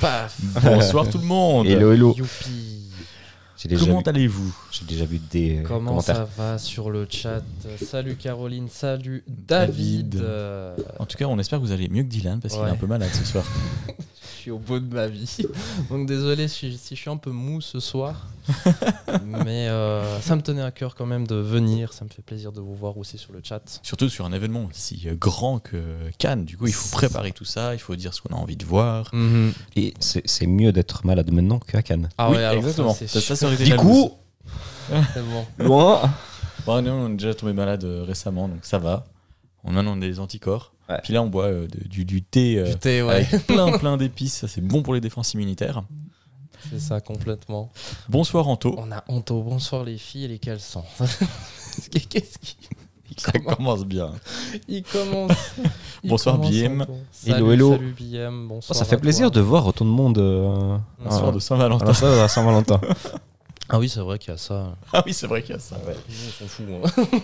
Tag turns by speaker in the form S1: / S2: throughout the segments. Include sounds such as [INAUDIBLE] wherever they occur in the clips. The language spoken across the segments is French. S1: Paf
S2: Bonsoir tout le monde.
S3: Hello, hello.
S1: Youpi
S3: J'ai déjà,
S2: Comment
S3: vu-
S2: allez-vous
S3: j'ai déjà vu des euh,
S1: Comment
S3: commentaires.
S1: ça va sur le chat Salut Caroline, salut David,
S2: David.
S1: Euh,
S2: En tout cas, on espère que vous allez mieux que Dylan parce qu'il
S1: Ouais.
S2: est un peu malade ce soir.
S1: Je suis au bout de ma vie. [LAUGHS] Donc désolé si, si je suis un peu mou ce [LAUGHS] soir. mais euh, ça me tenait à cœur quand même de venir. Ça me fait plaisir de vous voir aussi sur le chat.
S2: Surtout sur un événement aussi euh, grand que Cannes. Du coup, il faut préparer tout ça, il faut dire ce qu'on a envie de voir.
S3: Et c'est c'est mieux d'être malade maintenant qu'à Cannes.
S1: Mhm. Ah
S2: Oui,
S1: ouais, alors ça,
S2: exactement.
S1: c'est
S2: Ça, ça,
S1: chou-
S2: ça aurait été
S3: Du
S2: la
S3: coup,
S1: c'est bon.
S3: loin.
S2: Bon, nous, on est déjà tombé malade euh, récemment, donc ça va. On a, on a des anticorps.
S3: Ouais.
S2: Puis là, on boit euh, de- du, du thé euh,
S1: Du thé, ouais.
S2: avec plein, plein d'épices. Ça, c'est bon pour les défenses immunitaires.
S1: C'est ça complètement.
S2: Bonsoir, Anto.
S1: On a honte au bonsoir les filles et les caleçons. [LAUGHS] Qu'est-ce qui. Il
S2: Ça
S1: commence.
S2: commence bien.
S1: Il commence. il
S2: Bonsoir,
S1: commence,
S2: BM.
S1: Anton.
S3: Hello,
S1: Salut,
S3: hello.
S1: Salut BM. Bonsoir.
S3: ça fait
S1: à
S3: plaisir
S1: toi.
S3: de voir autant de monde. euh,
S2: Bonsoir
S3: euh,
S2: de Saint-Valentin.
S3: voilà, ça, à Saint-Valentin.
S1: Ah oui, c'est vrai qu'il y a ça.
S2: Ah oui, c'est vrai qu'il y a ça.
S1: Nous, on s'en fout.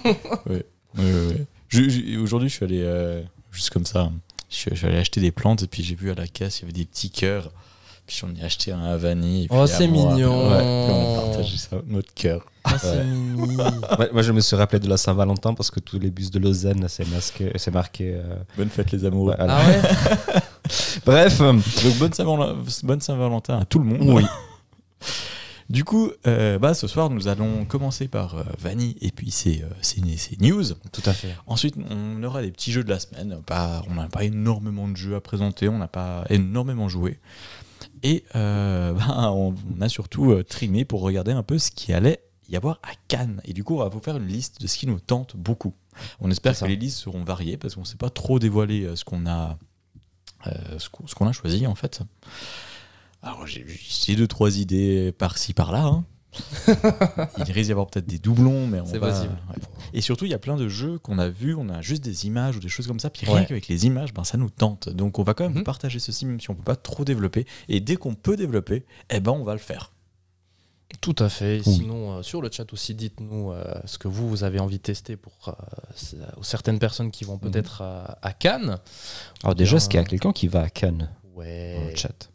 S1: hein.
S2: Ouais, ouais, ouais. Je- je- Aujourd'hui, je suis allé, euh, juste comme ça, je suis, je suis allé acheter des plantes et puis j'ai vu à la caisse, il y avait des petits cœurs. Puis j'en ai acheté un à Vanille. et puis
S1: Oh,
S2: à
S1: c'est
S2: moi.
S1: mignon.
S2: Ouais, puis on partageait ça, notre cœur.
S1: Ah, c'est mimi.
S3: Ouais, [LAUGHS] moi, je me suis rappelé de la Saint-Valentin parce que tous les bus de Lausanne, c'est masqué- c'est marqué. euh,
S2: Bonne fête, les amoureux.
S3: voilà.
S1: Ah ouais
S3: Bref, euh,
S2: Donc, bonne Saint-Val- bonne Saint-Valentin à tout le monde.
S3: Oui.
S2: Du coup, euh, bah, ce soir, nous allons commencer par euh, Vanille et puis ses, euh, ses- ses news.
S3: tout à fait.
S2: Ensuite, on aura des petits jeux de la semaine. Pas- on n'a pas énormément de jeux à présenter, on n'a pas énormément joué. Et euh, [LAUGHS] bah, on, on a surtout euh, trimé pour regarder un peu ce qui allait y avoir à Cannes. Et du coup, on va vous faire une liste de ce qui nous tente beaucoup. On espère
S3: C'est ça.
S2: que les listes seront variées parce qu'on ne sait pas trop dévoiler euh, ce qu'on a, euh, ce qu'on ce qu'on a choisi en fait. Alors j'ai j'ai deux trois idées par-ci par-là.
S1: [LAUGHS]
S2: hein. Il risque d'y avoir peut-être des doublons, mais on
S1: C'est
S2: va-
S1: possible.
S2: ouais. Et surtout, il y a plein de jeux qu'on a vus, on a juste des images ou des choses comme ça, puis
S1: Ouais.
S2: rien qu'avec les images, ben, ça nous tente. Donc on va quand même
S1: Mhm.
S2: vous partager ceci, même si on peut pas trop développer. Et dès qu'on peut développer, eh ben on va le faire.
S1: Tout à fait. Et
S3: Oui.
S1: Sinon, euh, sur le chat aussi, dites-nous euh, ce que vous, vous avez envie de tester pour euh, c- euh, certaines personnes qui vont peut-être euh, à, à Cannes.
S3: Alors, déjà, est-ce qu'il y a quelqu'un qui va à Cannes dans
S1: Ouais,
S3: le chat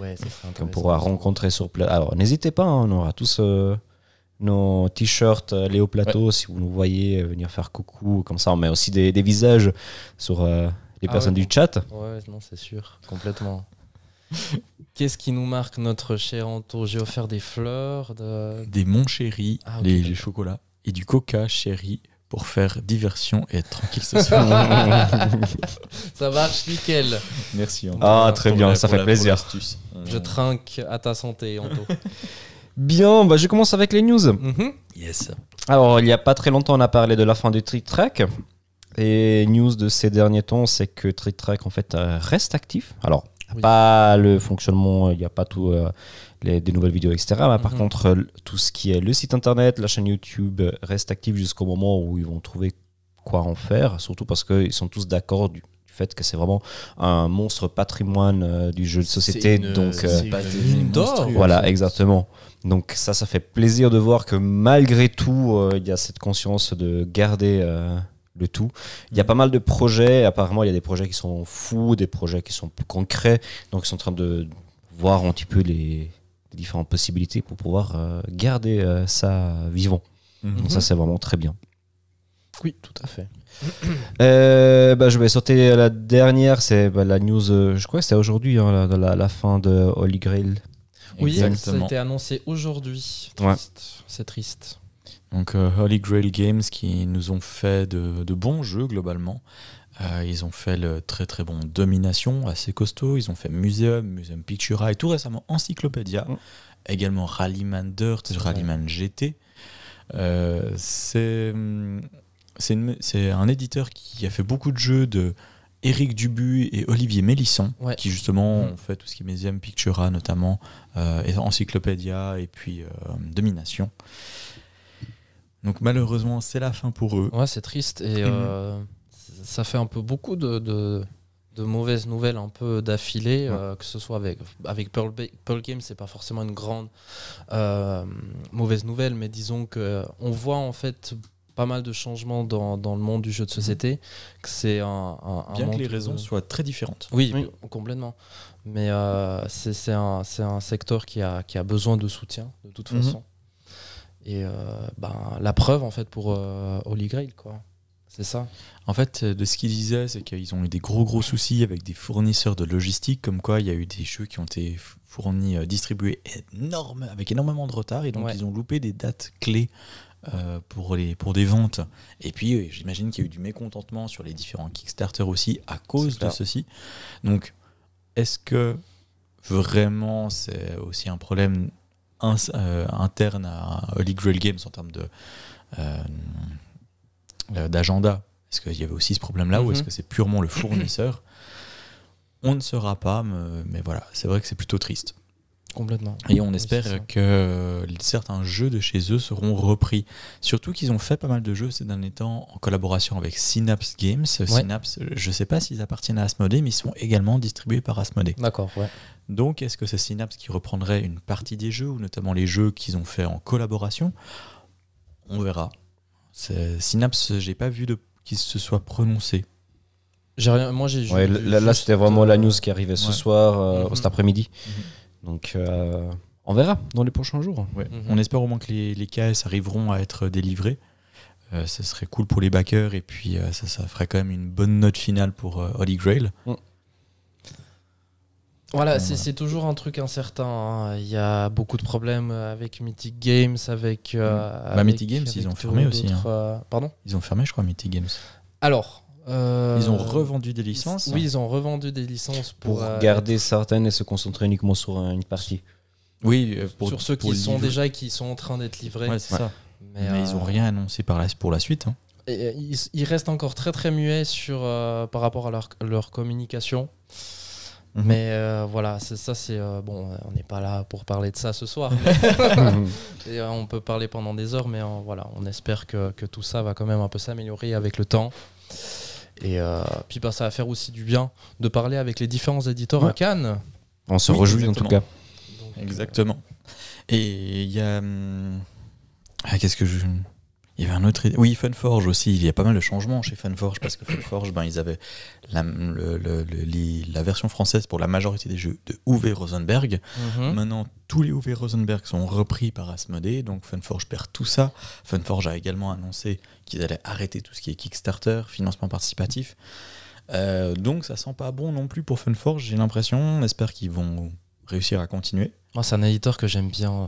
S1: ouais ça serait
S3: qu'on
S1: intéressant.
S3: pourra rencontrer sur place. Alors, n'hésitez pas, hein, on aura tous euh, nos t-shirts euh, Léo Plateau, si vous nous voyez, euh, venir faire coucou, comme ça, on met aussi des, des visages sur euh, les
S1: Ah
S3: personnes
S1: ouais.
S3: du chat. [LAUGHS]
S1: Ouais, non, c'est sûr, complètement. Qu'est-ce qui nous marque notre cher Anto J'ai offert des fleurs. De...
S2: Des Mon Chéri,
S1: Ah, ok.
S2: les, les chocolats, et du coca chéri pour faire diversion et être tranquille ce
S1: [LAUGHS]
S2: soir.
S1: Ça marche nickel.
S2: Merci. Antoine,
S3: Ah,
S1: Voilà,
S3: très
S2: pour
S3: bien,
S2: la-
S3: ça
S2: pour
S3: fait
S2: la- pour
S3: plaisir.
S2: l'astuce.
S1: Je trinque à ta santé, Anto.
S3: Bien, bah, je commence avec les news.
S1: Mhm.
S2: Yes.
S3: Alors, il n'y a pas très longtemps, on a parlé de la fin du Trick Track. Et news de ces derniers temps, c'est que Trick Track, en fait, euh, reste actif. Alors,
S1: Oui.
S3: pas le fonctionnement, il n'y a pas tout, euh, les, des nouvelles vidéos, etc. Mais par
S1: Mhm.
S3: contre, euh, tout ce qui est le site internet, la chaîne YouTube euh, reste actif jusqu'au moment où ils vont trouver quoi en faire. Surtout parce qu'ils sont tous d'accord du, du fait que c'est vraiment un monstre patrimoine euh, du jeu de société.
S1: une-
S3: donc, euh,
S1: c'est une mine d'or.
S2: hein,
S3: voilà, exactement. Donc ça, ça fait plaisir de voir que malgré tout, euh, il y a cette conscience de garder euh, le tout. Il y a pas mal de projets, apparemment, il y a des projets qui sont fous, des projets qui sont plus concrets. Donc ils sont en train de voir un petit peu les, les différentes possibilités pour pouvoir euh, garder euh, ça vivant.
S1: Mhm.
S3: Donc ça, c'est vraiment très bien.
S1: Oui, tout à fait.
S3: Euh, bah, je vais sauter à la dernière, c'est bah, la news, euh, je crois que c'est aujourd'hui, hein, la, la- la fin de Holy Grail.
S1: Oui, ça a
S2: Exactement.
S1: été annoncé aujourd'hui.
S3: Ouais.
S1: Triste. C'est triste.
S2: Donc euh, Holy Grail Games qui nous ont fait de, de bons jeux globalement. Euh, ils ont fait le très très bon Domination, assez costaud. Ils ont fait Museum, Museum Pictura et tout récemment Encyclopédia.
S3: Mm.
S2: Également Rallyman Dirt,
S1: Ouais.
S2: Rallyman GT. Euh, c'est hum, c'est une- c'est un éditeur qui a fait beaucoup de jeux de Éric Dubu et Olivier Mélisson,
S1: Ouais.
S2: qui justement
S1: Mhm.
S2: ont fait tout ce qui est Museum Pictura notamment, euh, et Encyclopédia et puis euh, Domination. Donc malheureusement, c'est la fin pour eux.
S1: Ouais, c'est triste et euh, c- ça fait un peu beaucoup de, de, de mauvaises nouvelles un peu d'affilée,
S3: Ouais.
S1: euh, que ce soit avec, avec Pearl, Ba- Pearl Games, c'est pas forcément une grande euh, mauvaise nouvelle, mais disons que on voit en fait pas mal de changements dans, dans le monde du
S3: Mhm.
S1: jeu de société. Que c'est un, un- un
S2: Bien que
S1: monde,
S2: les raisons
S1: euh,
S2: soient très différentes.
S1: Oui, euh, complètement. Mais euh, c'est c'est un, c'est un secteur qui a, qui a besoin de soutien, de toute
S2: Mhm.
S1: façon. Et euh, ben, la preuve, en fait, pour euh, Holy Grail, quoi. C'est ça.
S2: En fait, euh, de ce qu'ils disaient, c'est qu'ils ont eu des gros gros soucis avec des fournisseurs de logistique, comme quoi il y a eu des jeux qui ont été f- fournis, euh, distribués énorme, avec énormément de retard, et donc
S1: Ouais.
S2: ils ont loupé des dates clés euh, pour, les, pour des ventes. Et puis, euh, j'imagine qu'il y a eu du mécontentement sur les différents Kickstarter aussi à cause
S3: C'est
S2: de
S3: clair.
S2: ceci. Donc, est-ce que vraiment c'est aussi un problème ins- euh, interne à Holy Grail Games en termes de euh, euh, d'agenda Est-ce qu'il y avait aussi ce problème-là ou
S1: Mhm.
S2: est-ce que c'est purement le
S1: [CLEARS THROAT]
S2: fournisseur On ne saura pas, me- mais voilà, c'est vrai que c'est plutôt triste.
S1: Complètement.
S2: Et on
S1: Oui,
S2: espère
S1: c'est ça.
S2: que euh, certains jeux de chez eux seront repris. Surtout qu'ils ont fait pas mal de jeux ces derniers temps en collaboration avec Synapse Games. Synapse, je ne sais pas s'ils appartiennent à Asmodee, mais ils sont également distribués par Asmodee.
S1: D'accord, ouais.
S2: Donc, est-ce que c'est Synapse qui reprendrait une partie des jeux, ou notamment les jeux qu'ils ont fait en collaboration On verra. C'est- Synapse, j'ai pas vu de qu'ils se soient prononcés.
S1: J'ai rien, moi, j'ai ju-
S3: Ouais,
S1: ju-
S3: là, là,
S1: juste,
S3: c'était vraiment la
S1: euh,
S3: news qui arrivait ce
S2: ouais.
S3: soir, euh,
S1: Mhm.
S3: cet après-midi. Donc, euh, on verra dans les prochains jours.
S2: Ouais.
S1: Mhm.
S2: On espère au moins que les, les KS arriveront à être délivrés. Euh, ça serait cool pour les backers et puis euh, ça, ça ferait quand même une bonne note finale pour euh, Holy Grail.
S1: Voilà,
S2: Bon,
S1: c'est
S2: voilà.
S1: c'est toujours un truc incertain. hein. Il y a beaucoup de problèmes euh, avec Mythic Games, avec. euh,
S2: Bah,
S1: avec-
S2: Mythic Games,
S1: avec
S2: ils ont
S1: tout-
S2: fermé aussi, hein.
S1: d'autres, euh, Pardon
S2: Ils ont fermé, je crois, Mythic Games.
S1: Alors. euh,
S2: Ils ont revendu des licences. hein.
S1: Oui, ils ont revendu des licences pour,
S3: Pour
S1: euh,
S3: garder certaines et se concentrer uniquement sur euh,
S1: [LAUGHS]
S3: une partie. [LAUGHS]
S2: oui euh, pour,
S1: sur ceux
S2: pour
S1: qui sont
S2: livrer.
S1: déjà et qui sont en train d'être livrés.
S2: Ouais, c'est
S3: Ouais.
S2: ça. Mais,
S1: euh,
S2: ils ont rien annoncé par la, pour la suite. hein.
S1: et- et ils, ils restent encore très très muets sur, euh, par rapport à leur, leur communication.
S2: Mhm.
S1: Mais euh, voilà, c'est ça, c'est euh, bon, euh, on n'est pas là pour parler de ça ce soir.
S2: [LAUGHS]
S3: Mhm.
S1: Et, euh, on peut parler pendant des heures, mais euh, voilà, on espère que, que tout ça va quand même un peu s'améliorer avec le temps. Et euh, puis bah, ça va faire aussi du bien de parler avec les différents éditeurs
S3: Ouais.
S1: à Cannes.
S3: on se
S2: Oui,
S3: rejouit en tout
S2: exactement.
S3: cas.
S1: Donc,
S2: Exactement. Et il y a. hum, Ah, qu'est-ce que je. Il y avait un autre. Oui, Funforge aussi. Il y a pas mal de changements chez Funforge parce que Funforge, ben, ils avaient la, le- le- le- les- la version française pour la majorité des jeux de Uwe Rosenberg.
S1: Mhm.
S2: Maintenant, tous les Uwe Rosenberg sont repris par Asmodee, donc Funforge perd tout ça. Funforge a également annoncé qu'ils allaient arrêter tout ce qui est Kickstarter, financement participatif. Euh, donc ça sent pas bon non plus pour Funforge, j'ai l'impression. On espère qu'ils vont réussir à continuer.
S1: Moi, c'est un éditeur que j'aime bien, euh,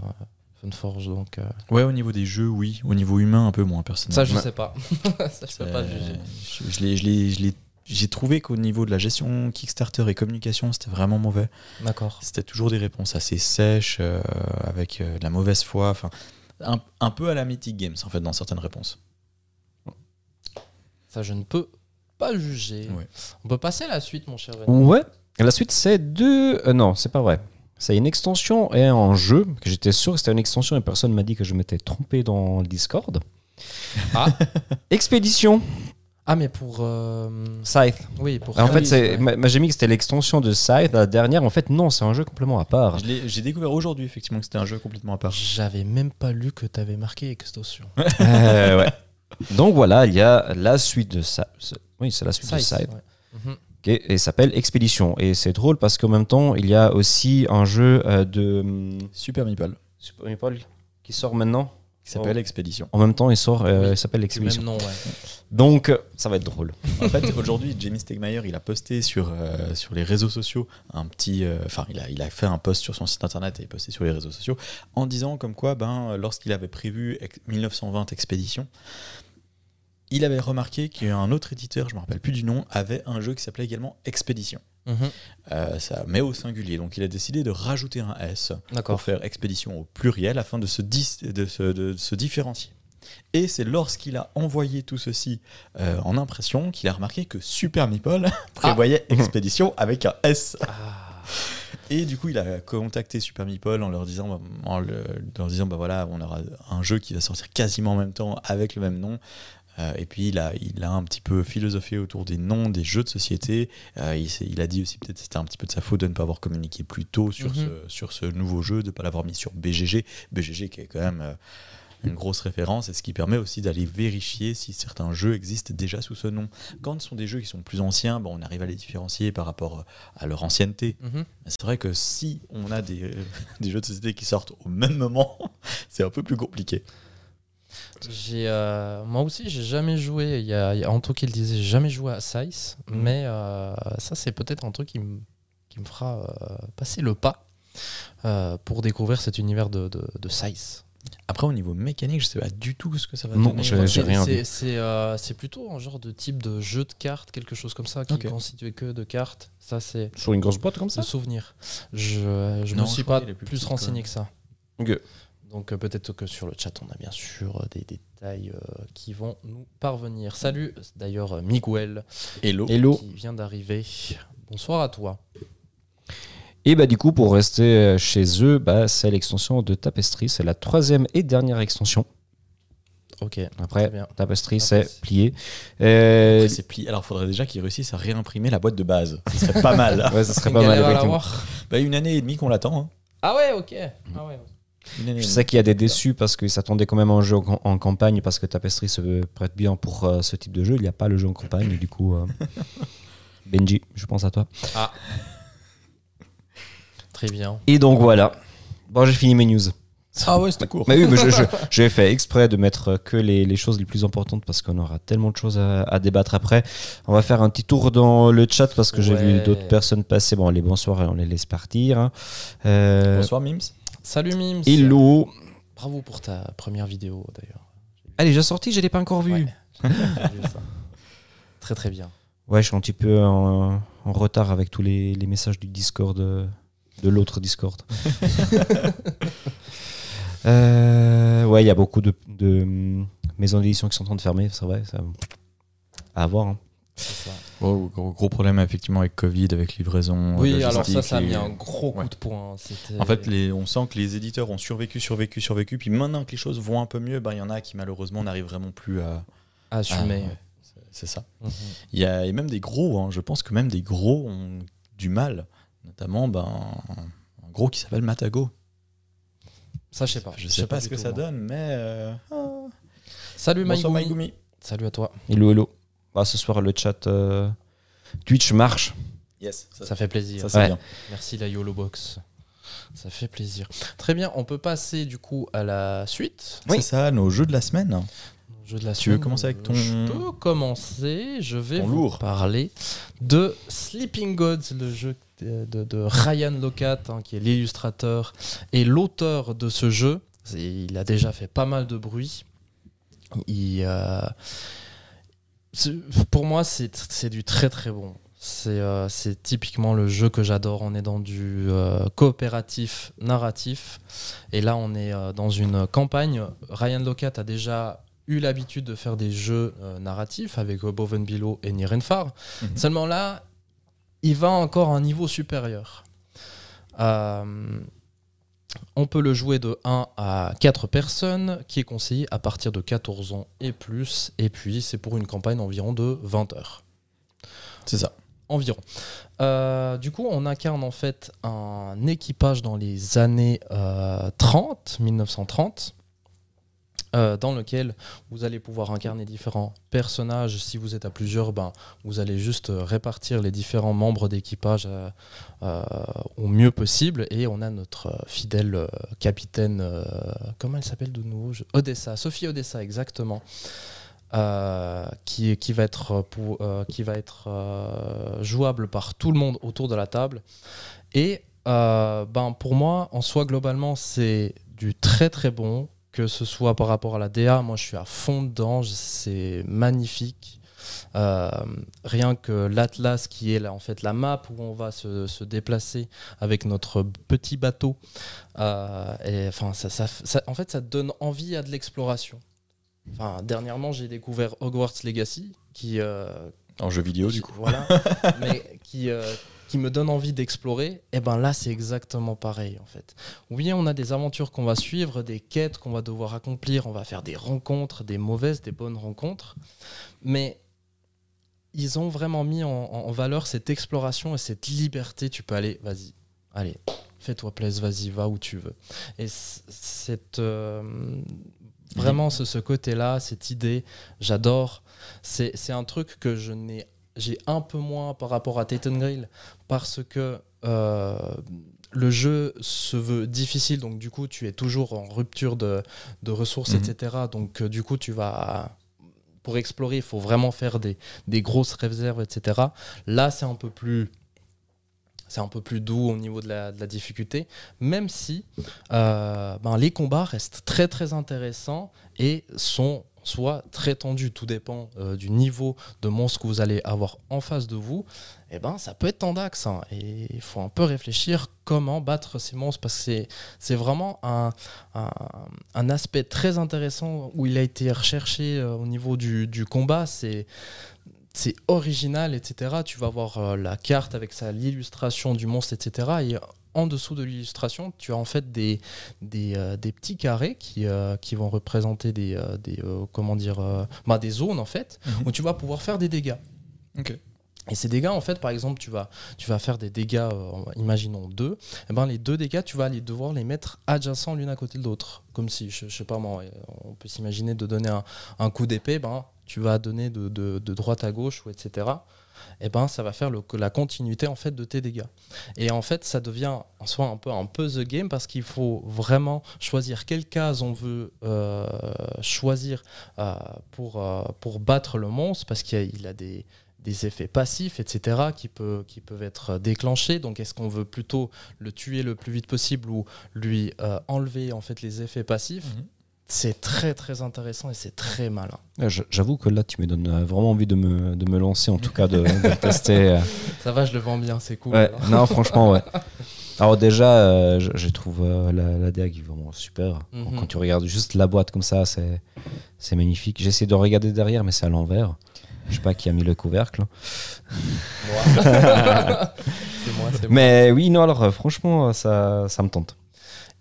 S1: Funforge, donc euh,
S2: Ouais, au niveau des jeux, oui. Au niveau humain, un peu moins, personnellement.
S1: ça, je
S2: Ouais.
S1: sais pas. [LAUGHS] ça, je peux
S2: Euh,
S1: pas juger.
S2: je- je l'ai- je l'ai- je l'ai- J'ai trouvé qu'au niveau de la gestion Kickstarter et communication, c'était vraiment mauvais.
S1: D'accord.
S2: C'était toujours des réponses assez sèches, euh, avec euh, de la mauvaise foi, enfin, un, un peu à la Mythic Games, en fait, dans certaines réponses.
S1: Ça, je ne peux pas juger.
S2: Ouais.
S1: On peut passer à la suite, mon cher René.
S3: Ouais. La suite, c'est deux. euh, non, c'est pas vrai. C'est une extension et un jeu. que J'étais sûr que c'était une extension et personne m'a dit que je m'étais trompé dans le Discord.
S1: Ah.
S3: [LAUGHS] Expédition
S1: Ah, mais pour. euh,
S3: Scythe.
S1: Oui, pour.
S3: En fait,
S1: Cannes,
S3: c'est-
S1: ouais.
S3: ma- ma- j'ai mis que c'était l'extension de Scythe, la dernière. En fait, non, c'est un jeu complètement à part.
S2: Je l'ai- J'ai découvert aujourd'hui, effectivement, que c'était un jeu complètement à part.
S1: J'avais même pas lu que t'avais marqué extorsion.
S3: Euh, ouais. [LAUGHS] Donc voilà, il y a la suite de ça. Oui, c'est la suite de Scythe. Ok, et il s'appelle Expédition. Et c'est drôle parce qu'en même temps, il y a aussi un jeu euh, de hum,
S2: Super Meeple,
S3: Super Meeple qui sort maintenant.
S1: Oh.
S2: qui s'appelle Expédition.
S3: En même temps, il sort, euh,
S1: Oui,
S3: il s'appelle
S1: Même
S3: Expédition.
S1: nom, ouais.
S3: Donc, euh, ça va être drôle.
S2: En fait, aujourd'hui, Jamie Stegmaier, il a posté sur, euh, sur les réseaux sociaux un petit. euh, Enfin, il, a, il a fait un post sur son site internet et posté sur les réseaux sociaux en disant comme quoi, ben, lorsqu'il avait prévu ex- 1920 Expédition, il avait remarqué qu'un autre éditeur, je ne me rappelle plus du nom, avait un jeu qui s'appelait également Expédition.
S1: Mhm.
S2: Euh, ça, mais au singulier. Donc, il a décidé de rajouter un S pour
S1: D'accord.
S2: faire expédition au pluriel afin de se, dis- de se, de se différencier. Et c'est lorsqu'il a envoyé tout ceci euh, en impression qu'il a remarqué que Super Meeple prévoyait expédition avec un S.
S1: Ah.
S2: Et du coup, il a contacté Super Meeple en leur disant, bah, en le- en leur disant bah voilà, on aura un jeu qui va sortir quasiment en même temps avec le même nom. Euh, et puis, il a, il a un petit peu philosophé autour des noms des jeux de société. Euh, il, s'est- il a dit aussi, peut-être, c'était un petit peu de sa faute de ne pas avoir communiqué plus tôt sur,
S1: Mhm.
S2: ce, sur ce nouveau jeu, de ne pas l'avoir mis sur BGG. BGG qui est quand même. euh, une grosse référence et ce qui permet aussi d'aller vérifier si certains jeux existent déjà sous ce nom. Quand ce sont des jeux qui sont plus anciens, bon, on arrive à les différencier par rapport euh, à leur ancienneté.
S1: Mhm.
S2: Mais C'est vrai que si on a des, euh, [LAUGHS] des jeux de société qui sortent au même moment, [LAUGHS] c'est un peu plus compliqué.
S1: J'ai, euh, moi aussi, j'ai jamais joué. Il y a, il y a Anto qui le disait, j'ai jamais joué à Size,
S3: Mhm.
S1: mais euh, ça, c'est peut-être un truc qui me qui me fera euh, passer le pas euh, pour découvrir cet univers de, de, de Size.
S2: Après, au niveau mécanique, je sais pas du tout ce que ça va
S3: Non,
S2: donner.
S3: je- Ouais, j'ai
S1: C'est-
S3: rien
S1: c'est-
S3: vu.
S1: C'est euh, c'est plutôt un genre de type de jeu de cartes, quelque chose comme ça, qui
S2: Ok.
S1: est constitué que de cartes. Ça, c'est
S3: Sur une grosse boîte comme
S1: le souvenir. Je, euh, je
S2: Non,
S1: me suis
S2: je crois
S1: pas
S2: qu'il est plus
S1: plus
S2: petit,
S1: renseigné
S2: quand
S1: que ça.
S3: Ok.
S1: Donc euh, peut-être que sur le chat, on a bien sûr euh, des détails euh, qui vont nous parvenir. Salut euh, d'ailleurs euh, Miguel
S2: Hello.
S3: Hello.
S1: qui vient d'arriver. Bonsoir à toi.
S3: Et bah du coup, pour rester euh, chez eux, bah, c'est l'extension de Tapestry. C'est la troisième et dernière extension.
S1: Ok. Très
S3: Après,
S1: bien.
S3: Tapestry,
S1: Après,
S3: c'est
S1: c'est-
S3: plié. Euh,
S2: Après, c'est plié. Alors, faudrait déjà qu'ils réussissent à réimprimer la boîte de base. Ce serait pas [LAUGHS] mal.
S3: ouais, ça serait
S1: Une
S3: pas mal.
S1: galère à
S3: effectivement.
S1: l'avoir.
S2: Bah, une année et demie qu'on l'attend. hein.
S1: Ah ouais, ok.
S2: Mm.
S1: Ah ouais.
S2: Une année et
S3: Je
S2: demie.
S3: sais qu'il y a des déçus parce qu'ils s'attendaient quand même à un jeu en, en campagne parce que Tapestry se prête bien pour euh, ce type de jeu. Il n'y a pas le jeu en campagne, du coup. euh, Benji, je pense à toi.
S1: Très bien.
S3: Et donc voilà. Bon, j'ai fini mes news.
S2: Ah ouais, c'était court.
S3: Mais oui, mais je- [LAUGHS] je- j'ai fait exprès de mettre que les, les choses les plus importantes parce qu'on aura tellement de choses à, à débattre après. On va faire un petit tour dans le chat parce que j'ai vu
S1: Ouais.
S3: d'autres personnes passer. Bon, les bonsoirs, on les laisse partir. hein. Euh,
S2: Bonsoir, Mims.
S1: Salut Mims.
S3: hello.
S1: Bravo pour ta première vidéo d'ailleurs.
S3: Elle est déjà sortie, je l'ai pas encore vue. Ouais.
S1: Ouais. J'ai vu ça. [LAUGHS] Très très bien.
S3: je suis un petit peu en, en retard avec tous les, les messages du Discord, euh, de l'autre Discord. Euh, ouais, il y a beaucoup de, de, hum, maisons d'édition qui sont en train de fermer, c'est vrai. ça- à voir. hein.
S1: C'est ça.
S2: Gros, Oh, gros, gros problème effectivement avec Covid, avec livraison.
S1: Oui,
S2: logistique,
S1: alors ça, ça a mis
S2: les-
S1: un gros coup
S2: Ouais.
S1: de poing. hein. C'était-
S2: En fait, les- on sent que les éditeurs ont survécu, survécu, survécu. Puis maintenant que les choses vont un peu mieux, ben, il y en a qui malheureusement n'arrivent vraiment plus à.
S1: assumé. Mhm.
S2: à- c'est- C'est ça. Il y a et même des gros. hein, je pense que même des gros ont du mal. Notamment, ben, un gros qui s'appelle Matago.
S1: Ça, je sais pas.
S2: Je sais pas, ce
S1: du
S2: que
S1: tout,
S2: ça
S1: moi.
S2: donne, mais. euh,
S1: Salut
S2: bonsoir,
S1: Maïgoumi.
S2: Maïgoumi.
S1: Salut à toi.
S3: Hello, hello. Bah, ce soir, le chat euh, Twitch marche.
S2: Yes, ça,
S1: Ça fait plaisir.
S2: ça, c'est
S3: Ouais.
S2: bien.
S1: Merci la YOLO Box. Ça fait plaisir. Très bien, on peut passer du coup à la suite.
S2: C'est ça, nos jeux de la semaine.
S1: Jeu de la
S2: Tu veux
S1: semaine.
S2: commencer avec ton-
S1: Je peux commencer. Je vais
S2: Ton
S1: vous
S2: lourd.
S1: parler de Sleeping Gods, le jeu de, de- de Ryan Locat, hein, qui est l'illustrateur et l'auteur de ce jeu. C'est- Il a déjà fait pas mal de bruit. Il, euh, c'est- pour moi, c'est c'est du très très bon. C'est euh, c'est typiquement le jeu que j'adore. On est dans du euh, coopératif narratif. Et là, on est euh, dans une campagne. Ryan Locat a déjà eu l'habitude de faire des jeux euh, narratifs avec euh, Boven Below et Nirenfar.
S2: Mhm.
S1: Seulement là, il va encore à un niveau supérieur. Euh, on peut le jouer de 1 à 4 personnes, qui est conseillé à partir de 14 ans et plus. Et puis, c'est pour une campagne environ de 20 heures
S2: C'est ça.
S1: environ. Euh, du coup, on incarne en fait un équipage dans les années euh, 30, 1930. euh, dans lequel vous allez pouvoir incarner différents personnages. Si vous êtes à plusieurs, ben, vous allez juste euh, répartir les différents membres d'équipage euh, euh, au mieux possible. Et on a notre euh, fidèle euh, capitaine, euh, comment elle s'appelle de nouveau je- Odessa, Sophie Odessa exactement, euh, qui, qui va être, euh, pour, euh, qui va être euh, jouable par tout le monde autour de la table. Et euh, ben, pour moi, en soi, globalement, c'est du très très bon, que ce soit par rapport à la DA, moi je suis à fond dedans, je- c'est magnifique. Euh, rien que l'atlas qui est là en fait la map où on va se, se déplacer avec notre petit bateau Euh, et enfin ça, ça- ça- en fait ça donne envie à de l'exploration enfin dernièrement j'ai découvert Hogwarts Legacy qui euh,
S2: En jeu vidéo, du
S1: qui-
S2: coup. [LAUGHS]
S1: Voilà. mais qui, euh, qui me donne envie d'explorer, et ben là, c'est exactement pareil, en fait. Oui, on a des aventures qu'on va suivre, des quêtes qu'on va devoir accomplir, on va faire des rencontres, des mauvaises, des bonnes rencontres, mais ils ont vraiment mis en, en- en valeur cette exploration et cette liberté. Tu peux aller, vas-y, allez, fais-toi plaisir, vas-y, va où tu veux. Et c- cette. euh, Vraiment, ce, ce côté-là, cette idée, j'adore. C'est c'est un truc que je n'ai j'ai un peu moins par rapport à Titan Grill parce que euh, le jeu se veut difficile, donc du coup, tu es toujours en rupture de, de ressources,
S2: Mhm.
S1: etc. Donc, euh, du coup, tu vas. Pour explorer, il faut vraiment faire des, des grosses réserves, etc. Là, c'est un peu plus. C'est un peu plus doux au niveau de la, de la difficulté, même si euh, ben, les combats restent très très intéressants et sont soit très tendus, tout dépend euh, du niveau de monstre que vous allez avoir en face de vous eh ben, ça peut être tendax. hein. Et il faut un peu réfléchir comment battre ces monstres parce que c'est- c'est vraiment un, un, un aspect très intéressant où il a été recherché euh, au niveau du, du combat. C'est c'est original, etc. Tu vas voir euh, la carte avec sa l'illustration du monstre, etc. Et en dessous de l'illustration, tu as en fait des, des, euh, des petits carrés qui, euh, qui vont représenter des, euh, des, euh, comment dire, euh, bah, des zones en fait
S2: Mhm.
S1: où tu vas pouvoir faire des dégâts.
S2: Ok.
S1: Et ces dégâts, en fait, par exemple, tu vas, tu vas faire des dégâts, euh, imaginons deux, et ben les deux dégâts, tu vas les devoir les mettre adjacents l'une à côté de l'autre. Comme si, je, je sais pas moi, euh, on peut s'imaginer de donner un, un coup d'épée, ben, tu vas donner de, de- de droite à gauche, ou etc. Et ben ça va faire le, la continuité en fait de tes dégâts. Et en fait, ça devient en soi un peu un puzzle game parce qu'il faut vraiment choisir quelle case on veut euh, choisir euh, pour, euh, pour battre le monstre parce qu'il y a- il a des des effets passifs, etc., qui, peut, qui peuvent être déclenchés. Donc, est-ce qu'on veut plutôt le tuer le plus vite possible ou lui euh, enlever en fait les effets passifs
S2: Mhm.
S1: C'est très très intéressant et c'est très malin.
S3: Ah, je- J'avoue que là, tu me donnes euh, vraiment envie de me, de me lancer, en tout cas de, de le tester. euh.
S1: Ça va, je le vends bien, c'est cool.
S3: Ouais, [LAUGHS] non, franchement, ouais. Alors déjà, euh, je, je trouve euh, la, la DA qui est vraiment super. Quand-
S1: Mhm.
S3: Quand tu regardes juste la boîte comme ça, c'est c'est magnifique. J'essaie de regarder derrière, mais c'est à l'envers. Je sais pas qui a mis le couvercle.
S1: Moi. [LAUGHS] c'est moi, c'est moi.
S3: Mais oui, non, alors euh, franchement, euh, ça, ça me tente.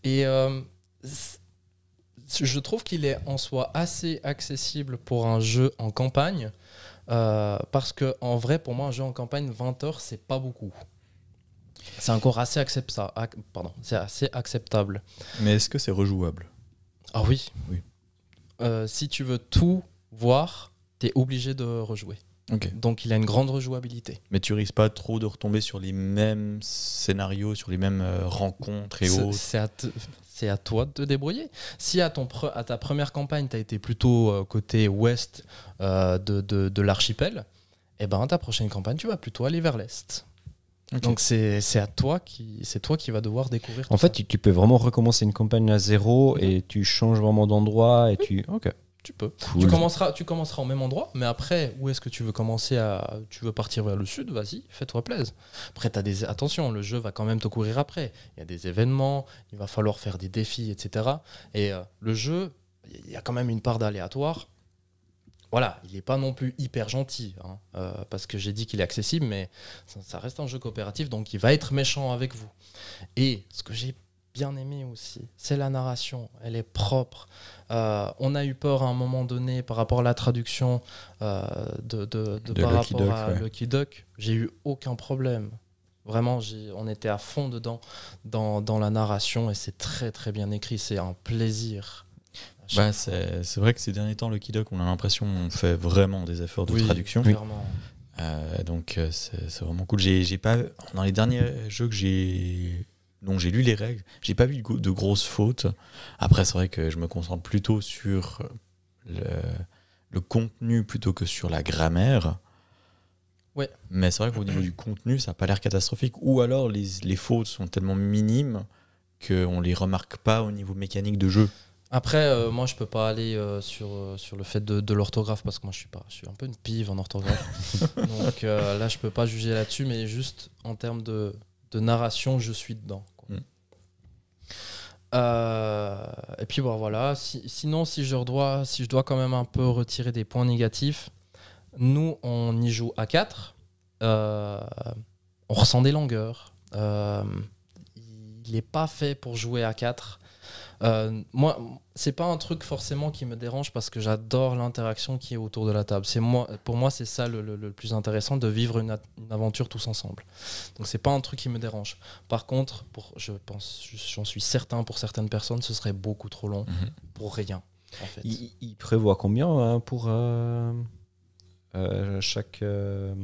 S1: Et euh, c- je trouve qu'il est en soi assez accessible pour un jeu en campagne. euh, parce que en vrai, pour moi, un jeu en campagne, 20 heures, c'est pas beaucoup. C'est encore assez acceptable. Pardon, c'est assez acceptable.
S2: Mais est-ce que c'est rejouable
S1: Ah oui.
S2: Oui.
S1: Euh, si tu veux tout voir, t'es obligé de rejouer.
S2: Ok.
S1: Donc il a une grande rejouabilité.
S2: Mais tu risques pas trop de retomber sur les mêmes scénarios, sur les mêmes euh, rencontres et
S1: C'est
S2: autres.
S1: c'est à, te- c'est à toi de te débrouiller. Si à, ton pre- à ta première campagne, tu as été plutôt euh, côté ouest euh, de, de- de l'archipel, eh ben ta prochaine campagne, tu vas plutôt aller vers l'est.
S2: Ok.
S1: Donc c'est c'est à toi qui c'est toi qui va devoir découvrir.
S3: En
S1: tout
S3: fait,
S1: ça.
S3: tu, tu peux vraiment recommencer une campagne à zéro et tu changes vraiment d'endroit et tu. Ok,
S1: tu peux.
S3: cool.
S1: Tu commenceras tu commenceras au même endroit, mais après où est-ce que tu veux commencer à tu veux partir vers le sud, vas-y, fais-toi plaisir. Après t'as des attention, le jeu va quand même te courir après. Il y a des événements, il va falloir faire des défis, etc. Et euh, le jeu, il y a quand même une part d'aléatoire. Voilà, il n'est pas non plus hyper gentil, hein, euh, parce que j'ai dit qu'il est accessible, mais ça, ça reste un jeu coopératif, donc il va être méchant avec vous. Et ce que j'ai bien aimé aussi, c'est la narration, elle est propre. Euh, on a eu peur à un moment donné par rapport à la traduction euh, de, de, de
S2: De
S1: par
S2: Lucky
S1: rapport
S2: Duck,
S1: à
S2: ouais.
S1: Lucky Duck, j'ai eu aucun problème. Vraiment, j'ai- on était à fond dedans, dans, dans la narration, et c'est très très bien écrit, c'est un plaisir.
S2: Bah, c'est c'est vrai que ces derniers temps, le Kidoc, on a l'impression qu'on fait vraiment des efforts de
S1: Oui,
S2: traduction.
S1: clairement.
S2: Euh, donc euh, c'est c'est vraiment cool. J'ai j'ai pas dans les derniers jeux que j'ai dont j'ai lu les règles, j'ai pas vu de, go- de grosses fautes. Après c'est vrai que je me concentre plutôt sur le, le contenu plutôt que sur la grammaire.
S1: Ouais.
S2: Mais c'est vrai qu'au niveau du contenu, ça a pas l'air catastrophique. Ou alors les, les fautes sont tellement minimes qu'on les remarque pas au niveau mécanique de jeu.
S1: Après, euh, moi, je peux pas aller euh, sur, euh, sur le fait de, de l'orthographe parce que moi, je suis pas, je suis un peu une pive en orthographe. Donc euh, là, je peux pas juger là-dessus, mais juste en termes de, de narration, je suis dedans. quoi.
S2: Mm.
S1: Euh, et puis bon, voilà. Si- sinon, si je dois, si je dois quand même un peu retirer des points négatifs, nous, on y joue à 4 on ressent des langueurs. Euh, il n'est pas fait pour jouer à 4 euh, moi, c'est pas un truc forcément qui me dérange parce que j'adore l'interaction qui est autour de la table. C'est moi, pour moi, c'est ça le, le- le plus intéressant de vivre une, a- une aventure tous ensemble. Donc c'est pas un truc qui me dérange. Par contre, pour, je pense, j'en suis certain pour certaines personnes, ce serait beaucoup trop long
S2: Mhm.
S1: pour rien. en fait.
S3: Il, il prévoit combien hein, pour euh, euh, chaque. euh,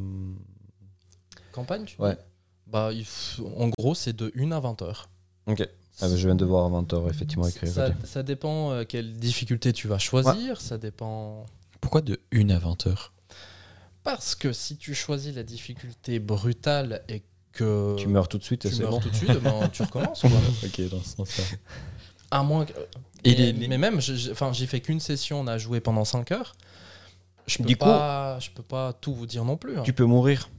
S1: Campagne, tu
S3: Ouais.
S1: dis Bah, il f- en gros, c'est de 1 à 20 heures.
S3: Ok. Ah, mais je viens de voir à 20h, effectivement, écrire.
S1: ça,
S3: ok.
S1: ça dépend euh, quelle difficulté tu vas choisir, ça dépend...
S2: Pourquoi de 1 à 20 heures
S1: Parce que si tu choisis la difficulté brutale et que
S3: Tu meurs tout de suite,
S1: tu
S3: et c'est
S1: meurs
S3: bon.
S1: tout de suite, ben, tu recommences.
S3: [LAUGHS]
S1: quoi.
S2: Ok, dans ce sens-là.
S1: À moins que-
S2: Et
S1: mais,
S2: les- les-
S1: mais même, je- je- enfin, j'ai fait qu'une session, on a joué pendant 5 heures. Je peux
S3: Du coup-
S1: pas, je peux pas tout vous dire non plus. hein.
S3: Tu peux mourir.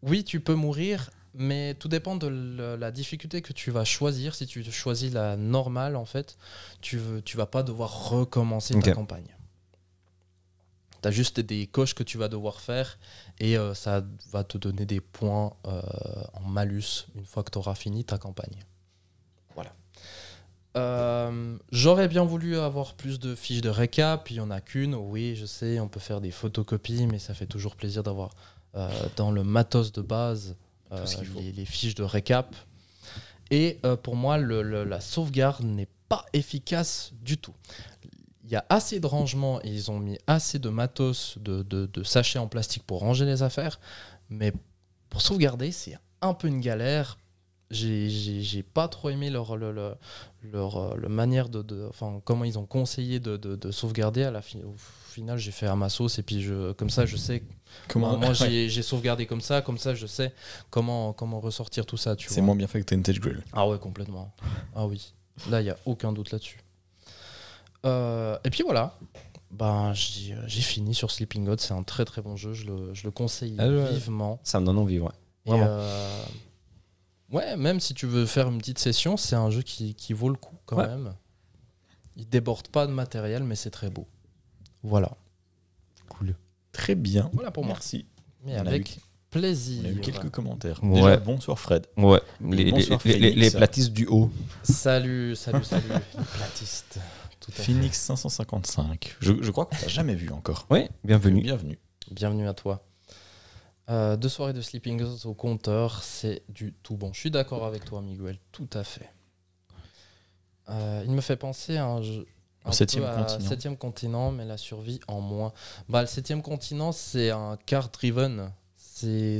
S1: Oui, tu peux mourir, mais tout dépend de le- la difficulté que tu vas choisir. Si tu choisis la normale, en fait, tu veux, tu vas pas devoir recommencer ta
S3: Ok.
S1: campagne. Tu as juste des coches que tu vas devoir faire et euh, ça va te donner des points euh, en malus une fois que tu auras fini ta campagne. Voilà. Euh, J'aurais bien voulu avoir plus de fiches de récap, il n'y en a qu'une. Oui, je sais, on peut faire des photocopies, mais ça fait toujours plaisir d'avoir euh, dans le matos de base euh,
S2: ce qu'il faut.
S1: les, les fiches de récap. Et euh, pour moi, le- le- la sauvegarde n'est pas efficace du tout. Il y a assez de rangements et ils ont mis assez de matos, de, de- de sachets en plastique pour ranger les affaires. Mais pour sauvegarder, c'est un peu une galère. J'ai j'ai- j'ai pas trop aimé leur, le- le- leur, euh, le manière de, de- Enfin, comment ils ont conseillé de, de- de sauvegarder. À la fin, au final, j'ai fait à ma sauce et puis je, comme ça, je sais moi, moi, j'ai j'ai sauvegardé comme ça, comme ça, je sais comment, comment ressortir tout ça. tu
S2: C'est
S1: vois.
S2: moins bien fait que Tentage Grill.
S1: Ah ouais, complètement. Ah oui. Là, il n'y a aucun doute là-dessus. Euh, et puis voilà. Ben, j'ai euh, j'ai fini sur Sleeping God. C'est un très très bon jeu. Je le, je le conseille
S3: Ah ouais.
S1: vivement.
S3: Ça me donne envie, ouais.
S1: Et,
S3: Vraiment.
S1: euh, ouais, même si tu veux faire une petite session, c'est un jeu qui, qui vaut le coup quand
S3: Ouais.
S1: même. Il déborde pas de matériel, mais c'est très beau. Voilà.
S2: Très bien.
S1: Voilà pour moi.
S2: Merci.
S1: Mais
S2: On a
S1: avec plaisir.
S2: On a eu quelques commentaires.
S3: Ouais.
S2: Déjà, bonsoir Fred.
S3: Ouais. Les, les,
S2: Bonsoir,
S3: les- les-
S2: Phoenix.
S3: les platistes du haut.
S1: Salut, salut, salut, les platistes. Tout à fait.
S2: Phoenix 555. Je, je crois qu'on t'a jamais vu encore.
S3: Ouais, bienvenue.
S2: Bienvenue.
S1: Bienvenue à toi. Euh, deux soirées de Sleeping Dogs au compteur, c'est du tout bon. Je suis d'accord avec toi, Miguel, tout à fait. Euh, il me fait penser à un jeu.
S2: Au
S1: un
S2: septième
S1: peu à
S2: continent.
S1: Septième continent, mais la survie en moins. Bah, le septième continent, c'est un car driven. C'est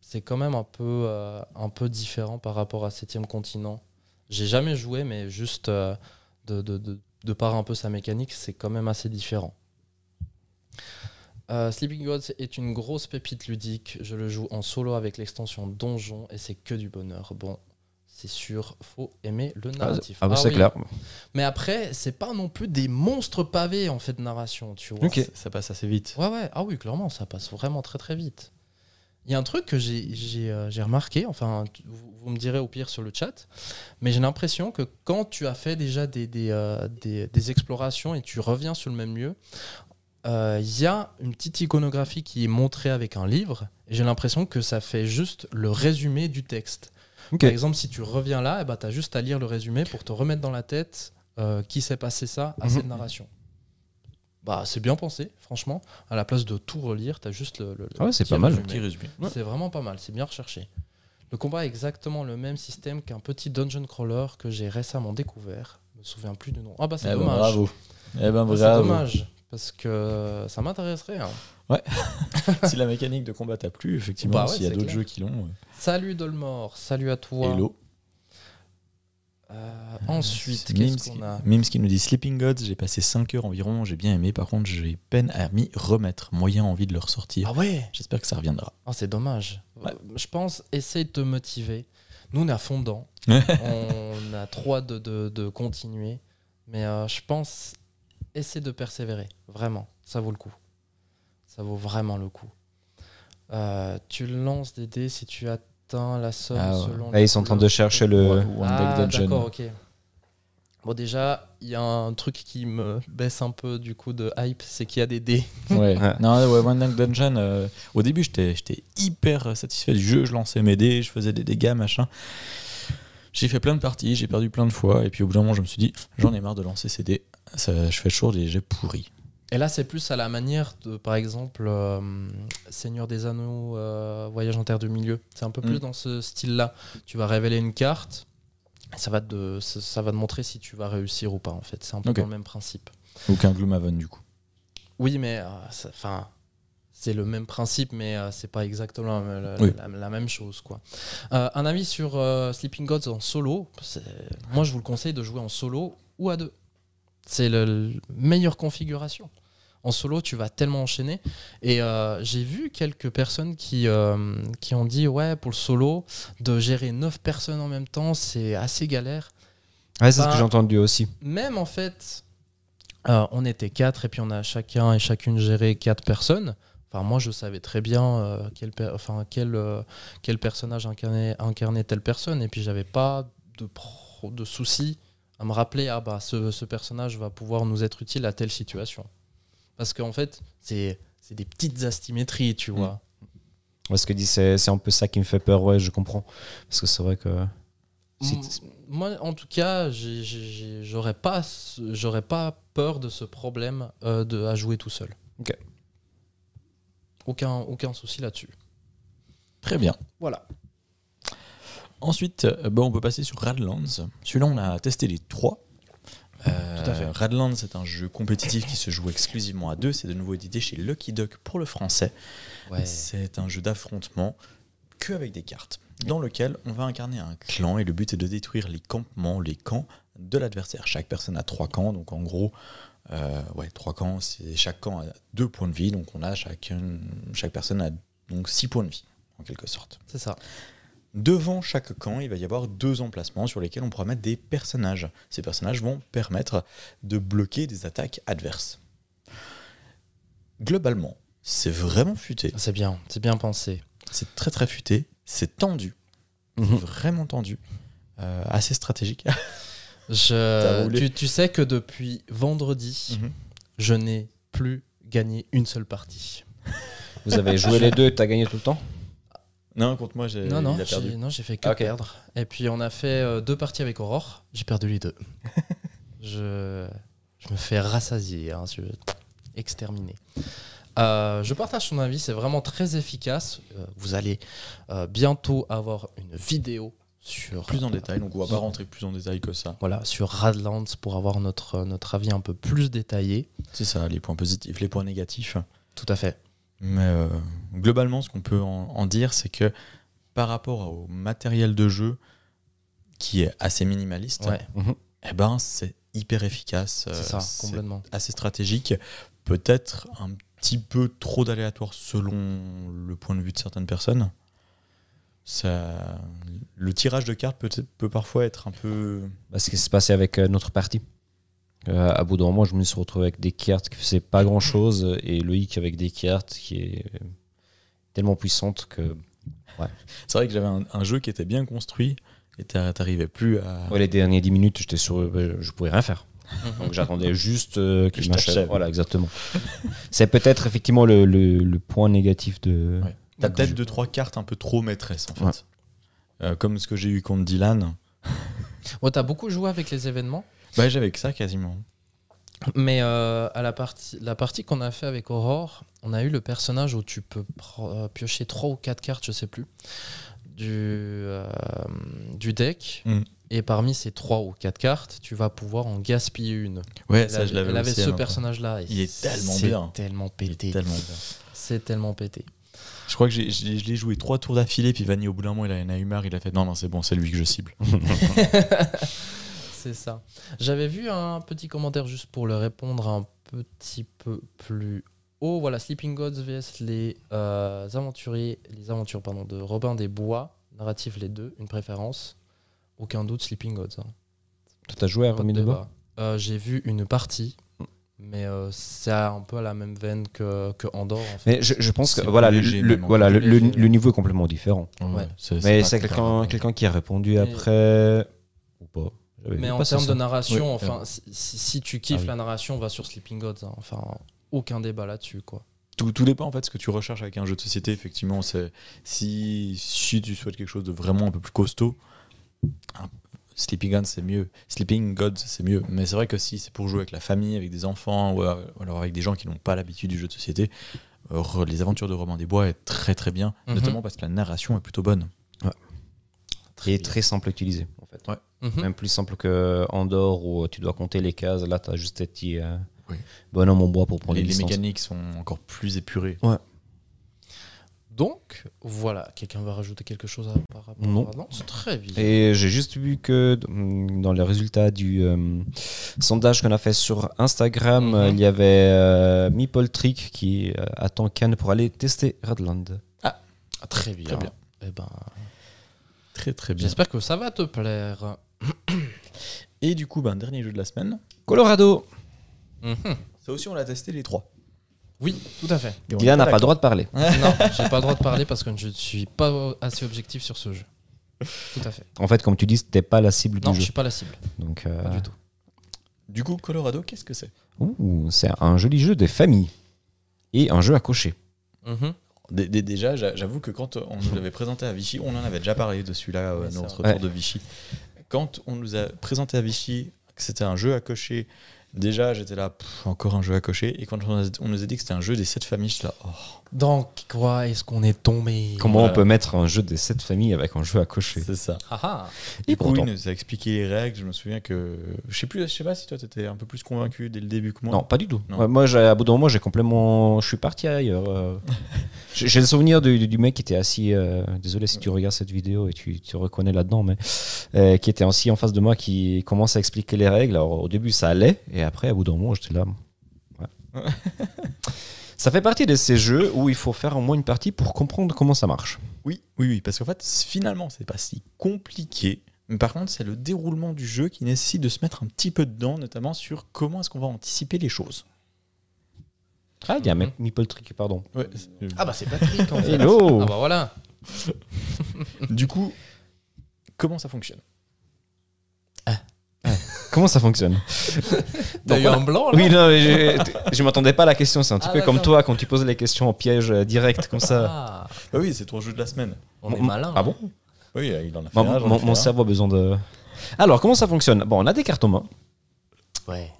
S1: c'est quand même un peu, euh, un peu différent par rapport à septième continent. J'ai jamais joué, mais juste euh, de, de, de, de par un peu sa mécanique, c'est quand même assez différent. Euh, Sleeping Gods est une grosse pépite ludique. Je le joue en solo avec l'extension Donjon et c'est que du bonheur. Bon, c'est sûr, faut aimer le
S3: Ah,
S1: narratif.
S3: ah bah,
S1: Ah
S3: c'est
S1: oui.
S3: clair.
S1: Mais après, c'est pas non plus des monstres pavés en fait de narration, tu vois.
S3: Ok.
S2: Ça, ça passe assez vite.
S1: Ouais, ouais, ah oui, clairement, ça passe vraiment très très vite. Il y a un truc que j'ai- j'ai euh, j'ai remarqué, enfin, tu- vous, vous me direz au pire sur le chat, mais j'ai l'impression que quand tu as fait déjà des, des, euh, des- des explorations et tu reviens sur le même lieu, euh, il y a une petite iconographie qui est montrée avec un livre, et j'ai l'impression que ça fait juste le résumé du texte.
S3: Ok.
S1: Par exemple, si tu reviens là, eh ben, tu as juste à lire le résumé pour te remettre dans la tête euh, qui s'est passé ça à
S3: Mhm.
S1: cette narration. Bah, c'est bien pensé, franchement. À la place de tout relire, t'as juste le. le- le
S3: Ah ouais, c'est
S1: petit
S3: pas mal.
S1: résumé.
S2: Petit résumé.
S3: Ouais.
S1: C'est vraiment pas mal, c'est bien recherché. Le combat est exactement le même système qu'un petit dungeon crawler que j'ai récemment découvert. Je me souviens plus du nom. Ah bah c'est
S2: Eh ben,
S1: dommage.
S2: bravo. Eh ben
S1: Ah, c'est
S2: bravo.
S1: dommage parce que ça m'intéresserait. hein.
S2: si la mécanique de combat t'a plu, effectivement,
S1: Bah ouais,
S2: s'il y a
S1: c'est
S2: d'autres
S1: clair.
S2: jeux qui l'ont, euh,
S1: Salut Dolmor, salut à toi.
S2: hello.
S1: Euh, ensuite,
S2: C'est
S1: qu'est-ce
S2: Mims
S1: qu'on a
S2: qui- Mims qui nous dit Sleeping Gods, j'ai passé 5 heures environ, j'ai bien aimé, par contre j'ai peine à m'y remettre. Moyen envie de le ressortir.
S1: Ah ouais.
S2: J'espère que ça reviendra.
S1: Ah, c'est dommage.
S2: Ouais.
S1: Euh, Je pense, essaye de te motiver. Nous, on est à fond
S3: [LAUGHS]
S1: dedans. on a trop hâte de, de- de continuer. Mais euh, je pense, essaie de persévérer. Vraiment. Ça vaut le coup. Ça vaut vraiment le coup. Euh, tu lances des dés si tu atteins la somme
S2: Ah ouais.
S1: selon.
S3: Là,
S1: les
S3: ils sont en train de
S1: couleurs.
S3: chercher le.
S2: Ou un
S1: Ah,
S2: deck dungeon.
S1: d'accord, ok. Bon, déjà, il y a un truc qui me baisse un peu du coup de hype, c'est qu'il y a des dés.
S2: Ouais.
S3: Ouais.
S2: Non, ouais, One Night Dungeon, euh, au début, j'étais j'étais hyper satisfait du jeu. Je lançais mes dés, je faisais des dégâts, machin. J'ai fait plein de parties, j'ai perdu plein de fois. Et puis au bout d'un moment, je me suis dit, j'en ai marre de lancer ces dés. Ça, je fais toujours des jets pourris.
S1: Et là, c'est plus à la manière de, par exemple, euh, Seigneur des Anneaux, euh, Voyage en Terre du Milieu. C'est un peu
S2: Mm.
S1: plus dans ce style-là. Tu vas révéler une carte, Ça va, te, ça, ça va te montrer si tu vas réussir ou pas, en fait. C'est un peu
S2: Ok.
S1: dans le même principe.
S2: Aucun Gloomhaven du coup.
S1: Oui, mais euh, ça- enfin, c'est le même principe, mais euh, c'est pas exactement la, la-
S2: Oui.
S1: la- la même chose, quoi. Euh, un avis sur euh, Sleeping Gods en solo. c'est- Moi, je vous le conseille de jouer en solo ou à deux. C'est la meilleure configuration. En solo, tu vas tellement enchaîner. Et euh, j'ai vu quelques personnes qui, euh, qui ont dit Ouais, pour le solo, de gérer 9 personnes en même temps, c'est assez galère
S3: Ouais, c'est ce
S1: Bah,
S3: que j'ai entendu aussi.
S1: même en fait, euh, on était quatre et puis on a chacun et chacune géré quatre personnes. Enfin, moi, je savais très bien euh, quel, per- enfin, quel, euh, quel personnage incarnait, incarnait telle personne. Et puis, j'avais pas de, pro- de soucis à me rappeler ah bah ce, ce personnage va pouvoir nous être utile à telle situation. Parce qu'en fait, c'est c'est des petites asymétries, tu vois.
S3: Ouais, ce que dit, c'est c'est un peu ça qui me fait peur, ouais, je comprends. Parce que c'est vrai que. si
S1: M-
S3: t-
S1: Moi, en tout cas, j'ai- j'ai- j'ai- j'aurais pas, ce- j'aurais pas peur de ce problème euh, de, à jouer tout seul.
S3: Ok.
S1: Aucun, aucun souci là-dessus.
S2: Très bien.
S1: Voilà.
S2: Ensuite, euh, bon, on peut passer sur Radlands. Celui-là, on a testé les trois. Euh,
S1: Tout à fait.
S2: Radlands, c'est un jeu compétitif qui se joue exclusivement à deux. C'est de nouveau édité chez Lucky Duck pour le français. C'est un jeu d'affrontement que avec des cartes, dans lequel on va incarner un clan et le but est de détruire les campements, les camps de l'adversaire. Chaque personne a trois camps, donc en gros, euh, ouais, trois camps, c'est chaque camp a deux points de vie, donc on a chacune, chaque personne a donc six points de vie en quelque sorte.
S1: C'est ça.
S2: Devant chaque camp, il va y avoir deux emplacements sur lesquels on pourra mettre des personnages. Ces personnages vont permettre de bloquer des attaques adverses. Globalement, c'est vraiment futé.
S1: C'est bien. C'est bien pensé.
S2: C'est très très futé. C'est tendu.
S3: Mhm.
S2: Vraiment tendu. Euh, assez stratégique. [LAUGHS] T'as
S1: Je,
S2: roulé.
S1: tu, tu sais que depuis vendredi,
S2: Mhm.
S1: je n'ai plus gagné une seule partie.
S3: Vous avez joué les deux, t'as gagné tout le temps
S2: non, contre moi, j'ai
S1: non, non,
S2: il a
S1: j'ai,
S2: perdu. Ah,
S1: non, j'ai fait que
S3: Ok.
S1: perdre. Et puis, on a fait euh, deux parties avec Aurore. J'ai perdu les deux. [LAUGHS] je, je me fais rassasier, hein, je exterminer. Euh, je partage son avis, c'est vraiment très efficace. Euh, vous allez euh, bientôt avoir une vidéo sur
S2: Plus en détail, donc on va pas rentrer plus en détail que ça.
S1: Voilà, sur Radlands pour avoir notre, euh, notre avis un peu plus détaillé.
S2: C'est ça, les points positifs, les points négatifs.
S1: Tout à fait.
S2: Mais euh, globalement, ce qu'on peut en, en dire, c'est que par rapport au matériel de jeu qui est assez minimaliste,
S1: Ouais,
S2: eh ben, c'est hyper efficace, euh,
S1: c'est ça,
S2: c'est
S1: complètement.
S2: assez stratégique, peut-être un petit peu trop d'aléatoire selon le point de vue de certaines personnes. Ça, le tirage de cartes peut, peut parfois être un peu...
S3: Bah, Ce qui s'est passé avec euh, notre partie. Euh, à bout d'un moment, je me suis retrouvé avec des cartes qui faisaient pas grand chose et Loïc avec des cartes qui est euh, tellement puissante que.
S2: C'est vrai que j'avais un, un jeu qui était bien construit et t'a- t'arrivais plus à...
S3: Ouais, les dernières 10 minutes, j'étais sur. euh, Je pouvais rien faire.
S1: Mhm.
S3: Donc j'attendais juste euh,
S2: Que je
S3: qu'il m'achève.
S2: t'achève.
S3: Voilà, exactement. C'est peut-être effectivement le, le- le point négatif de.
S2: Ouais. T'as
S3: Donc,
S2: peut-être
S3: je-
S2: deux, trois cartes un peu trop maîtresses, en fait.
S3: Ouais.
S2: Euh, comme ce que j'ai eu contre Dylan.
S1: Ouais, t'as beaucoup joué avec les événements
S2: Bah, j'avais que ça quasiment.
S1: Mais euh, à la partie, la partie qu'on a fait avec Aurore, on a eu le personnage où tu peux pro- euh, piocher 3 ou 4 cartes, je sais plus, du, euh, du deck.
S2: Mm.
S1: Et parmi ces 3 ou 4 cartes, tu vas pouvoir en gaspiller une.
S2: Ouais,
S1: Elle avait- elle avait ce personnage-là. et
S2: hein. Il est tellement
S1: c'est
S2: bien.
S1: tellement pété.
S2: Tellement
S1: C'est tellement pété.
S2: Je crois que j'ai- je l'ai je l'ai joué trois tours d'affilée, puis Vanny, au bout d'un moment, il en a eu marre, il a fait non, non, c'est bon, c'est lui que je cible.
S1: C'est ça. J'avais vu un petit commentaire juste pour le répondre un petit peu plus haut. Voilà, Sleeping Gods vs les euh, aventuriers, les aventures pardon, de Robin des Bois, narratif les deux, une préférence. Aucun doute, Sleeping Gods. hein.
S3: Toi, t'as joué à
S1: Pas de
S3: Remis de Mm. bas
S1: débat. Euh, J'ai vu une partie, mais euh, c'est un peu à la même veine que, que Andorre. En fait.
S3: Mais je, je pense que
S2: C'est
S3: voilà,
S2: plus
S3: le,
S2: léger,
S3: le-
S2: même, en
S3: voilà le,
S1: plus léger,
S3: le-
S1: ouais.
S3: le niveau est complètement différent.
S1: Ouais.
S3: Mais
S2: pas
S3: c'est quelqu'un
S2: comparable.
S3: quelqu'un qui a répondu après. Ou pas. J'avais
S1: Mais
S3: vu
S1: en
S3: passer
S1: termes
S3: ça. euh,
S1: de narration,
S2: Oui,
S1: enfin, si, si- si tu kiffes
S3: Ah oui.
S1: la narration, on va sur Sleeping Gods. hein. Enfin, aucun débat là-dessus, quoi.
S2: Tout, tout dépend en fait ce que tu recherches avec un jeu de société, effectivement. c'est Si, si tu souhaites quelque chose de vraiment un peu plus costaud, un- Sleeping Gods c'est mieux. Sleeping Gods c'est mieux. Mais c'est vrai que si c'est pour jouer avec la famille, avec des enfants, ou alors ou alors avec des gens qui n'ont pas l'habitude du jeu de société, euh, re- les aventures de Romain Desbois est très très bien,
S1: Mhm.
S2: notamment parce que la narration Hum. est plutôt bonne.
S3: Qui est très simple à utiliser en fait.
S2: Ouais.
S1: Mhm.
S3: Même plus simple que Andorre où tu dois compter les cases. Là, tu as juste tes petits euh,
S2: Oui.
S3: bonhommes en bois pour prendre
S2: les,
S3: les,
S2: les
S3: distances.
S2: mécaniques sont encore plus épurées.
S1: Donc, voilà. Quelqu'un va rajouter quelque chose à- par rapport
S3: Non.
S1: à Nantes Très bien.
S3: Et j'ai juste vu que mm, dans les résultats du euh, sondage qu'on a fait sur Instagram,
S1: Mhm.
S3: euh, il y avait euh, Meeple Trick qui euh, attend Cannes pour aller tester Radland.
S1: Ah, Très bien.
S2: Très bien.
S1: Eh ben,
S2: Très très bien.
S1: J'espère que ça va te plaire.
S2: Et du coup, ben, dernier jeu de la semaine.
S3: Colorado.
S1: Mhm.
S2: Ça aussi, on l'a testé les trois.
S1: Oui, tout à fait.
S3: Dylan n'a pas le droit de parler.
S1: Non, j'ai pas le droit de parler parce que je ne suis pas assez objectif sur ce jeu. Tout à fait.
S3: En fait, comme tu dis, c'était pas la cible
S1: Non,
S3: du
S1: je
S3: jeu.
S1: suis pas la cible.
S3: Donc, euh,
S1: Pas du tout.
S2: Du coup, Colorado, qu'est-ce que c'est
S3: ouh, c'est un joli jeu de famille et un jeu à cocher.
S1: Mhm.
S2: Dé- dé- Déjà, j'a- j'avoue que quand on nous l'avait présenté à Vichy, on en avait déjà parlé de celui-là, euh,
S1: Ouais, c'est
S2: notre
S1: vrai.
S2: retour de Vichy. Quand on nous a présenté à Vichy que c'était un jeu à cocher, déjà j'étais là, pff, encore un jeu à cocher. Et quand on, a- on nous a dit que c'était un jeu des 7 familles, j'étais là, oh,
S1: Dans quoi est-ce qu'on est tombé
S3: Comment
S2: Voilà.
S3: on peut mettre un jeu de cette famille avec un jeu à cocher
S2: c'est ça.
S1: Ah ah.
S2: Et
S3: pourtant.
S2: pourtant, il nous a expliqué les règles. Je me souviens que. Je sais, plus, je sais pas si toi t'étais un peu plus convaincu dès le début que moi.
S3: Non, pas du tout.
S2: Non.
S3: Ouais, moi, j'ai- à bout d'un moment, j'ai complètement. Je suis parti ailleurs. euh. j'ai j'ai le souvenir du, du mec qui était assis. euh, Désolé si tu regardes cette vidéo et tu tu te reconnais là-dedans, mais euh, qui était assis en face de moi, qui commence à expliquer les règles. Alors, au début, ça allait, et après, à bout d'un moment, j'étais là. ouais. ça fait partie de ces jeux où il faut faire au moins une partie pour comprendre comment ça marche.
S2: Oui, oui, oui, parce qu'en fait, c- finalement, c'est pas si compliqué. Mais par contre, c'est le déroulement du jeu qui nécessite de se mettre un petit peu dedans, notamment sur comment est-ce qu'on va anticiper les choses.
S3: Ah, il y a
S1: Mhm.
S3: même Meeple Trick, pardon.
S1: Ah bah c'est Patrick en fait.
S3: Hello
S1: Ah bah voilà.
S2: Du coup, comment ça fonctionne
S3: Comment ça fonctionne
S1: T'as
S3: Donc,
S1: eu
S3: on a-
S1: un blanc Oh là
S3: Oui, non, mais je, je m'attendais pas à la question. C'est un petit
S1: Ah,
S3: peu comme
S1: d'accord.
S3: toi quand tu poses les questions en piège euh, direct comme ça.
S1: Ah,
S2: Bah oui, c'est ton jeu de la semaine.
S1: on est
S3: Mon-
S1: malin. hein.
S3: Ah bon
S2: Oui, euh, il en a fait
S3: Mon,
S2: un, j'en ai
S3: mon-
S2: fait
S3: mon
S2: un.
S3: cerveau a besoin de. Alors, comment ça fonctionne Bon, on a des cartes en main.
S1: Ouais.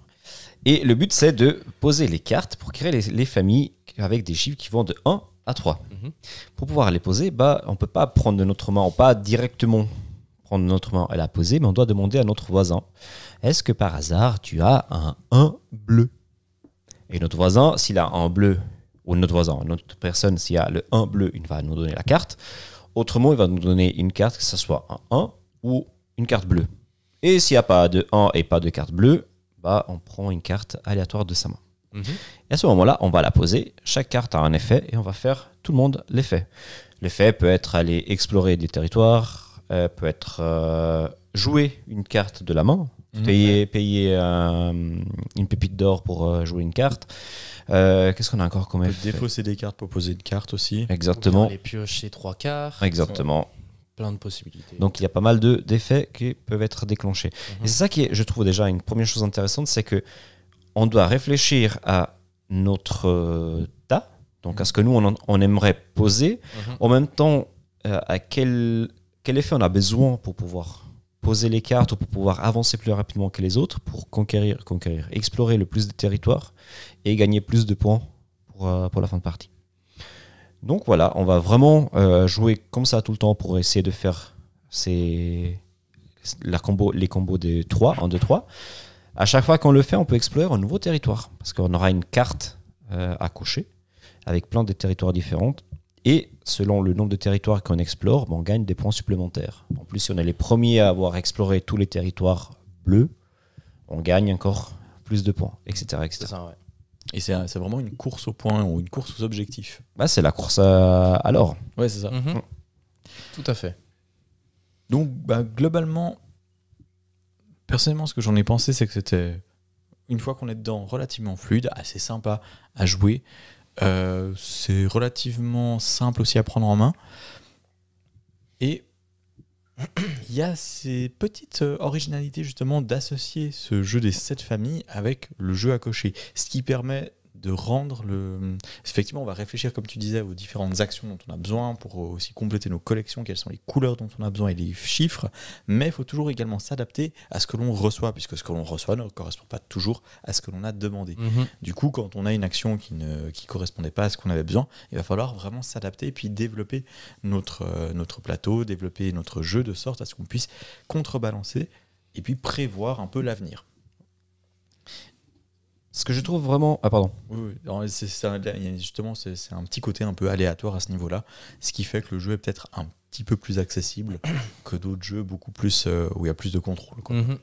S3: Et le but, c'est de poser les cartes pour créer les, les familles avec des chiffres qui vont de 1 à 3.
S1: Mhm.
S3: Pour pouvoir les poser, bah, on peut pas prendre de notre main, on peut pas directement prendre notre main et la poser, mais on doit demander à notre voisin est-ce que par hasard tu as un 1 bleu Et notre voisin, s'il a un bleu, ou notre voisin, une autre personne, s'il a le 1 bleu, il va nous donner la carte. Autrement, il va nous donner une carte, que ce soit un 1 ou une carte bleue. Et s'il n'y a pas de 1 et pas de carte bleue, bah, on prend une carte aléatoire de sa main.
S1: Mhm.
S3: Et à ce moment-là, on va la poser. Chaque carte a un effet et on va faire tout le monde l'effet. L'effet peut être aller explorer des territoires, euh, peut être euh, jouer une carte de la main,
S2: Mhm.
S3: payer, payer euh, une pépite d'or pour euh, jouer une carte. Euh, Qu'est-ce qu'on a encore comme
S2: On peut
S3: effet
S2: défausser des cartes pour poser une carte aussi.
S1: On
S3: Exactement.
S1: les piocher trois quarts.
S3: Exactement.
S1: Plein de possibilités.
S3: Donc il y a pas mal de d'effets qui peuvent être déclenchés.
S1: Mhm.
S3: Et c'est ça qui est, je trouve déjà une première chose intéressante, c'est que on doit réfléchir à notre euh, tas, donc à ce que nous on, en- on aimerait poser,
S1: Mhm.
S3: en même temps euh, à quel quel effet on a besoin pour pouvoir poser les cartes ou pour pouvoir avancer plus rapidement que les autres pour conquérir, conquérir, explorer le plus de territoires et gagner plus de points pour, euh, pour la fin de partie. Donc voilà, on va vraiment euh, jouer comme ça tout le temps pour essayer de faire ces, la combo, les combos des 3, 1, 2, 3. À chaque fois qu'on le fait, on peut explorer un nouveau territoire parce qu'on aura une carte euh, à cocher avec plein de territoires différents. Et selon le nombre de territoires qu'on explore, ben, on gagne des points supplémentaires. En plus, si on est les premiers à avoir exploré tous les territoires bleus, on gagne encore plus de points, etc. etc.
S1: C'est ça, ouais.
S2: Et c'est c'est vraiment une course au point ou une course aux objectifs.
S3: Bah, c'est la course à, à l'or.
S2: Ouais, c'est ça.
S1: Mhm. Tout à fait.
S2: Donc, bah, globalement, personnellement, ce que j'en ai pensé, c'est que c'était, une fois qu'on est dedans, relativement fluide, assez sympa à jouer. Euh, c'est relativement simple aussi à prendre en main. Et il y a ces petites euh, originalités, justement, d'associer ce jeu des sept familles avec le jeu à cocher. Ce qui permet de rendre le. Effectivement, on va réfléchir, comme tu disais, aux différentes actions dont on a besoin pour aussi compléter nos collections, quelles sont les couleurs dont on a besoin et les chiffres. Mais il faut toujours également s'adapter à ce que l'on reçoit, puisque ce que l'on reçoit ne correspond pas toujours à ce que l'on a demandé.
S1: Mhm.
S2: Du coup, quand on a une action qui ne qui correspondait pas à ce qu'on avait besoin, il va falloir vraiment s'adapter et puis développer notre, euh, notre plateau, développer notre jeu de sorte à ce qu'on puisse contrebalancer et puis prévoir un peu l'avenir.
S3: Ce que je trouve vraiment. Ah, pardon.
S2: Oui, oui. Non, c'est- c'est un- il y a justement, c'est c'est un petit côté un peu aléatoire à ce niveau-là, ce qui fait que le jeu est peut-être un petit peu plus accessible [COUGHS] que d'autres jeux beaucoup plus euh, où il y a plus de contrôle. quoi.
S1: Mhm.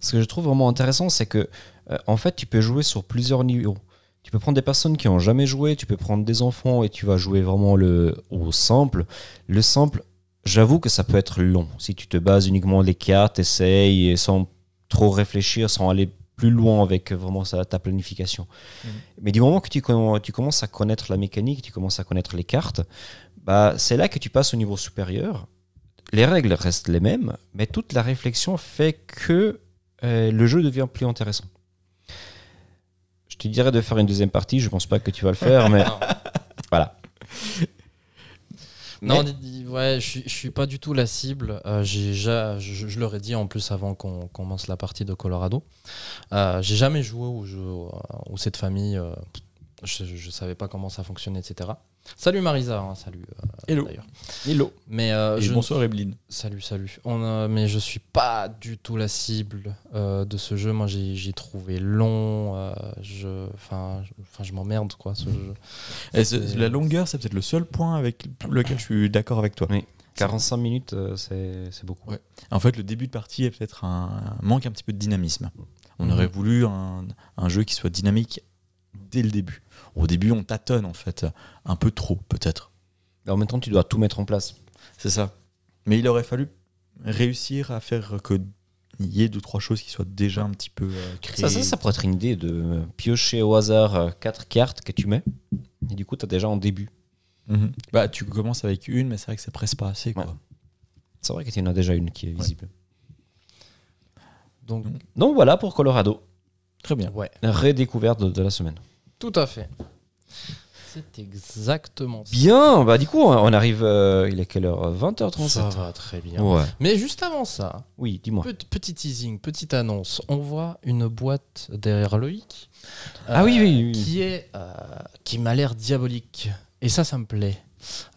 S3: Ce que je trouve vraiment intéressant, c'est que, euh, en fait, tu peux jouer sur plusieurs niveaux. Tu peux prendre des personnes qui n'ont jamais joué, tu peux prendre des enfants et tu vas jouer vraiment le, au simple. Le simple, j'avoue que ça peut être long. Si tu te bases uniquement les cartes, essayes et sans trop réfléchir, sans aller plus loin avec euh, vraiment sa- ta planification.
S2: Mhm.
S3: Mais du moment que tu, comm- tu commences à connaître la mécanique, tu commences à connaître les cartes, bah, c'est là que tu passes au niveau supérieur. Les règles restent les mêmes, mais toute la réflexion fait que euh, le jeu devient plus intéressant. Je te dirais de faire une deuxième partie, je pense pas que tu vas le faire, [LAUGHS] mais
S1: Non.
S3: voilà.
S1: Non,
S3: Mais-
S1: dis- dis- ouais, je suis- je suis pas du tout la cible. Euh, j'ai ja- je, je leur ai dit en plus avant qu'on commence la partie de Colorado. Euh, j'ai jamais joué au jeu euh, où cette famille. euh, je, je savais pas comment ça fonctionnait, etc. Salut Marisa, hein, salut. euh,
S2: Hello.
S1: d'ailleurs.
S2: Hello.
S1: Mais euh,
S2: Et
S1: je ne-
S2: bonsoir Emeline.
S1: Salut, salut. On, a- mais je suis pas du tout la cible euh, de ce jeu. Moi, j'ai j'ai trouvé long. euh, je, enfin, je, enfin, je m'emmerde quoi. Ce jeu.
S2: Et ce- La longueur, c'est peut-être le seul point avec lequel je suis d'accord avec toi.
S3: 45 minutes, euh, c'est c'est beaucoup.
S2: Ouais. En fait, le début de partie est peut-être un, un manque un petit peu de dynamisme. On
S1: Mhm.
S2: aurait voulu un, un jeu qui soit dynamique dès le début. Au début, on tâtonne en fait, un peu trop peut-être.
S3: Mais En même temps, tu dois tout mettre en place.
S2: C'est ça. Mais il aurait fallu réussir à faire que il y ait deux trois choses qui soient déjà un petit peu euh, créées.
S3: Ça, ça, ça pourrait être une idée de piocher au hasard euh, quatre cartes que tu mets. Et du coup, tu as déjà en début.
S2: Mhm. Bah, tu commences avec une, mais c'est vrai que ça presse pas assez. Quoi.
S3: Ouais. C'est vrai que tu en as déjà une qui est visible.
S1: Donc,
S3: Donc voilà pour Colorado,
S2: Très bien.
S1: ouais,
S3: la redécouverte de, de la semaine.
S1: tout à fait. C'est exactement ça.
S3: Bien, bah du coup, on arrive. euh, il est quelle heure 20h37.
S1: Ça va très bien.
S3: Ouais.
S1: Mais juste avant ça,
S3: Oui, dis-moi.
S1: pe- petit teasing, petite annonce. On voit une boîte derrière Loïc.
S3: Ah oui, oui, oui.
S1: Qui, est, euh, qui m'a l'air diabolique. Et ça, ça me plaît.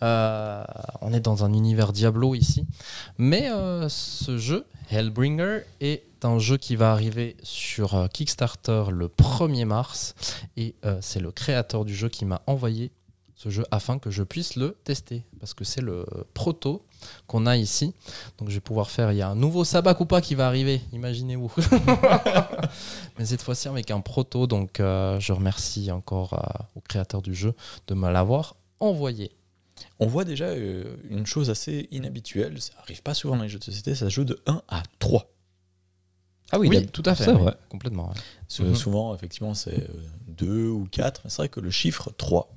S1: Euh, on est dans un univers Diablo ici. Mais euh, ce jeu, Hellbringer, est un jeu qui va arriver sur euh, Kickstarter le 1er mars. Et euh, c'est le créateur du jeu qui m'a envoyé ce jeu afin que je puisse le tester. Parce que c'est le proto qu'on a ici. Donc je vais pouvoir faire. Il y a un nouveau sabbat ou pas qui va arriver, imaginez-vous. [LAUGHS] Mais cette fois-ci avec un proto. Donc euh, je remercie encore euh, au créateur du jeu de me l'avoir envoyé.
S2: On voit déjà euh, une chose assez inhabituelle. Ça arrive pas souvent dans les jeux de société. Ça se joue de 1 à 3.
S3: Ah
S1: Oui,
S3: il a-
S1: tout à fait.
S3: c'est
S1: oui,
S3: vrai.
S1: Complètement. ouais.
S2: Parce que
S1: Mhm.
S2: Souvent, effectivement, c'est 2 ou 4, mais c'est vrai que le chiffre 3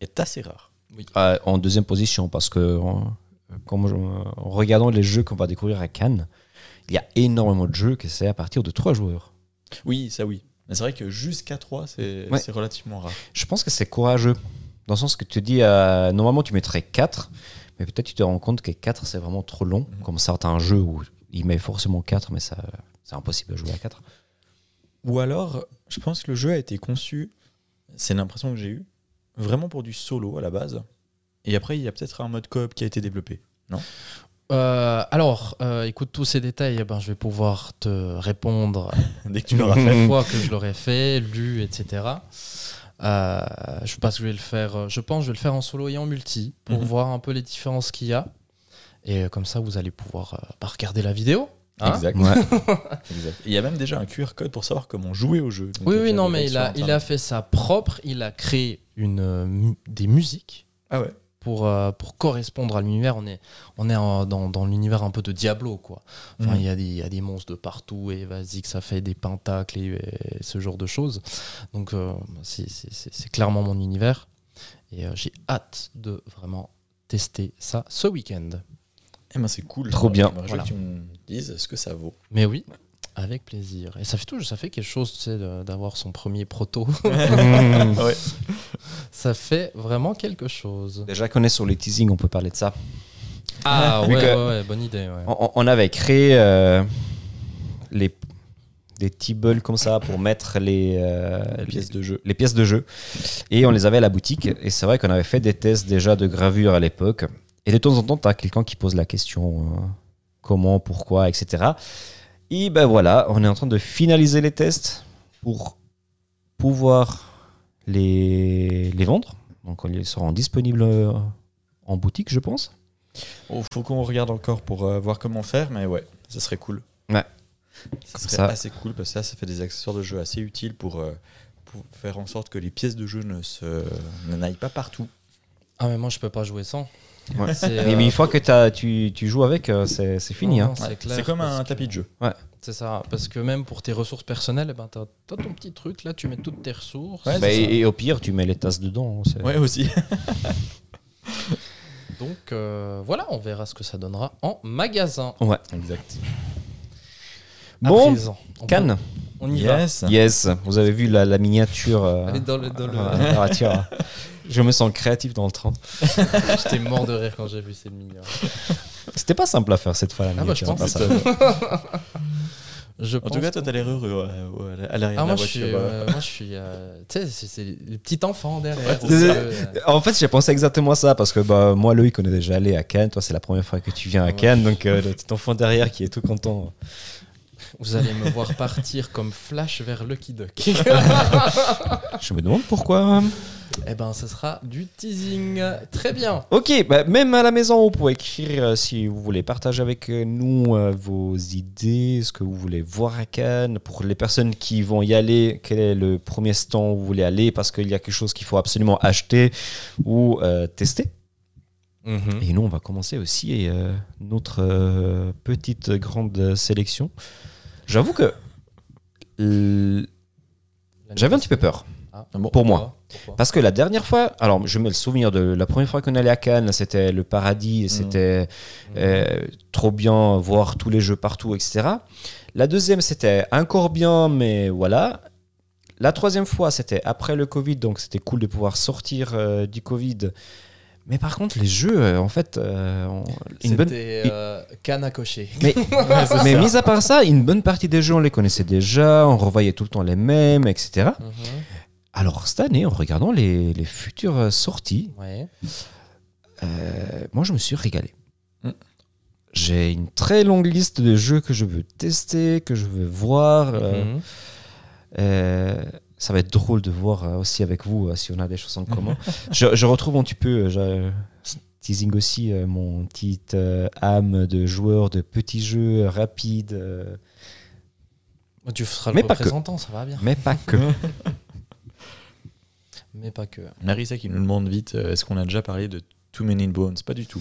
S2: est assez rare.
S3: Euh, en deuxième position parce que en, comme je- en regardant les jeux qu'on va découvrir à Cannes, il y a énormément de jeux que c'est à partir de trois joueurs.
S2: Oui, ça oui. Mais c'est vrai que jusqu'à 3, c'est
S3: Ouais.
S2: c'est relativement rare.
S3: Je pense que c'est courageux dans le sens que tu te dis euh, normalement tu mettrais quatre, mais peut-être tu te rends compte que quatre c'est vraiment trop long.
S2: Mhm.
S3: Comme certains un jeu où il met forcément quatre, mais ça c'est impossible de jouer à quatre.
S2: Ou alors, je pense que le jeu a été conçu, c'est l'impression que j'ai eue, vraiment pour du solo à la base. Et après, il y a peut-être un mode coop qui a été développé. [LAUGHS]
S1: Euh, alors, euh, écoute, tous ces détails, eh ben, je vais pouvoir te
S3: [LAUGHS]
S1: répondre
S2: Dès que tu l'auras fait.
S1: chaque fois que je l'aurai fait, lu, etc. Euh, je pense que je vais le faire. euh, Je pense que je vais le faire en solo et en multi pour
S2: Mhm.
S1: voir un peu les différences qu'il y a. Et euh, comme ça, vous allez pouvoir euh, bah, regarder la vidéo. hein.
S2: exact.
S3: Ouais.
S2: Exact. Et Il y a même déjà un QR code pour savoir comment jouer au jeu. Donc,
S1: Oui,
S2: il y a
S1: oui,
S2: déjà
S1: non,
S2: des
S1: mais
S2: règles
S1: il
S2: hein. sur
S1: a, il a
S2: Internet.
S1: fait ça propre. Il a créé une euh, mu- des musiques
S2: Ah ouais.
S1: pour, euh, pour correspondre à l'univers. On est, on est en- dans, dans l'univers un peu de Diablo, quoi. Enfin,
S2: Mhm.
S1: il y a des- il y, a des monstres de partout, et vas-y que ça fait des pentacles et, et ce genre de choses. Donc, euh, c'est- c'est c'est- c'est clairement mon univers. Et euh, j'ai hâte de vraiment tester ça ce week-end.
S2: Eh ben, c'est cool.
S3: Trop bien.
S2: J'aimerais
S1: Voilà.
S2: que tu me dises ce que ça vaut.
S1: Mais oui, avec plaisir. Et ça fait tout, ça fait quelque chose, tu sais, de- d'avoir son premier
S2: [LAUGHS]
S1: proto. ça fait vraiment quelque chose.
S3: Déjà qu'on est sur les teasings, on peut parler de ça.
S1: Ah ouais,
S3: Vu que-
S1: ouais, ouais, bonne idée. ouais.
S3: On, on avait créé euh, les, des tables comme ça pour mettre les, euh,
S2: Les pièces de jeu.
S3: les pièces de jeu. Et on les avait à la boutique. Et c'est vrai qu'on avait fait des tests déjà de gravure à l'époque. Et de temps en temps, tu as quelqu'un qui pose la question euh, comment, pourquoi, etc. Et ben voilà, on est en train de finaliser les tests pour pouvoir les, les vendre. Donc ils seront disponibles euh, en boutique, je pense.
S2: Oh, faut qu'on regarde encore pour euh, voir comment faire, mais ouais, ça serait cool.
S3: Ouais.
S2: Ça
S3: Comme
S2: serait
S3: ça.
S2: assez cool parce que ça, ça fait des accessoires de jeu assez utiles pour, euh, pour faire en sorte que les pièces de jeu ne se ne n'aillent pas partout.
S1: Ah, mais moi, je peux pas jouer sans.
S3: Ouais.
S1: C'est,
S3: Et
S1: euh,
S3: mais une fois que t'as- tu, tu joues avec, euh, c'est c'est fini.
S1: non,
S3: hein.
S1: non,
S2: Ouais,
S1: clair,
S2: C'est comme
S1: parce
S2: un
S1: que-
S2: tapis de jeu.
S1: C'est ça, parce que même pour tes ressources personnelles, eh ben, t'as t'as ton petit truc, là, tu mets toutes tes ressources.
S2: Ouais,
S3: Bah,
S2: c'est ça.
S3: et, et au pire, tu mets les tasses dedans. hein, c'est-
S2: Ouais, aussi.
S1: Donc, euh, voilà, on verra ce que ça donnera en magasin.
S2: exact.
S1: À
S3: Bon,
S1: présent, on,
S3: Cannes.
S1: on y va.
S2: Yes.
S3: Yes, vous avez vu la, la miniature. euh,
S1: Elle est dans le- dans le-
S3: euh, la miniature. [LAUGHS] je me sens créatif dans le train.
S2: Ah.
S1: [LAUGHS] J'étais mort de rire quand j'ai vu cette mignon.
S3: C'était pas simple à faire cette fois la
S1: bah, je
S3: miniature.
S1: pense
S3: c'est pas
S1: [LAUGHS]
S3: simple.
S1: Je
S2: En
S1: pense
S2: tout cas, toi,
S1: qu'on-
S2: t'as l'air heureux ouais, ouais, à l'arrière
S1: Ah,
S2: de
S1: moi,
S2: la
S1: je suis,
S2: voiture. ouais.
S1: euh, moi, je suis. euh, tu sais, c'est- c'est les petits enfants derrière.
S2: Ouais,
S1: c'est
S3: c'est
S1: eux, euh.
S3: en fait, j'ai pensé exactement ça parce que bah, moi, Loïc, on est déjà allé à Cannes. Toi, c'est la première fois que tu viens à
S1: Ouais.
S3: Cannes. Donc, euh, le petit enfant derrière qui est tout content.
S1: Vous allez me voir partir comme Flash vers Lucky
S2: [LAUGHS]
S1: Duck.
S3: Je me demande pourquoi.
S1: eh ben, ce sera du teasing. Très bien.
S3: Ok, bah, même à la maison, vous pouvez écrire euh, si vous voulez partager avec nous euh, vos idées, ce que vous voulez voir à Cannes. Pour les personnes qui vont y aller, quel est le premier stand où vous voulez aller parce qu'il y a quelque chose qu'il faut absolument acheter ou euh, tester.
S2: Mhm.
S3: Et nous, on va commencer aussi euh, notre euh, petite euh, grande sélection. J'avoue que l- j'avais un petit peu peur.
S1: Ah,
S2: bon,
S3: pour moi.
S1: pourquoi
S3: Parce que la dernière fois, alors je me le souvenir de la première fois qu'on allait à Cannes, c'était le paradis, et c'était euh, trop bien voir tous les jeux partout, etc. La deuxième, c'était encore bien, mais voilà. La troisième fois, c'était après le Covid, donc c'était cool de pouvoir sortir euh, du Covid. Mais par contre, les jeux, euh, en fait, euh, on- une bonne
S1: C'était euh, canne à cocher.
S3: mais, [LAUGHS] mais mis à part ça, une bonne partie des jeux, on les connaissait déjà, on revoyait tout le temps les mêmes, etc.
S2: Mhm.
S3: Alors cette année, en regardant les, les futures euh, sorties,
S1: Ouais.
S3: euh, moi je me suis régalé.
S2: Mm.
S3: J'ai une très longue liste de jeux que je veux tester, que je veux voir. euh,
S1: Mhm.
S3: euh, ça va être drôle de voir euh, aussi avec vous euh, si on a des choses en commun. je, je retrouve un petit peu, euh, je- teasing aussi, euh, mon petite euh, âme de joueur de petits jeux euh, rapides. euh,
S1: Tu seras le
S3: Mais pas que.
S1: représentant, ça va bien.
S3: Mais pas que.
S1: Mais pas que.
S2: Marissa qui nous demande vite euh, est-ce qu'on a déjà parlé de Too Many Bones Pas du tout.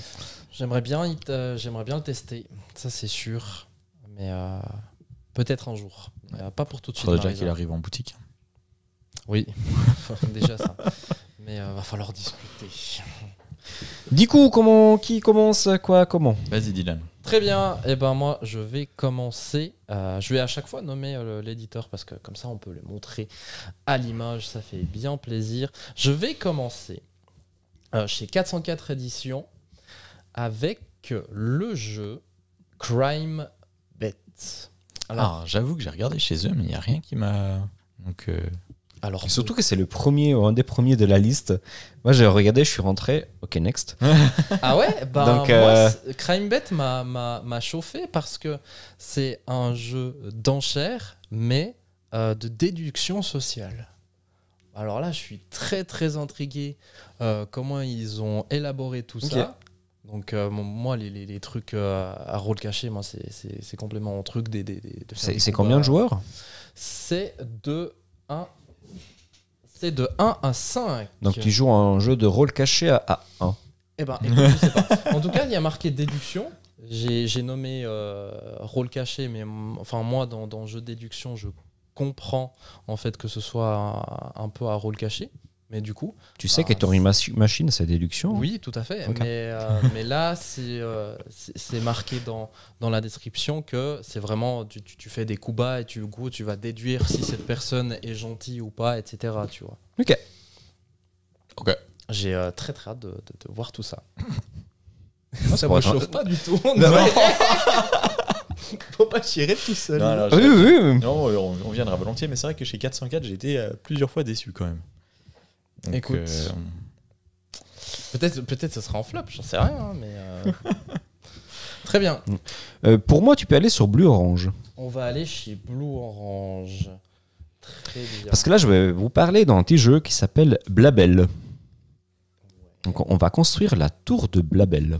S1: J'aimerais bien, y te- j'aimerais bien le tester. Ça, c'est sûr. Mais euh, peut-être un jour. Mais, euh, pas pour tout de
S2: Il
S1: suite.
S2: faudrait déjà
S1: Marisa.
S2: qu'il arrive en boutique.
S1: Oui. Enfin, [LAUGHS] déjà ça. Mais euh, va falloir discuter.
S3: [LAUGHS] du coup, comment, qui commence quoi comment
S2: Vas-y, Dylan.
S1: Très bien, et ben moi je vais commencer. euh, je vais à chaque fois nommer euh, l'éditeur parce que comme ça on peut le montrer à l'image, ça fait bien plaisir. Je vais commencer euh, chez 404 éditions avec le jeu Crime Bet. Alors,
S2: Alors, Ah, j'avoue que j'ai regardé chez eux, mais il n'y a rien qui m'a. Donc, euh,
S1: alors
S3: Surtout que c'est le premier, ou un des premiers de la liste. Moi, j'ai regardé, je suis rentré. Ok, next.
S1: Ah
S3: [LAUGHS]
S1: ouais bah,
S3: Donc,
S1: moi,
S3: euh,
S1: c- Crime Bet m'a- m'a m'a chauffé parce que c'est un jeu d'enchères, mais euh, de déduction sociale. Alors là, je suis très très intrigué euh, comment ils ont élaboré tout
S3: Ok.
S1: ça. Donc euh, mon- moi, les, les- les trucs euh, à rôle caché, moi, c'est- c'est c'est complètement mon truc. Des, des- des- de faire
S3: C'est
S1: des
S3: c'est
S1: combats.
S3: combien de joueurs
S1: C'est de 1 c'est de 1 à 5.
S3: Donc, tu joues à un jeu de rôle caché à, à 1.
S1: Eh ben, écoute, je sais pas. En tout cas, il y a marqué déduction. J'ai j'ai nommé euh, rôle caché, mais mm, enfin moi, dans, dans jeu de déduction, je comprends en fait que ce soit un, un peu à rôle caché. Mais du coup,
S3: Tu sais
S1: Ah,
S3: que Turing Machi- Machine, c'est déduction
S1: oui, tout à fait.
S3: Ok.
S1: Mais, [LAUGHS] euh, mais là, c'est euh, c'est- c'est marqué dans, dans la description que c'est vraiment, tu, tu- tu fais des coups bas et tu, du coup, tu vas déduire si cette personne est gentille ou pas, etc. Tu vois.
S3: Ok.
S2: Ok.
S1: J'ai euh, très très hâte de, de- de voir tout ça. [LAUGHS]
S3: ça
S1: ça
S3: pourrait
S1: me
S3: être un-
S1: chauffe pas du [LAUGHS] tout.
S3: Non.
S1: Faut pas chier tout seul.
S2: Non, alors,
S3: Ah, Oui,
S2: j'ai-
S3: oui, oui.
S2: [LAUGHS] Non, euh, on, on viendra volontiers, mais c'est vrai que chez 404, j'ai été euh, plusieurs fois déçu quand même. Donc,
S1: Écoute.
S2: euh,
S1: Peut-être peut-être ce sera en flop, j'en [LAUGHS] sais rien. hein, mais euh, très bien.
S3: Euh, pour moi, tu peux aller sur Blue Orange.
S1: On va aller chez Blue Orange. Très bien.
S3: Parce que là, je vais vous parler d'un petit jeu qui s'appelle Blabel. Donc, on- on va construire la tour de Blabel.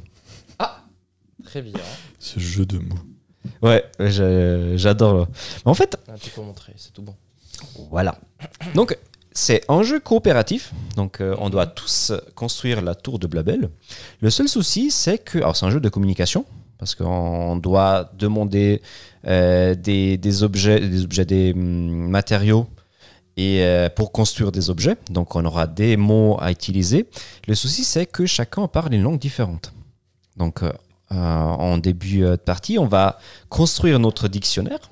S1: Très bien.
S2: Ce jeu de mots.
S3: Ouais, je- j'adore. Mais en fait,
S1: Là, tu peux montrer, c'est tout bon.
S3: Voilà. Donc, c'est un jeu coopératif. Donc, euh, on doit tous construire la tour de Blabel. Le seul souci, c'est que. Alors, c'est un jeu de communication. Parce qu'on doit demander euh, des, des objets, des, objets, des hum, matériaux et, euh, pour construire des objets. Donc, on aura des mots à utiliser. Le souci, c'est que chacun parle une langue différente. Donc, euh, euh, en début euh, de partie, on va construire notre dictionnaire.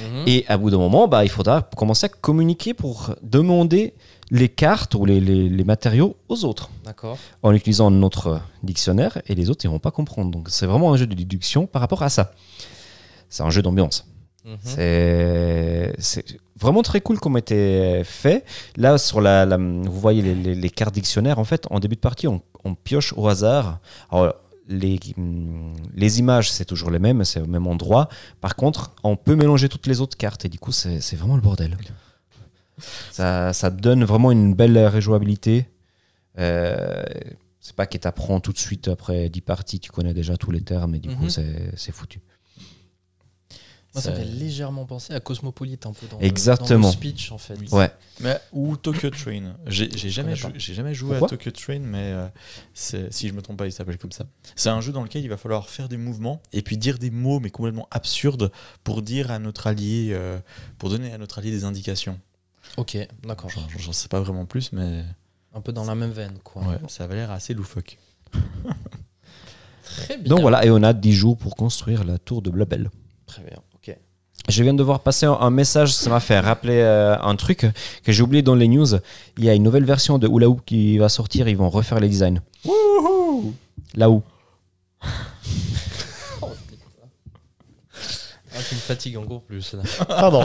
S1: Mhm.
S3: Mmh. Et à bout d'un moment, bah, il faudra commencer à communiquer pour demander les cartes ou les, les- les matériaux aux autres
S1: D'accord.
S3: en utilisant notre dictionnaire et les autres ils vont pas comprendre. Donc c'est vraiment un jeu de déduction par rapport à ça. C'est un jeu d'ambiance.
S1: Mhm.
S3: Hein? C'est- C'est vraiment très cool comme était fait. Là, sur la, la- vous voyez les, les- les cartes dictionnaires, en fait, en début de partie, on, on pioche au hasard. Alors, les, hum, les images, c'est toujours les mêmes, c'est au même endroit. Par contre, on peut mélanger toutes les autres cartes et du coup, c'est c'est vraiment le bordel. Ça, ça donne vraiment une belle réjouabilité. Euh, c'est pas que t'apprends tout de suite après 10 parties, tu connais déjà tous les termes et du coup,
S1: Mhm.
S3: c'est c'est foutu.
S1: Moi, ça me
S2: Ça-
S1: fait légèrement penser à Cosmopolite un peu dans, le-
S3: Exactement.
S1: dans le speech en fait.
S2: Oui.
S3: Ouais.
S2: Mais, ou Tokyo Train. J'ai j'ai jamais,
S1: connais
S2: jou- j'ai jamais joué
S3: Pourquoi
S2: à Tokyo Train, mais euh, c'est- si je me trompe pas, il s'appelle comme ça. C'est un jeu dans lequel il va falloir faire des mouvements et puis dire des mots, mais complètement absurdes, pour dire à notre allié, euh, pour donner à notre allié des indications.
S1: Ok, d'accord.
S2: J'en j'en sais pas vraiment plus, mais
S1: Un peu dans la même veine quoi.
S2: ouais, ça avait l'air assez loufoque.
S1: Très bien.
S3: Donc voilà, et on a 10 jours pour construire la tour de Blabel.
S1: Très bien. Ok.
S3: Je viens de voir passer un- un message, ça m'a fait rappeler euh, un truc que j'ai oublié dans les news. Il y a une nouvelle version de Oula Hoop qui va sortir, ils vont refaire les designs. Là où
S1: Ah, tu me fatigues encore
S3: [LAUGHS]
S1: plus. là.
S3: Pardon.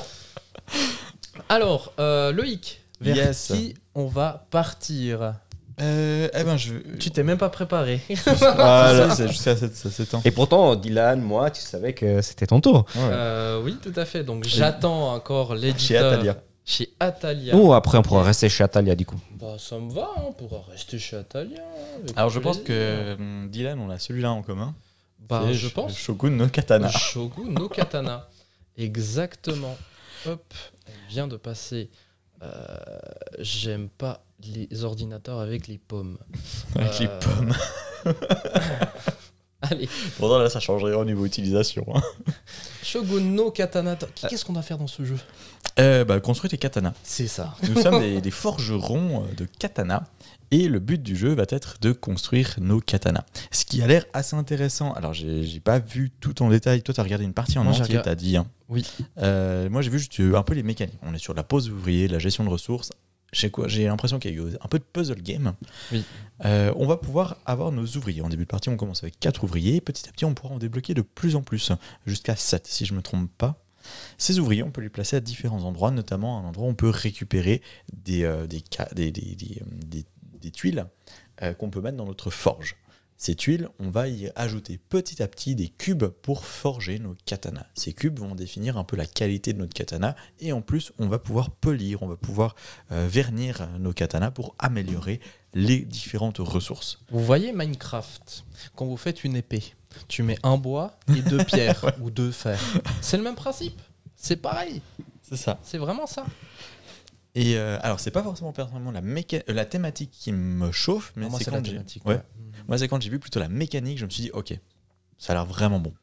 S1: Alors, euh, Loïc, vers
S2: Yes.
S1: qui on va partir
S2: Euh, eh ben, je. Ah,
S1: Tu t'es même pas préparé.
S2: [LAUGHS] Voilà. Je sais, je sais, ça, ça s'étend.
S3: Et pourtant, Dylan, moi, tu savais que c'était ton tour.
S2: Ouais.
S1: Euh, oui, tout à fait. Donc j'attends encore l'éditeur.
S2: Chez Atalia.
S1: Chez Atalia.
S3: Ou après, on pourra rester chez Atalia du coup.
S1: Bah, ça me va, hein, on pourra rester chez Atalia. avec
S2: Alors, je pense
S1: plaisir.
S2: que hum, Dylan, on a celui-là en commun.
S1: Bah,
S2: C'est
S1: je
S2: Sh-
S1: pense.
S2: Shogun no Katana.
S1: Shogun no Katana. Exactement. Hop, elle vient de passer. Euh, J'aime pas les ordinateurs avec les pommes.
S2: [LAUGHS] Avec les
S1: Euh,
S2: pommes. [LAUGHS]
S1: Allez,
S2: Pourtant, là, ça changerait au niveau utilisation. hein.
S1: Shogun no Katana. T- Qu'est-ce qu'on va faire dans ce jeu
S2: Euh, bah, construis tes katanas.
S1: C'est ça.
S2: Nous sommes des, [LAUGHS] des forgerons euh, de katanas. Et le but du jeu va être de construire nos katanas. Ce qui a l'air assez intéressant. Alors, j'ai j'ai pas vu tout en détail. Toi, t'as regardé une partie en
S1: Moi, j'ai
S2: entier,
S1: regardé-
S2: t'as dit. hein.
S1: Oui.
S2: Euh, moi, j'ai vu juste euh, un peu les mécaniques. On est sur de la pose ouvrier, de la gestion de ressources. J'ai quoi J'ai l'impression qu'il y a eu un peu de puzzle game.
S1: Oui.
S2: Euh, on va pouvoir avoir nos ouvriers. En début de partie, on commence avec 4 ouvriers. Petit à petit, on pourra en débloquer de plus en plus, jusqu'à 7 si je ne me trompe pas. Ces ouvriers, on peut les placer à différents endroits, notamment à un endroit où on peut récupérer des, euh, des, ca- des- des- des, euh, des- des tuiles euh, qu'on peut mettre dans notre forge. Ces tuiles, on va y ajouter petit à petit des cubes pour forger nos katanas. Ces cubes vont définir un peu la qualité de notre katana et en plus, on va pouvoir polir, on va pouvoir euh, vernir nos katanas pour améliorer les différentes ressources.
S1: Vous voyez Minecraft, quand vous faites une épée, tu mets un bois et
S2: [LAUGHS]
S1: deux pierres ou deux fers. C'est le même principe. C'est pareil.
S2: C'est ça.
S1: C'est vraiment ça.
S2: Et euh, alors, c'est pas forcément personnellement la, méca- euh, la thématique qui me chauffe, mais
S1: Non, moi,
S2: c'est
S1: c'est la
S2: quand j'ai-
S1: thématique.
S2: Ouais.
S1: ouais.
S2: Moi, c'est quand j'ai vu plutôt la mécanique, je me suis dit, ok, ça a l'air vraiment bon.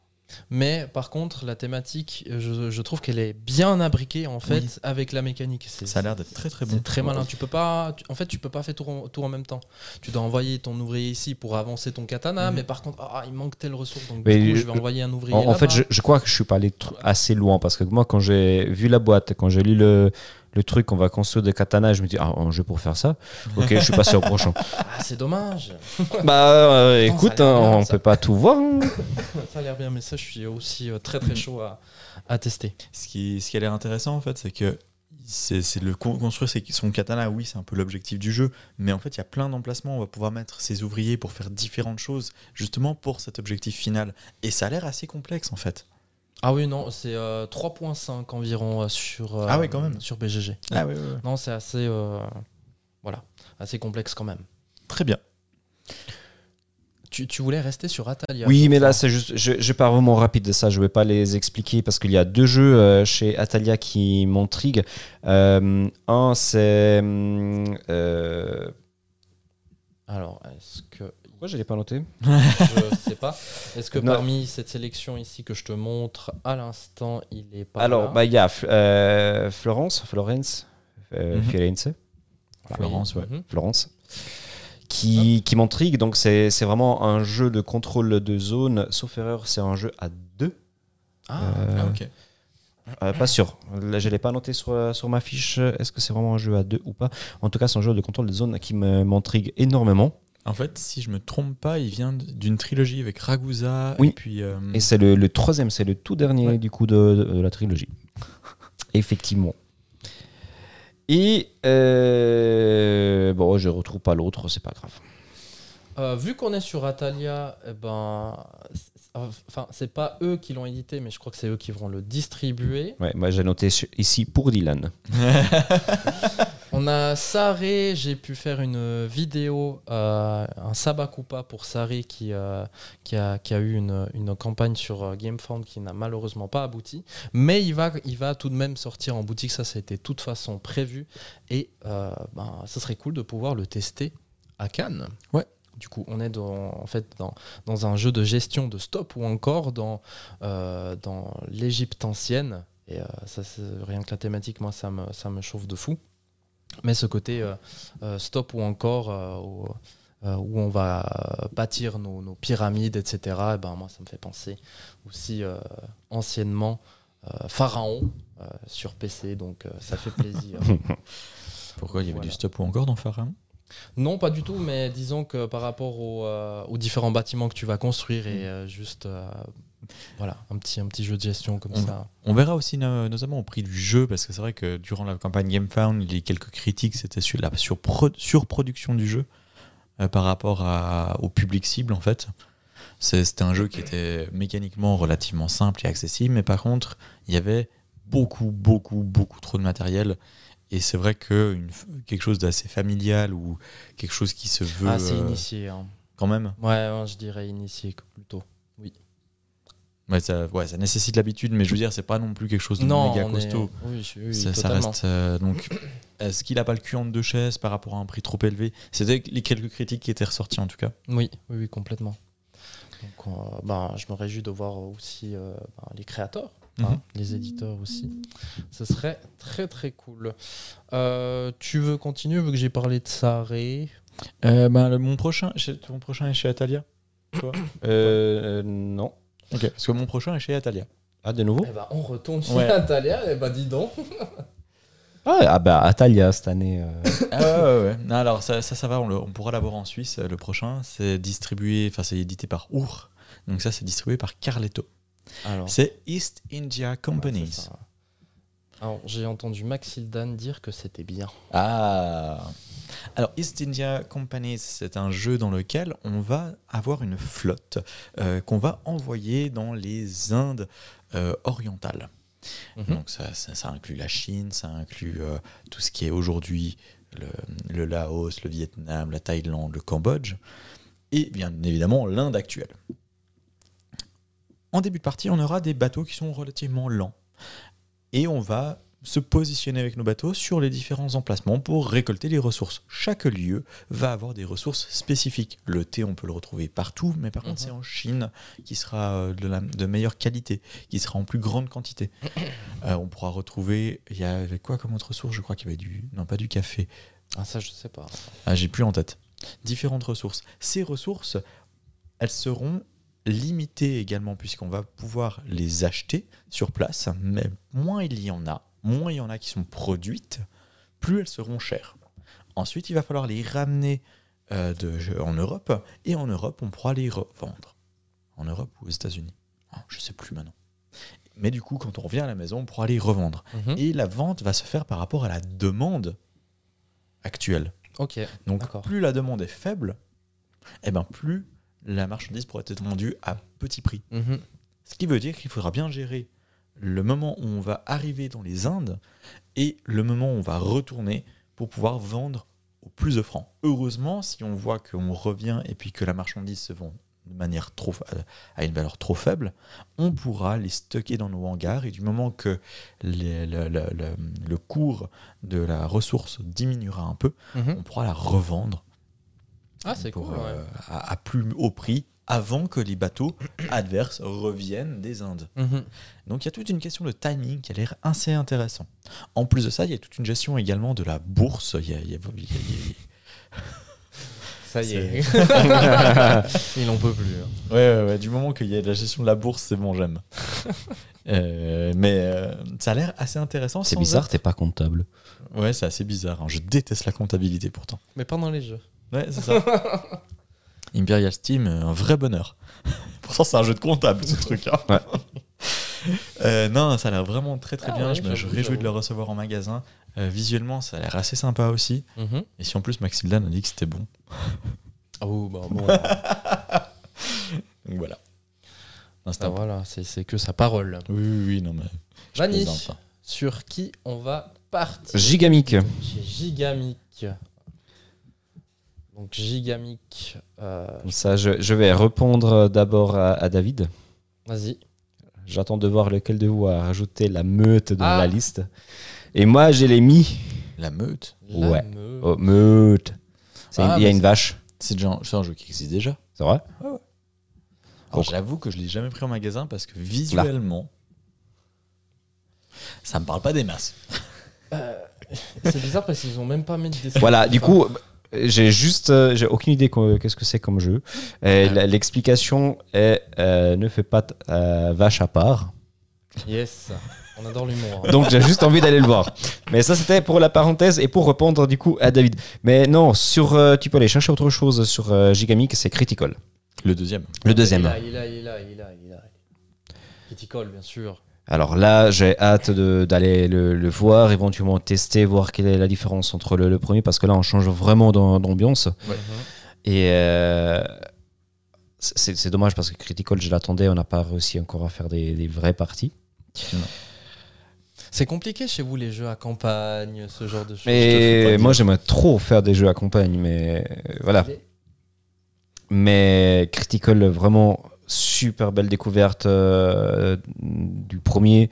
S1: Mais par contre, la thématique, je, je trouve qu'elle est bien abriquée en fait
S2: Oui.
S1: avec la mécanique. C'est
S2: Ça a l'air d'être très très bon.
S1: c'est très malin. Tu peux pas, tu- en fait, tu peux pas faire tout en, tout en même temps. Tu dois envoyer ton ouvrier ici pour avancer ton katana,
S2: Mhm.
S1: mais par contre, ah, il manque telle ressource, donc
S3: Mais
S1: du coup,
S3: je-
S1: je vais envoyer un ouvrier.
S3: En, en fait,
S1: là-bas.
S3: je, je crois que je suis pas allé tr- assez loin parce que moi, quand j'ai vu la boîte, quand j'ai lu le, le truc qu'on va construire des katanas, je me dis, ah, un jeu pour faire ça Ok, je suis passé au prochain.
S1: Ah, c'est dommage.
S3: bah euh,
S1: Attends,
S3: écoute,
S1: ça a l'air
S3: hein,
S1: bien,
S3: on
S1: ça.
S3: peut pas tout voir. hein.
S1: [LAUGHS] ça a l'air bien, mais ça, je suis aussi euh, très très chaud à, à tester.
S2: Ce qui, ce qui a l'air intéressant en fait, c'est que c'est c'est le con- construire ses- son katana, oui, c'est un peu l'objectif du jeu, mais en fait, il y a plein d'emplacements. On va pouvoir mettre ses ouvriers pour faire différentes choses, justement pour cet objectif final. Et ça a l'air assez complexe en fait.
S1: Ah oui, non, c'est euh, 3.5 environ euh, sur, euh,
S2: Ah oui, quand même.
S1: sur BGG.
S2: Ah ouais, ouais, ouais.
S1: Non, c'est assez, euh, voilà, assez complexe quand même.
S2: Très bien.
S1: Tu, tu voulais rester sur Atalia
S3: Oui, mais là, c'est juste. Je, je pars vraiment rapide de ça. Je ne vais pas les expliquer parce qu'il y a deux jeux euh, chez Atalia qui m'intriguent. Euh, un, c'est. hum, euh,
S1: Alors, est-ce que.
S3: Pourquoi je ne l'ai pas noté
S1: [LAUGHS] Je sais pas. Est-ce que
S3: Non.
S1: parmi cette sélection ici que je te montre à l'instant, il est pas. là
S3: Alors, bah, il y a euh, Florence, Florence, euh,
S2: Mhm.
S3: Firenze,
S1: Oui.
S2: Florence, ouais.
S1: Mhm.
S3: Florence,
S1: Ah.
S3: qui, qui m'intrigue. Donc, c'est c'est vraiment un jeu de contrôle de zone. Sauf erreur, c'est un jeu à deux.
S1: Ah,
S3: Euh,
S2: Ah, ok.
S3: Euh, pas sûr. Là, je ne l'ai pas noté sur, euh, sur ma fiche. Est-ce que c'est vraiment un jeu à deux ou pas En tout cas, c'est un jeu de contrôle de zone qui me- m'intrigue énormément.
S2: En fait, si je me trompe pas, il vient d- d'une trilogie avec Ragusa
S3: Oui.
S2: et puis. euh,
S3: Et c'est le, le troisième, c'est le tout dernier
S2: Ouais.
S3: du coup de, de- de la trilogie. Effectivement. Et euh, bon, je retrouve pas l'autre, c'est pas grave.
S1: Euh, vu qu'on est sur Atalia, eh ben, c'est- enfin, c'est pas eux qui l'ont édité, mais je crois que c'est eux qui vont le distribuer.
S3: Ouais, moi j'ai noté su- ici pour Dylan.
S1: On a Saré, j'ai pu faire une vidéo, euh, un sabbat coupa pour Saré qui, euh, qui, a, qui a eu une, une campagne sur euh, GameFound qui n'a malheureusement pas abouti. Mais il va, il va tout de même sortir en boutique, ça c'était de toute façon prévu. Et euh, ben, ça serait cool de pouvoir le tester à Cannes.
S2: Ouais.
S1: Du coup, on est dans, en fait dans, dans un jeu de gestion de stop ou encore dans, euh, dans l'Égypte ancienne. Et euh, ça, c'est- rien que la thématique, moi, ça me, ça me chauffe de fou. Mais ce côté euh, euh, stop ou encore euh, au- euh, où on va euh, bâtir nos, nos pyramides, etc., eh ben, moi, ça me fait penser aussi euh, anciennement euh, Pharaon euh, sur PC, donc euh, ça fait
S2: [LAUGHS]
S1: plaisir.
S2: Pourquoi il y avait
S1: Voilà.
S2: du stop ou encore dans Pharaon
S1: non, pas du tout, mais disons que par rapport au, euh, aux différents bâtiments que tu vas construire et euh, juste euh, voilà, un, petit, un petit jeu de gestion comme
S2: On-
S1: ça.
S2: On verra aussi no- notamment au prix du jeu, parce que c'est vrai que durant la campagne GameFound, les quelques critiques, c'était sur la surpro- surproduction du jeu euh, par rapport à- au public cible, en fait. C'est- C'était un jeu qui était mécaniquement relativement simple et accessible, mais par contre, il y avait beaucoup, beaucoup, beaucoup trop de matériel. Et c'est vrai que une f- quelque chose d'assez familial ou quelque chose qui se veut
S1: Ah, c'est
S2: euh,
S1: initié. hein.
S2: quand même,
S1: Ouais, ouais, je dirais initié plutôt.
S2: ouais, ça, ouais, ça nécessite l'habitude, mais je veux dire, c'est pas non plus quelque chose de
S1: non,
S2: méga
S1: on est-
S2: costaud.
S1: Oui, je- oui,
S2: ça, ça
S1: totalement.
S2: reste euh, [CLEARS THROAT] donc est-ce qu'il a pas le cul entre deux chaises par rapport à un prix trop élevé c'était les quelques critiques qui étaient ressorties en tout cas
S1: Oui, oui, oui, complètement. Donc, euh, ben, je me réjouis de voir aussi euh, ben, les créateurs, hein,
S2: Mhm.
S1: les éditeurs aussi. Ce serait très très cool. Euh, tu veux continuer vu que j'ai parlé de Saré
S2: Euh, ben, le- mon prochain chez- ton prochain est chez Atalia
S3: Euh, non.
S2: parce que mon prochain est chez [COUGHS] Atalia
S3: Ah, de nouveau
S1: Eh ben, on retourne chez
S2: Ouais.
S1: Natalia. Eh ben, dis donc.
S3: ah, ah bah Atalia cette année. euh.
S2: ah ouais, ouais, ouais. Non, alors ça ça, ça va on, le- on pourra l'avoir en Suisse euh, le prochain c'est distribué enfin c'est édité par Our donc ça c'est distribué par Carletto
S1: Alors,
S2: c'est East India
S1: ouais,
S2: Companies
S1: c'est ça. Alors, j'ai entendu Maxildan dire que c'était bien.
S2: Ah Alors, East India Company, c'est un jeu dans lequel on va avoir une flotte euh, qu'on va envoyer dans les Indes euh, orientales.
S1: Mhm.
S2: Donc, ça, ça- ça inclut la Chine, ça inclut euh, tout ce qui est aujourd'hui le, le Laos, le Vietnam, la Thaïlande, le Cambodge, et bien évidemment l'Inde actuelle. En début de partie, on aura des bateaux qui sont relativement lents. Et on va se positionner avec nos bateaux sur les différents emplacements pour récolter les ressources. Chaque lieu va avoir des ressources spécifiques. Le thé, on peut le retrouver partout, mais par contre,
S1: Mhm.
S2: c'est en Chine qui sera euh, de, la- de meilleure qualité, qui sera en plus grande quantité. Euh, on pourra retrouver. Il y avait quoi comme autre ressource Je crois qu'il y avait du. Non, pas du café.
S1: Ah, ça, je sais pas.
S2: Ah, j'ai plus en tête. Différentes ressources. Ces ressources, elles seront limitées également puisqu'on va pouvoir les acheter sur place, mais moins il y en a, moins il y en a qui sont produites, plus elles seront chères. Ensuite, il va falloir les ramener euh, de- en Europe et en Europe, on pourra les revendre. En Europe ou aux États-Unis. Ah, Je sais plus maintenant. Mais du coup, quand on revient à la maison, on pourra les revendre.
S1: Mhm.
S2: Et la vente va se faire par rapport à la demande actuelle.
S1: Ok.
S2: Donc
S1: D'accord.
S2: plus la demande est faible, eh ben plus la marchandise pourrait être vendue à petit prix.
S1: Mhm.
S2: Ce qui veut dire qu'il faudra bien gérer le moment où on va arriver dans les Indes et le moment où on va retourner pour pouvoir vendre au plus offrant. Heureusement, si on voit qu'on revient et puis que la marchandise se vend de manière trop fa- euh, à une valeur trop faible, on pourra les stocker dans nos hangars et du moment que les- le, le- le- le cours de la ressource diminuera un peu,
S1: Mhm.
S2: on pourra la revendre
S1: Ah, c'est
S2: pour,
S1: cool. ouais.
S2: euh, à, à plus haut prix avant que les bateaux [CLEARS THROAT] adverses reviennent des Indes.
S1: Mhm.
S2: Donc il y a toute une question de timing qui a l'air assez intéressant. En plus de ça, il y a toute une gestion également de la bourse. Il y a- il y a- il y a- il y a-
S1: Ça y
S2: c'est-
S1: est. [LAUGHS] Il en peut plus. hein.
S2: Ouais, ouais, ouais, du moment qu'il y a de la gestion de la bourse, c'est bon, j'aime. [LAUGHS] Euh, mais euh, ça a l'air assez intéressant.
S3: C'est
S2: sans
S3: bizarre, t'es pas comptable.
S2: être- Ouais, c'est assez bizarre. hein. Je déteste la comptabilité pourtant.
S1: Mais pas dans les jeux.
S2: Ouais, c'est ça. [LAUGHS] Imperial Steam, euh, un vrai bonheur. [LAUGHS] pourtant, c'est un jeu de comptable, ce truc. hein.
S3: Ouais.
S2: [LAUGHS] Euh, non, ça a l'air vraiment très très
S1: Ah
S2: bien.
S1: ouais,
S2: je me je
S1: j'avoue,
S2: réjouis
S1: j'avoue.
S2: de le recevoir en magasin. Euh, visuellement, ça a l'air assez sympa aussi.
S1: Mhm.
S2: Et si en plus Maximilian a dit que c'était bon.
S1: Oh, bah
S3: [LAUGHS]
S1: bon.
S2: Donc voilà. Non, c'était
S1: Ah,
S2: un-
S1: voilà, c'est c'est que sa parole.
S2: Oui, oui, oui, non, mais. je
S1: Vanny,
S2: plaisante, hein.
S1: sur qui on va partir
S3: Gigamic.
S1: Chez Gigamic. Donc Gigamic, euh,
S3: Comme Ça, je, je vais répondre d'abord à, à David.
S1: vas-y.
S3: J'attends de voir lequel de vous a rajouté la meute dans
S1: Ah.
S3: la liste. Et moi, je l'ai mis.
S2: La meute
S1: La
S3: Ouais.
S1: meute.
S3: Oh, meute. C'est une-
S2: Ah,
S3: Il y a
S2: mais
S3: une vache.
S2: C'est déjà un, c'est un jeu qui existe déjà.
S3: C'est vrai
S2: Alors,
S3: Ok.
S2: j'avoue que je l'ai jamais pris en magasin parce que visuellement, ça me parle pas des masses.
S1: C'est bizarre parce qu'ils ont même pas mis de dessin.
S3: Voilà, du
S1: Enfin,
S3: coup, euh, j'ai juste, euh, j'ai aucune idée qu'on- qu'est-ce que c'est comme jeu. Et la- L'explication est euh, ne fais pas t- euh, vache à part.
S1: Yes, on adore l'humour. hein.
S3: Donc j'ai juste envie d'aller le voir. Mais ça c'était pour la parenthèse et pour répondre du coup à David. Mais non, sur, euh, tu peux aller chercher autre chose sur euh, Gigamic, c'est Critical.
S2: Le deuxième.
S1: Il
S3: Le
S1: est
S3: deuxième.
S1: là, il est là, il est là, il est là, il est là. Critical, bien sûr.
S3: Alors là, j'ai hâte de- d'aller le, le voir, éventuellement tester, voir quelle est la différence entre le, le premier, parce que là, on change vraiment d'am- d'ambiance.
S2: Ouais.
S3: Mhm. Et euh, c'est c'est dommage parce que Critical, je l'attendais, on n'a pas réussi encore à faire des, des vraies parties.
S1: C'est compliqué chez vous les jeux à campagne, ce genre de choses.
S2: fais pas
S3: Mais
S2: dire.
S3: moi, j'aimerais trop faire des jeux à campagne, mais euh, voilà. Mais Critical, vraiment super belle découverte euh, du premier.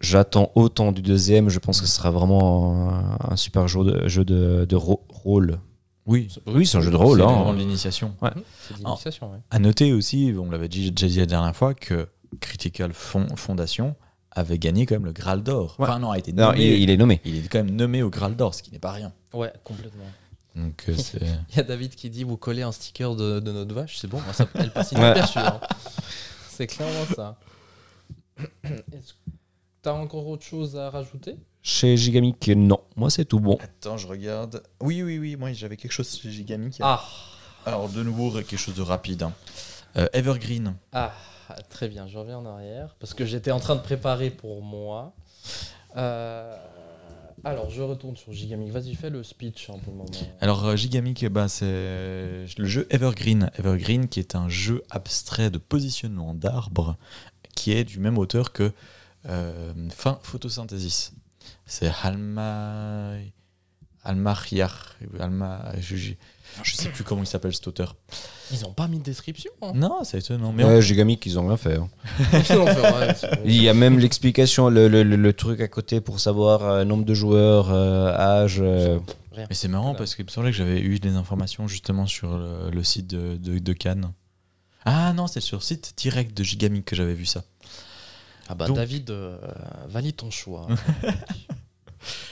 S3: J'attends autant du deuxième. Je pense que ce sera vraiment un, un super jeu de, jeu de, de ro- rôle.
S2: Oui.
S3: Oui, c'est un jeu de rôle.
S2: C'est
S3: hein.
S2: vraiment de l'initiation.
S3: Ah.
S1: C'est d'initiation, ouais.
S2: Oh À noter aussi, on l'avait déjà déjà dit la dernière fois, que Critical Fon- Foundation avait gagné quand même le Graal d'Or.
S3: Ouais.
S2: Enfin, non, a été
S3: Non, il,
S2: nommé.
S3: il est nommé.
S2: il est quand même nommé au Graal d'Or, ce qui n'est pas rien.
S1: Ouais, complètement.
S2: Donc, euh, c'est.
S1: [LAUGHS] Il y a David qui dit vous collez un sticker de, de notre vache, c'est bon, moi, ça, elle passe inaperçue. hein. C'est clairement ça. [COUGHS] Est-ce que t'as encore autre chose à rajouter
S3: Chez Gigamic, non. Moi, c'est tout bon.
S2: [LAUGHS] Attends, je regarde. Oui, oui, oui, moi j'avais quelque chose chez Gigamic.
S1: Ah,
S2: Alors, de nouveau, quelque chose de rapide. hein. Euh, Evergreen.
S1: ah, très bien, je reviens en arrière parce que j'étais en train de préparer pour moi. Euh, alors, je retourne sur Gigamic. Vas-y, fais le speech hein, pour le moment.
S2: Alors euh, Gigamic, eh ben, c'est euh, le jeu Evergreen. Evergreen qui est un jeu abstrait de positionnement d'arbres qui est du même auteur que euh, Fin Photosynthesis. C'est Alma... Alma Riar- Alma... Je, je- je sais plus comment il s'appelle cet auteur.
S1: Ils ont pas mis de description. hein.
S2: Non, c'est étonnant. Mais
S3: Mais
S2: on-
S3: Euh, Gigamic, ils ont rien fait. hein.
S1: [LAUGHS] Ils l'ont fait, ouais, c'est bon.
S3: Il y a même l'explication, le, le- le- le truc à côté pour savoir euh, nombre de joueurs, euh, âge. euh,
S2: mais c'est marrant parce qu'il me semblait que j'avais eu des informations justement sur le, le site de, de- de Cannes. Ah non, c'est sur le site direct de Gigamic que j'avais vu ça.
S1: Ah bah
S2: Donc-
S1: David, euh, valide ton choix.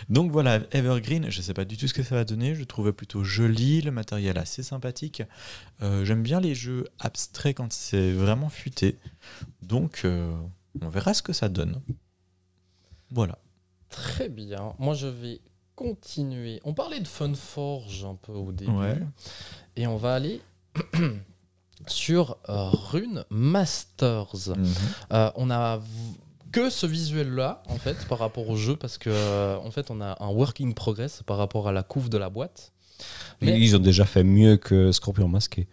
S2: Donc voilà, Evergreen, je ne sais pas du tout ce que ça va donner, je le trouvais plutôt joli, le matériel assez sympathique. Euh, J'aime bien les jeux abstraits quand c'est vraiment futé. Donc euh, on verra ce que ça donne. Voilà.
S1: Très bien. Moi, je vais continuer. On parlait de Funforge un peu au début.
S2: Ouais.
S1: Et on va aller [CLEARS THROAT] sur euh, Rune Masters. Euh, on a v- que ce visuel-là, en fait, par rapport au jeu, parce que, euh, en fait, on a un working progress par rapport à la couve de la boîte. Mais-
S3: Ils ont déjà fait mieux que Scorpion Masqué.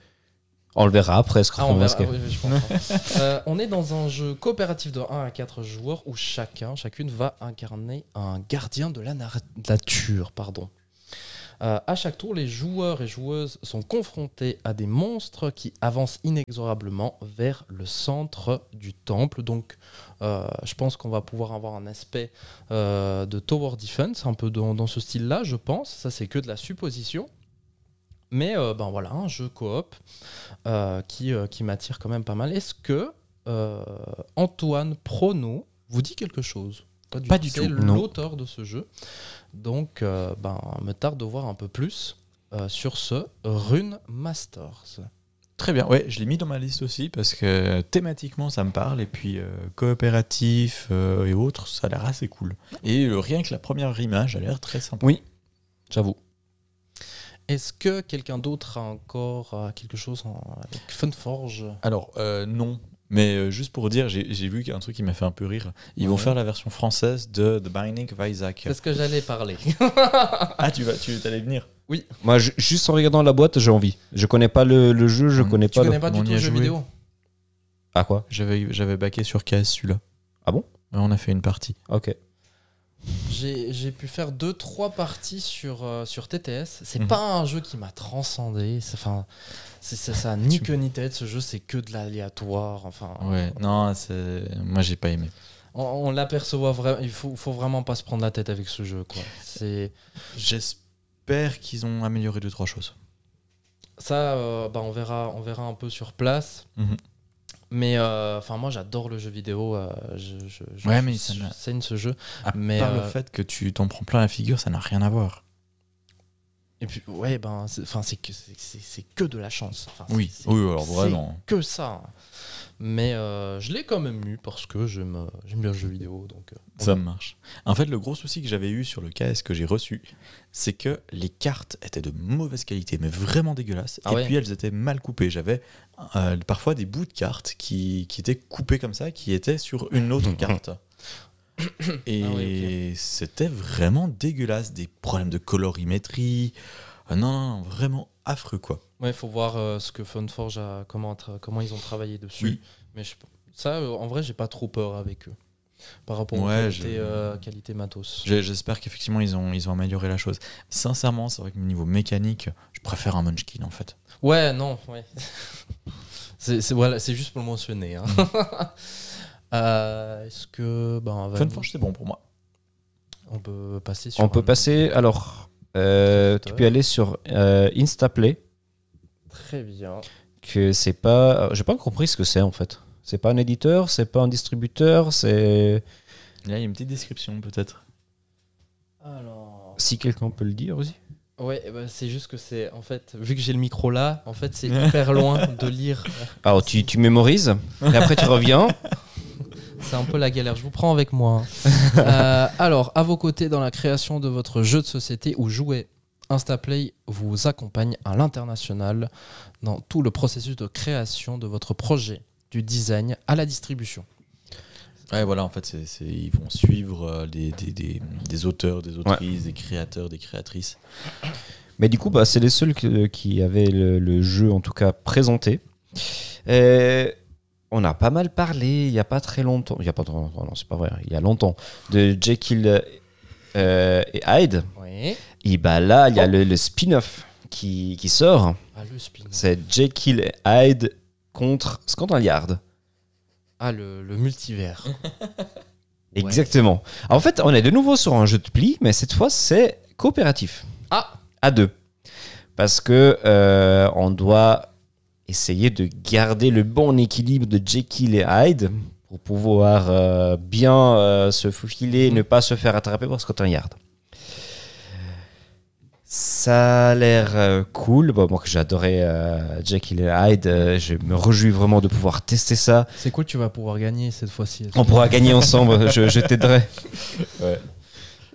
S3: On le verra après, ce qu'on
S1: Ah, on, verra,
S3: va ce que-
S1: oui, oui, je comprends. Euh, on est dans un jeu coopératif de 1 à 4 joueurs où chacun, chacune va incarner un gardien de la nar- nature. Pardon. Euh, à chaque tour, les joueurs et joueuses sont confrontés à des monstres qui avancent inexorablement vers le centre du temple. Donc, euh, je pense qu'on va pouvoir avoir un aspect euh, de tower defense, un peu dans, dans ce style-là, je pense. Ça, c'est que de la supposition. Mais euh, ben voilà, un jeu coop euh, qui, euh, qui m'attire quand même pas mal. Est-ce que euh, Antoine Prono vous dit quelque chose
S2: Pas du
S1: C'est
S2: tout,
S3: non.
S1: l'auteur de ce jeu. Donc, euh, ben, me tarde de voir un peu plus euh, sur ce Rune Masters.
S2: Très bien, ouais, je l'ai mis dans ma liste aussi parce que thématiquement ça me parle et puis euh, coopératif euh, et autres, ça a l'air assez cool. Et euh, rien que la première image a l'air très sympa.
S3: Oui. J'avoue.
S1: Est-ce que quelqu'un d'autre a encore euh, quelque chose en, avec Funforge
S2: Alors, euh, non, mais euh, juste pour dire, j'ai j'ai vu qu'il y a un truc qui m'a fait un peu rire. Ils vont
S1: Ouais.
S2: faire la version française de The Binding of Isaac.
S1: C'est ce que j'allais parler.
S2: Ah, tu vas, tu allais venir
S3: Moi, ju- juste en regardant la boîte, j'ai envie. Je connais pas le, le jeu, je
S2: Mm.
S3: connais
S1: tu
S3: pas
S1: connais
S3: le.
S1: pas du
S2: on
S1: tout
S2: y a
S1: le jeu
S2: joué.
S1: vidéo
S3: Ah quoi
S2: J'avais j'avais baqué sur KS celui-là.
S3: Ah bon
S2: Ouais, On a fait une partie.
S3: Ok.
S1: J'ai j'ai pu faire deux trois parties sur, euh, sur TTS. C'est
S2: Mhm.
S1: pas un jeu qui m'a transcendé. C'est- Enfin, c'est ça, ça a ni queue ni tête. Ce jeu, c'est que de l'aléatoire. Enfin,
S2: Ouais, non, c'est- moi j'ai pas aimé.
S1: on, on l'aperçoit vraiment. Il faut, faut vraiment pas se prendre la tête avec ce jeu. Quoi. C'est
S2: J'espère qu'ils ont amélioré deux, trois choses.
S1: ça. euh, bah, on verra, on verra un peu sur place.
S2: Mhm.
S1: Mais euh, enfin, moi, j'adore le jeu vidéo. euh, je, je, je-
S2: Ouais, mais
S1: je
S2: ça m'a-
S1: saigne ce jeu.
S2: À
S1: Mais,
S2: part
S1: euh,
S2: le fait que tu t'en prends plein la figure, ça n'a rien à voir.
S1: Et puis, ouais, ben, c'est- enfin, c'est que c'est- c'est c'est que de la chance. Enfin, c'est-
S2: Oui,
S1: c'est
S2: oui, alors
S1: c'est
S2: vraiment.
S1: que ça. Mais euh, je l'ai quand même eu parce que j'aime euh, j'aime bien le jeu vidéo. Donc, euh,
S2: Ça me marche. En fait, le gros souci que j'avais eu sur le KS que j'ai reçu, c'est que les cartes étaient de mauvaise qualité, mais vraiment dégueulasses.
S1: Ah
S2: et
S1: ouais.
S2: puis elles étaient mal coupées. J'avais euh, parfois des bouts de cartes qui, qui étaient coupés comme ça, qui étaient sur une
S1: [LAUGHS]
S2: autre carte. Et
S1: Ah ouais,
S2: c'était vraiment dégueulasse. Des problèmes de colorimétrie. Ah non, non, non, vraiment affreux quoi.
S1: ouais, il faut voir euh, ce que Funforge a, comment, tra- comment ils ont travaillé dessus.
S2: Oui.
S1: Mais je- ça, euh, en vrai, j'ai pas trop peur avec eux par rapport aux
S2: Ouais,
S1: qualités,
S2: je-
S1: euh, qualités matos.
S2: J'ai- J'espère qu'effectivement ils ont, ils ont amélioré la chose. Sincèrement, c'est vrai que niveau mécanique, je préfère un Munchkin en fait.
S1: Ouais, non, ouais. [LAUGHS] c'est c'est- voilà, c'est juste pour le mentionner. hein.
S2: Mm.
S1: [LAUGHS] Euh, Est-ce que ben, Valou,
S2: Funforge c'est bon pour moi.
S1: on peut passer sur
S3: On peut
S1: un-
S3: passer. Alors, euh, tu peux aller sur euh, Instaplay,
S1: Très bien.
S3: que c'est pas. euh, J'ai pas compris ce que c'est en fait. C'est pas un éditeur, c'est pas un distributeur, c'est.
S2: Là, il y a une petite description peut-être.
S1: Alors.
S3: Si quelqu'un peut le dire aussi.
S1: Ouais, eh ben, c'est juste que c'est en fait, vu que j'ai le micro là, en fait, c'est hyper loin de lire.
S3: Alors, Ah, oh, tu, tu mémorises, et après tu reviens.
S1: C'est un peu la galère. Je vous prends avec moi. hein. Euh, alors, à vos côtés dans la création de votre jeu de société ou jouet, Instaplay vous accompagne à l'international dans tout le processus de création de votre projet, du design à la distribution.
S2: Ouais, voilà, en fait, c'est- c'est- ils vont suivre euh, des, des- des- des auteurs, des autrices, des créateurs, des créatrices.
S3: Mais du coup, bah, c'est les seuls que- qui avaient le, le jeu, en tout cas, présenté. Euh, on a pas mal parlé il y a pas très longtemps. Il y a pas très longtemps, non, c'est pas vrai. Il y a longtemps. De Jekyll euh, et Hyde.
S1: Oui.
S3: Et bah là, il y a le, le spin-off qui, qui sort.
S1: Ah, le spin.
S3: C'est Jekyll et Hyde contre Scotland Yard.
S1: Ah, le, le multivers. [LAUGHS] Ouais.
S3: Exactement. Ah, En fait, on est de nouveau sur un jeu de pli, mais cette fois, c'est coopératif.
S1: Ah
S3: à deux. Parce que euh, on doit essayer de garder le bon équilibre de Jekyll et Hyde pour pouvoir euh, bien euh, se faufiler et ne pas se faire attraper par Scotland Yard. Ça a l'air euh, cool. Bon, moi que j'adorais euh, Jekyll et Hyde, euh, je me réjouis vraiment de pouvoir tester ça.
S1: C'est cool, tu vas pouvoir gagner cette fois-ci.
S3: On pourra gagner ensemble, [LAUGHS] je, je t'aiderai.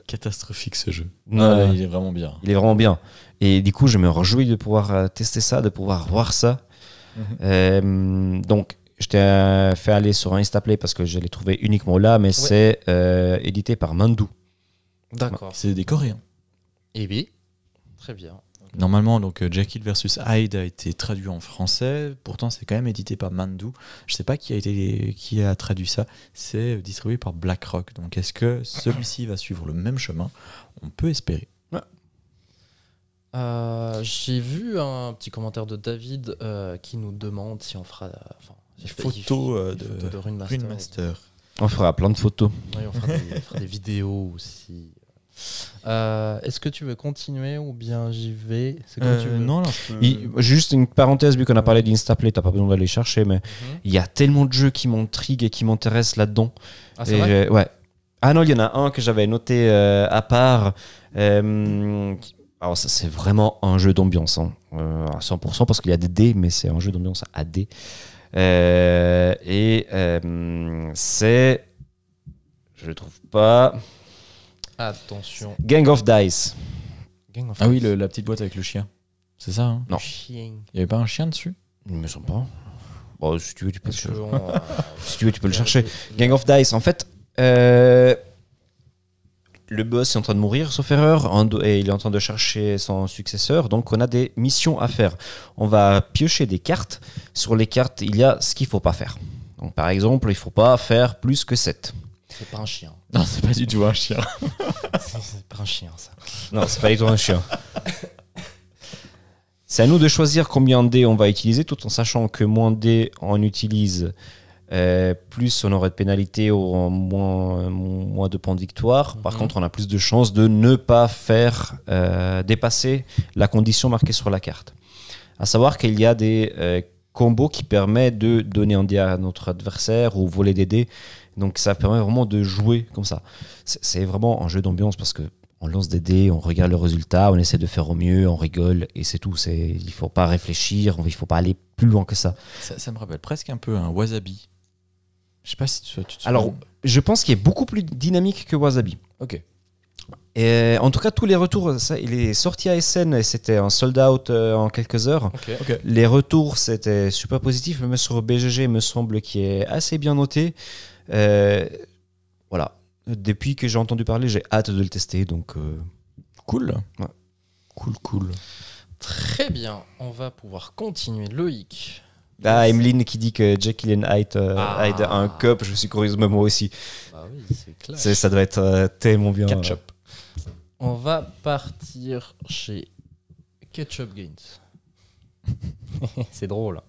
S2: Catastrophique ce jeu.
S3: Non,
S2: Ah,
S3: non,
S2: il est vraiment bien.
S3: Il est vraiment bien. Et du coup, je me réjouis de pouvoir euh, tester ça, de pouvoir voir ça.
S2: Mhm.
S3: Euh, donc, je t'ai euh, fait aller sur Instaplay parce que je l'ai trouvé uniquement là, mais c'est euh, édité par Mandou.
S1: D'accord.
S2: C'est des Coréens.
S1: Eh bien, très bien.
S2: Normalement, donc euh, Jekyll versus Hyde a été traduit en français. Pourtant, c'est quand même édité par Mandu. Je sais pas qui a été qui a traduit ça. C'est euh, distribué par BlackRock. Donc, est-ce que celui-ci va suivre le même chemin On peut espérer.
S1: Euh, J'ai vu un petit commentaire de David euh, qui nous demande si on fera. euh, Enfin,
S2: Des
S1: si-
S2: photos, euh,
S1: des
S2: de-
S1: photos de Runemaster.
S2: Rune Master.
S3: On fera plein de photos.
S1: Oui, on fera des, on fera des vidéos aussi. Euh, Est-ce que tu veux continuer ou bien j'y vais C'est comme tu veux.
S2: Euh, non, alors, je peux-
S3: Il- juste une parenthèse, vu qu'on a parlé d'Instaplay, t'as pas besoin d'aller chercher, mais
S1: Mhm.
S3: il y a tellement de jeux qui m'intriguent et qui m'intéressent là-dedans.
S1: Ah, c'est
S3: Et
S1: vrai
S3: j'ai- ouais. Ah non, il y en a un que j'avais noté euh, à part. euh, qui- alors, ça, c'est vraiment un jeu d'ambiance, hein, euh, à 100%, parce qu'il y a des dés, mais c'est un jeu d'ambiance à dés. Euh, et euh, c'est. Je le trouve pas.
S1: Attention.
S3: Gang of Dice.
S1: Gang of
S2: Ah oui, le- la petite boîte avec le chien. C'est ça, hein
S3: non.
S1: Chien.
S2: Il n'y avait pas un chien dessus
S3: Il me semble pas. Bon, si tu veux, tu peux,
S1: Parce que on, euh,
S3: si tu veux, tu peux le chercher. Gang of Dice, en fait, euh, le boss est en train de mourir, sauf erreur, un do- et il est en train de chercher son successeur, donc on a des missions à faire. On va piocher des cartes. Sur les cartes, il y a ce qu'il faut pas faire. Donc, par exemple, il faut pas faire plus que 7.
S1: C'est pas un chien. [LAUGHS]
S2: Non, c'est pas du tout un chien.
S1: C'est- C'est pas un chien, ça.
S3: Non, c'est pas du tout un chien. C'est à nous de choisir combien de dés on va utiliser, tout en sachant que moins de dés on utilise, euh, plus on aurait de pénalités ou en moins, euh, moins de points de victoire. Par
S1: Mhm.
S3: contre, on a plus de chances de ne pas faire euh, dépasser la condition marquée sur la carte. À savoir qu'il y a des euh, combos qui permettent de donner un dé à notre adversaire ou voler des dés. Donc ça permet vraiment de jouer comme ça. C'est c'est vraiment un jeu d'ambiance parce que on lance des dés, on regarde le résultat, on essaie de faire au mieux, on rigole et c'est tout. C'est il faut pas réfléchir, on- il faut pas aller plus loin que ça.
S2: Ça, ça me rappelle presque un peu un wasabi. Je sais pas si tu, tu te
S3: Alors,
S2: souviens.
S3: Je pense qu'il est beaucoup plus dynamique que Wasabi.
S2: ok.
S3: Et en tout cas, tous les retours, ça, il est sorti à SN et c'était un sold out euh, en quelques heures.
S1: Ok.
S2: Ok.
S3: Les retours, c'était super positif, mais sur BGG, il me semble, qui est assez bien noté. Euh, voilà. Depuis que j'ai entendu parler, j'ai hâte de le tester. Donc, euh,
S2: Cool.
S3: Ouais.
S2: Cool, cool.
S1: Très bien. On va pouvoir continuer. Loïc.
S3: Ah, Emeline qui dit que Jekyll and Hyde, euh,
S1: Ah.
S3: Hyde a un cup, je suis curieux, mais moi aussi.
S1: Bah oui, c'est clair.
S3: C'est- Ça doit être euh, tellement bien.
S2: Ketchup.
S1: On va partir chez Ketchup Games. [LAUGHS] c'est drôle.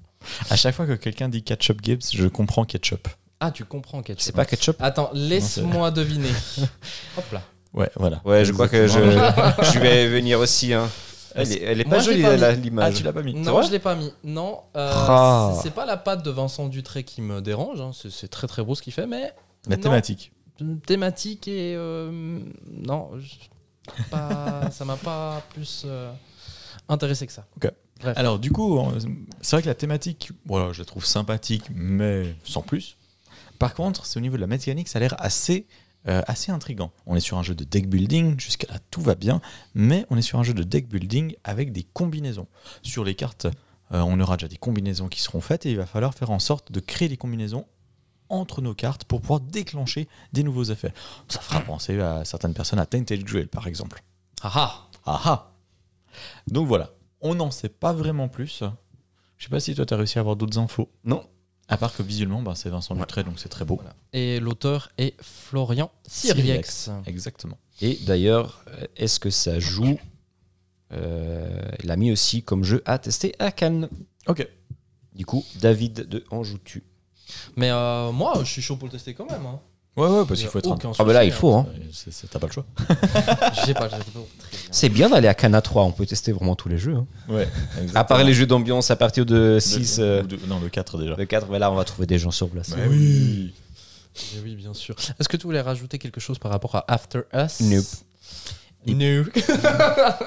S2: À chaque fois que quelqu'un dit ketchup Gibbs, je comprends ketchup.
S1: Ah, tu comprends Ketchup.
S3: C'est pas ketchup
S1: Attends, laisse-moi deviner. [LAUGHS] Hop là.
S2: Ouais, voilà.
S3: Ouais, je crois que je,
S2: Exactement.
S3: [LAUGHS] je vais venir aussi. hein. Elle, est- elle est
S1: Moi,
S3: pas
S1: je l'ai
S3: jolie,
S1: pas
S3: la-
S2: Ah,
S3: l'image.
S2: tu l'as pas mis.
S1: Non, je l'ai pas mis. Non, euh,
S3: Ah.
S1: c'est- c'est pas la patte de Vincent Dutré qui me dérange. hein. C'est- C'est très très beau ce qu'il fait, mais
S2: La
S1: Non.
S2: thématique.
S1: thématique et euh, non, je- pas- [LAUGHS] ça m'a pas plus euh, intéressé que ça.
S2: Alors, du coup, euh, c'est vrai que la thématique, voilà, je la trouve sympathique, mais sans plus. Par contre, c'est au niveau de la mécanique, ça a l'air assez, euh, assez intrigant. On est sur un jeu de deck building, jusqu'à là tout va bien, mais on est sur un jeu de deck building avec des combinaisons. Sur les cartes, euh, on aura déjà des combinaisons qui seront faites et il va falloir faire en sorte de créer des combinaisons entre nos cartes pour pouvoir déclencher des nouveaux effets. Ça fera penser à certaines personnes à Tainted Duel, par exemple.
S1: Ah ah.
S2: Ah ah Donc voilà, on n'en sait pas vraiment plus. Je sais pas si toi t'as réussi à avoir d'autres infos.
S3: Non.
S2: À part que visuellement, ben, c'est Vincent Dutré, donc c'est très beau.
S1: Voilà. Et l'auteur est Florian Siriex.
S2: Exactement.
S3: Et d'ailleurs, euh, est-ce que ça joue Euh, Il a mis aussi comme jeu à tester à Cannes.
S2: Ok.
S3: Du coup, David de Anjoutu.
S1: Mais euh, moi, je suis chaud pour le tester quand même. hein.
S2: Ouais, ouais, parce
S1: Il y
S2: qu'il
S1: a
S2: faut être un...
S1: aucun
S3: Ah, bah là,
S1: souci,
S3: il faut. Hein.
S2: Euh, c'est- c'est- T'as pas le choix.
S1: hein. J'ai pas, j'ai pas. Très bien.
S3: C'est bien d'aller à Cannes à 3, on peut tester vraiment tous les jeux. hein.
S2: [LAUGHS] Ouais.
S3: À part les jeux d'ambiance à partir de
S2: De-
S3: 6,
S2: ou
S3: euh,
S2: de- Non, le 4 déjà.
S3: de 4, là, on va trouver des gens sur place.
S2: Ouais, oui.
S1: Mais Eh oui, bien sûr. Est-ce que tu voulais rajouter quelque chose par rapport à After Us
S3: Nope.
S1: Nope. [LAUGHS]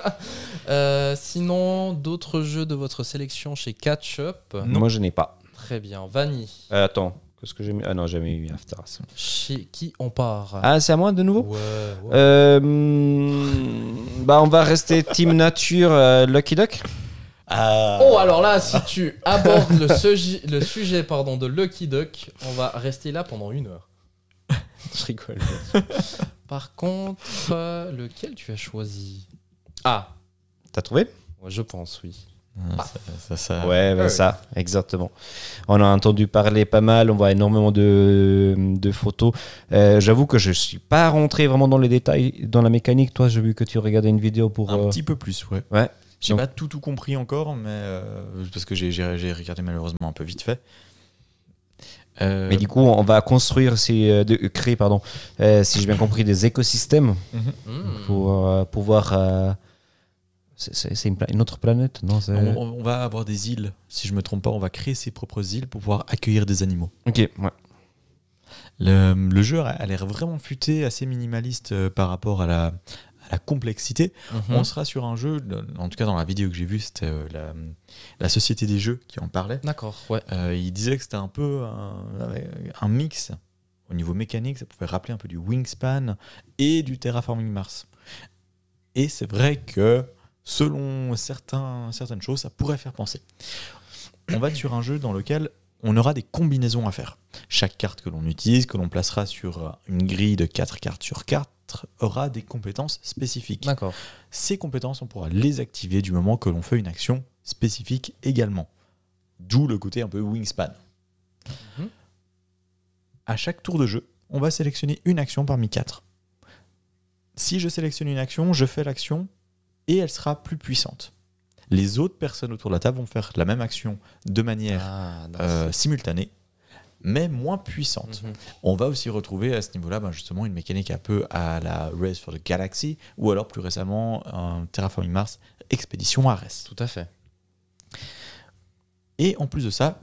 S1: Euh, sinon, d'autres jeux de votre sélection chez Catch Up
S3: Moi, je n'ai pas.
S1: Très bien. Vanny,
S3: Euh, attends, qu'est-ce que j'ai mis Ah non, j'ai jamais eu After. Us.
S1: chez qui on part
S3: Ah, c'est à moi de nouveau
S1: Ouais, ouais.
S3: Euh, hmm, bah on va rester Team Nature euh, Lucky Duck.
S2: Ah.
S1: Oh, alors là, si tu abordes le, sujet- le sujet pardon, de Lucky Duck, on va rester là pendant une heure.
S3: Je rigole.
S1: Par contre, euh, lequel tu as choisi Ah,
S3: T'as trouvé
S1: ouais. Je pense, oui.
S2: Ah, ça- ça- ça-
S3: Ouais, ben
S1: ouais.
S3: ça, exactement. On a entendu parler pas mal, on voit énormément de, de photos. Euh, J'avoue que je suis pas rentré vraiment dans les détails, dans la mécanique. Toi, j'ai vu que tu regardais une vidéo pour.
S2: Un
S3: euh,
S2: petit peu plus, ouais.
S3: Ouais.
S2: J'ai
S3: Donc-
S2: pas tout, tout compris encore, mais euh, parce que j'ai j'ai- j'ai regardé malheureusement un peu vite fait. Euh,
S3: Mais du coup, on va construire, si, euh, de, créer, pardon, euh, si j'ai bien compris, des écosystèmes
S1: Hmm.
S2: Mm.
S3: pour euh, pouvoir. euh, c'est- c'est c'est une, pla- une autre planète, non c'est-
S2: on, on- on va avoir des îles, si je me trompe pas, on va créer ses propres îles pour pouvoir accueillir des animaux.
S3: Ok, ouais.
S2: Le, le jeu a- a l'air vraiment futé, assez minimaliste euh, par rapport à la, à la complexité.
S1: Mhm.
S2: On sera sur un jeu, en tout cas dans la vidéo que j'ai vue, c'était euh, la, la société des jeux qui en parlait.
S1: D'accord, ouais.
S2: Euh, il disait que c'était un peu un, un mix au niveau mécanique, ça pouvait rappeler un peu du Wingspan et du Terraforming Mars. Et c'est vrai que selon certains, certaines choses, ça pourrait faire penser. On va être sur un jeu dans lequel on aura des combinaisons à faire. Chaque carte que l'on utilise, que l'on placera sur une grille de 4 cartes sur 4, aura des compétences spécifiques.
S1: D'accord.
S2: Ces compétences, on pourra les activer du moment que l'on fait une action spécifique également. D'où le côté un peu wingspan.
S1: Mhm.
S2: À chaque tour de jeu, on va sélectionner une action parmi quatre. Si je sélectionne une action, je fais l'action et elle sera plus puissante. Les autres personnes autour de la table vont faire la même action de manière
S1: Ah, nice.
S2: euh, simultanée, mais moins puissante.
S1: Mhm.
S2: On va aussi retrouver à ce niveau-là ben, justement une mécanique un peu à la Race for the Galaxy ou alors plus récemment un Terraforming Mars Expédition Ares.
S1: Tout à fait.
S2: Et en plus de ça,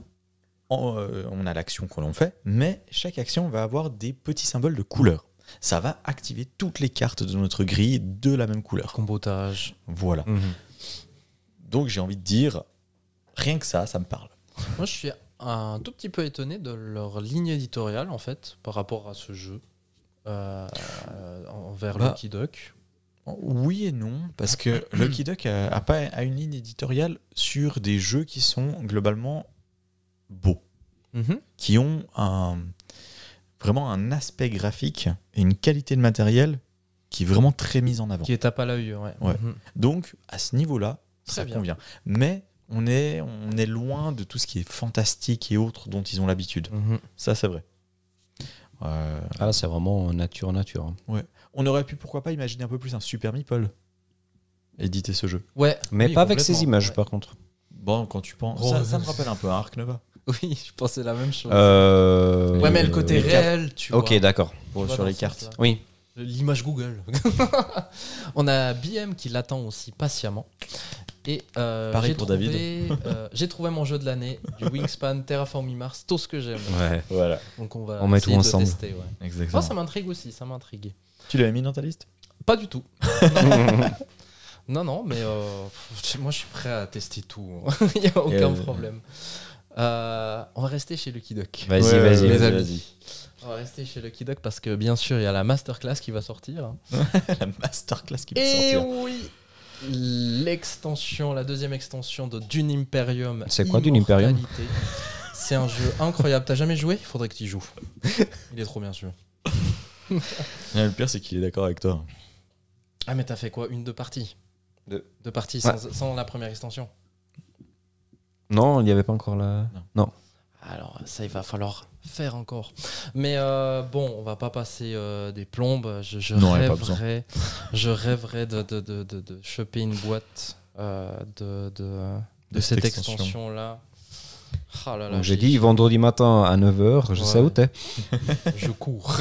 S2: en, euh, on a l'action que l'on fait, mais chaque action va avoir des petits symboles de couleur. Ça va activer toutes les cartes de notre grille de la même couleur.
S1: Combotage.
S2: Voilà. Donc j'ai envie de dire, rien que ça, ça me parle.
S1: Moi, je suis un tout petit peu étonné de leur ligne éditoriale, en fait, par rapport à ce jeu. Euh, euh, envers
S2: Bah.
S1: Lucky Duck.
S2: Oui et non, parce que Lucky Duck a, a pas, a une ligne éditoriale sur des jeux qui sont globalement beaux.
S3: Mhm.
S2: qui ont un, vraiment un aspect graphique et une qualité de matériel qui est vraiment très mise en avant.
S1: Qui est tape à l'œil, ouais.
S2: Ouais.
S1: Mhm.
S2: Donc, à ce niveau-là,
S1: Très
S2: ça
S1: bien.
S2: convient. Mais on est, on est loin de tout ce qui est fantastique et autres dont ils ont l'habitude.
S1: Mhm.
S2: Ça, c'est vrai. Euh,
S3: Ah, là, c'est vraiment nature, nature. hein.
S2: on aurait pu, pourquoi pas, imaginer un peu plus un Super Meeple éditer ce jeu.
S1: Ouais.
S3: Mais
S1: oui,
S3: pas avec
S1: complètement.
S3: ces images,
S1: Ouais.
S3: par contre.
S2: Bon, quand tu penses.
S1: Oh,
S2: ça,
S1: ouais.
S2: ça me rappelle un peu un Arc Nova.
S1: [LAUGHS] Oui, je pensais la même chose.
S3: Euh,
S1: ouais, mais le côté
S3: les cartes.
S1: réel, tu vois.
S3: Ok, d'accord.
S2: Bon,
S1: Tu vois, dans
S2: sur les
S1: ce
S2: cartes.
S1: sens-là.
S3: Oui.
S1: L'image Google. [LAUGHS] On a BM qui l'attend aussi patiemment. Et euh,
S2: Pareil
S1: j'ai
S2: pour
S1: trouvé,
S2: David.
S1: euh, j'ai trouvé mon jeu de l'année,
S3: [LAUGHS]
S1: du Wingspan, Terraforming Mars, tout ce que j'aime.
S3: Ouais.
S2: Voilà,
S1: Donc on va
S3: On met
S1: essayer
S3: tout
S1: de
S3: ensemble.
S1: tester. ouais.
S2: exactement.
S1: Moi, ça m'intrigue aussi, ça m'intrigue.
S2: tu l'avais mis dans ta liste
S1: Pas du tout.
S3: [LAUGHS]
S1: Non, non, mais euh, pff, moi je suis prêt à tester tout. hein. [LAUGHS] Il n'y a aucun
S2: Euh.
S1: problème. Euh, on va rester chez Lucky Duck.
S3: Vas-y,
S2: Ouais,
S3: vas-y,
S1: les
S3: vas-y,
S1: amis.
S3: vas-y.
S1: On va rester chez Lucky Duck parce que bien sûr il y a la masterclass qui va sortir.
S2: [LAUGHS]
S1: hein.
S2: La masterclass qui va
S1: Et
S2: sortir.
S1: oui L'extension, la deuxième extension de Dune Imperium.
S3: C'est quoi Dune Imperium
S1: Immortalité. C'est un jeu incroyable. T'as jamais joué Il faudrait que tu
S3: [LAUGHS]
S1: joues. Il est trop bien sûr.
S2: Ouais, Le pire, c'est qu'il est d'accord avec toi.
S1: Ah mais t'as fait quoi Une, deux parties
S3: Deux.
S1: Deux parties
S3: Ouais.
S1: sans, sans la première extension.
S3: Non, il n'y avait pas encore la.
S2: Non.
S3: Non.
S1: Alors ça il va falloir faire encore. Mais euh, bon, on va pas passer euh, des plombes. Je, je
S2: Non, y a pas besoin.
S1: rêverais, je rêverais de, de, de, de- de choper une boîte euh, de, de, de cette extension là. là là,
S3: Donc, j'ai dit vendredi matin à 9h, je sais
S1: Ouais.
S3: où t'es.
S1: je cours.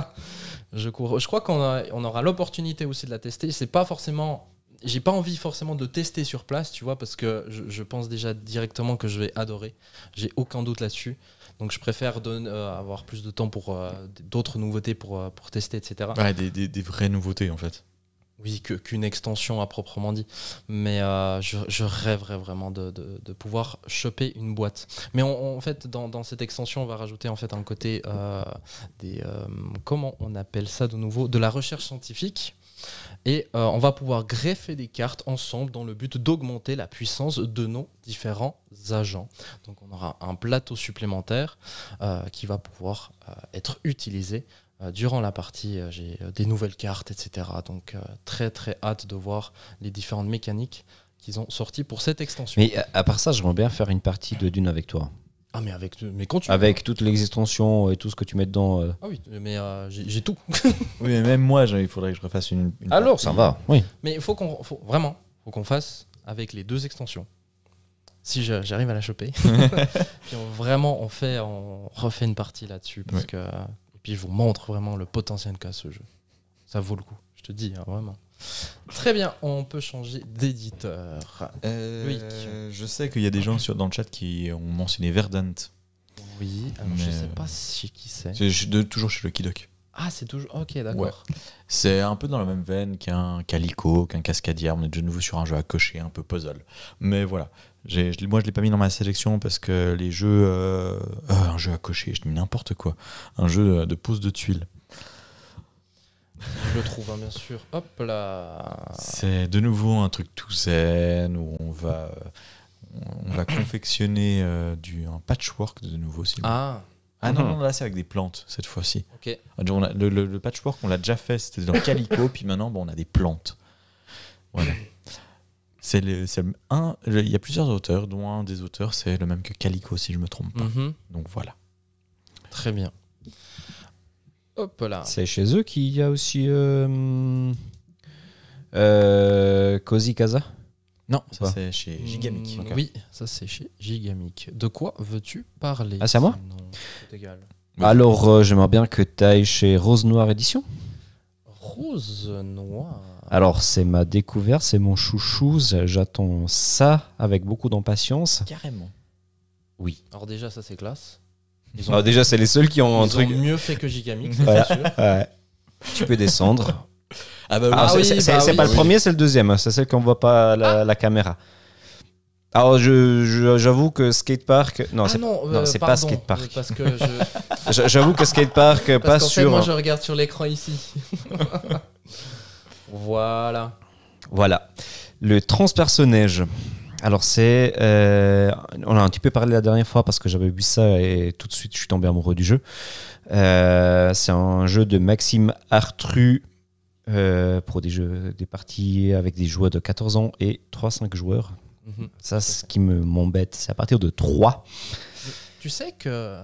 S1: [LAUGHS] je cours. Je crois qu'on a- on aura l'opportunité aussi de la tester. C'est pas forcément. J'ai pas envie forcément de tester sur place, tu vois, parce que je, je pense déjà directement que je vais adorer. J'ai aucun doute là-dessus. Donc je préfère donner- euh, avoir plus de temps pour euh, d'autres nouveautés pour, euh, pour tester, etc.
S2: Ouais, des, des, des vraies nouveautés en fait.
S1: Oui, que- qu'une extension à proprement dit. Mais euh, je, je rêverais vraiment de, de- de pouvoir choper une boîte. Mais on- on- en fait, dans, dans cette extension, on va rajouter en fait un côté euh, des. euh, comment on appelle ça de nouveau De la recherche scientifique. Et euh, on va pouvoir greffer des cartes ensemble dans le but d'augmenter la puissance de nos différents agents. Donc on aura un plateau supplémentaire euh, qui va pouvoir euh, être utilisé euh, durant la partie, euh, j'ai euh, des nouvelles cartes, etc. Donc euh, très très hâte de voir les différentes mécaniques qu'ils ont sorti pour cette extension.
S3: Mais à, à part ça, j'aimerais bien faire une partie de Dune avec toi.
S1: Ah, mais avec. Mais quand tu.
S3: Avec toutes les extensions et tout ce que tu mets dedans. euh.
S1: Ah oui, mais euh, j'ai j'ai tout. [LAUGHS]
S2: Oui, mais même moi, j'ai- il faudrait que je refasse une. une
S1: Alors,
S2: partie.
S3: Ah, Ça va, oui.
S1: Mais il faut qu'on faut, vraiment faut qu'on fasse avec les deux extensions. Si je- j'arrive à la
S2: [LAUGHS]
S1: choper, [LAUGHS] puis on, vraiment on fait, on refait une partie là-dessus parce
S2: Ouais.
S1: que et puis je vous montre vraiment le potentiel qu'a ce jeu. Ça vaut le coup, je te dis hein, vraiment. Très bien, on peut changer d'éditeur.
S2: Euh, Je sais qu'il y a des gens sur, dans le chat qui ont mentionné Verdant.
S1: Oui, alors je
S2: Mais,
S1: sais
S2: euh,
S1: pas si qui c'est.
S2: C'est ch- de- toujours chez le Kidok.
S1: Ah, c'est toujours. Ok, d'accord.
S2: C'est un peu dans la même veine qu'un Calico, qu'un Cascadière. On est de nouveau sur un jeu à cocher, un peu puzzle. Mais voilà. J'ai- je l'ai- moi, je l'ai pas mis dans ma sélection parce que les jeux. euh, euh, un jeu à cocher, je dis n'importe quoi. Un jeu euh, de pose de tuiles.
S1: Je le trouve, hein, bien sûr. Hop là.
S2: C'est de nouveau un truc tout zen où on va, on va confectionner euh, du, un patchwork de nouveau. si vous-
S1: Ah,
S2: Ah non,
S3: Mhm.
S2: non, là c'est avec des plantes cette fois-ci.
S1: ok.
S2: On a- Le, le- le patchwork, on l'a déjà fait, c'était dans
S1: [LAUGHS]
S2: Calico, puis maintenant bon, on a des plantes. Voilà. C'est le- c'est le- un- le- Il y a plusieurs auteurs, dont un des auteurs c'est le même que Calico, si je me trompe pas.
S1: Mhm.
S2: Donc voilà.
S1: Très bien. Hop là.
S3: C'est chez eux qu'il y a aussi euh, euh, Cozy Casa.
S2: Non, ça
S3: Pas.
S2: c'est chez Gigamic.
S1: Mm, Oui, ça c'est chez Gigamic. De quoi veux-tu parler
S3: Ah, c'est à moi
S1: sinon C'est égal.
S2: Oui.
S3: Alors, euh, j'aimerais bien que tu ailles chez Rose Noire Édition.
S1: Rose noire.
S3: Alors, c'est ma découverte, c'est mon chouchou. J'attends ça avec beaucoup d'impatience.
S2: Carrément.
S1: Alors déjà, ça c'est classe. Ils ont,
S3: Alors Ah, déjà, c'est les seuls qui ont
S1: ils
S3: un
S1: ont
S3: truc.
S1: mieux fait que Gigamic, ça,
S3: Voilà.
S1: c'est sûr.
S3: Ouais. Tu
S1: [LAUGHS]
S3: peux descendre.
S2: Ah bah oui.
S3: Alors,
S1: Ah
S3: c'est-
S1: oui,
S3: c'est c'est-
S1: bah
S3: c'est
S1: oui,
S3: pas
S1: oui.
S3: le premier, c'est le deuxième. hein. C'est celle qu'on voit pas à la, la caméra. Alors, je- je- j'avoue que skatepark. Non,
S1: Ah
S3: c'est
S1: non,
S3: non,
S1: euh,
S3: c'est pas
S1: pardon,
S3: skatepark.
S1: euh, Parce que
S3: [LAUGHS]
S1: je,
S3: J'a- J'avoue que skatepark euh,
S1: Ah. parce
S3: pas
S1: qu'en fait,
S3: sur.
S1: moi je regarde sur l'écran ici. [LAUGHS] voilà.
S3: Voilà. Le transpersonnage. Alors c'est, euh, on a un petit peu parlé la dernière fois parce que j'avais vu ça et tout de suite je suis tombé amoureux du jeu. Euh, c'est un jeu de Maxime Artru euh, pour des jeux, des parties avec des joueurs de 14 ans et 3-5 joueurs.
S1: Mhm.
S3: Ça, ce qui me m'embête, c'est à partir de 3.
S1: Tu sais que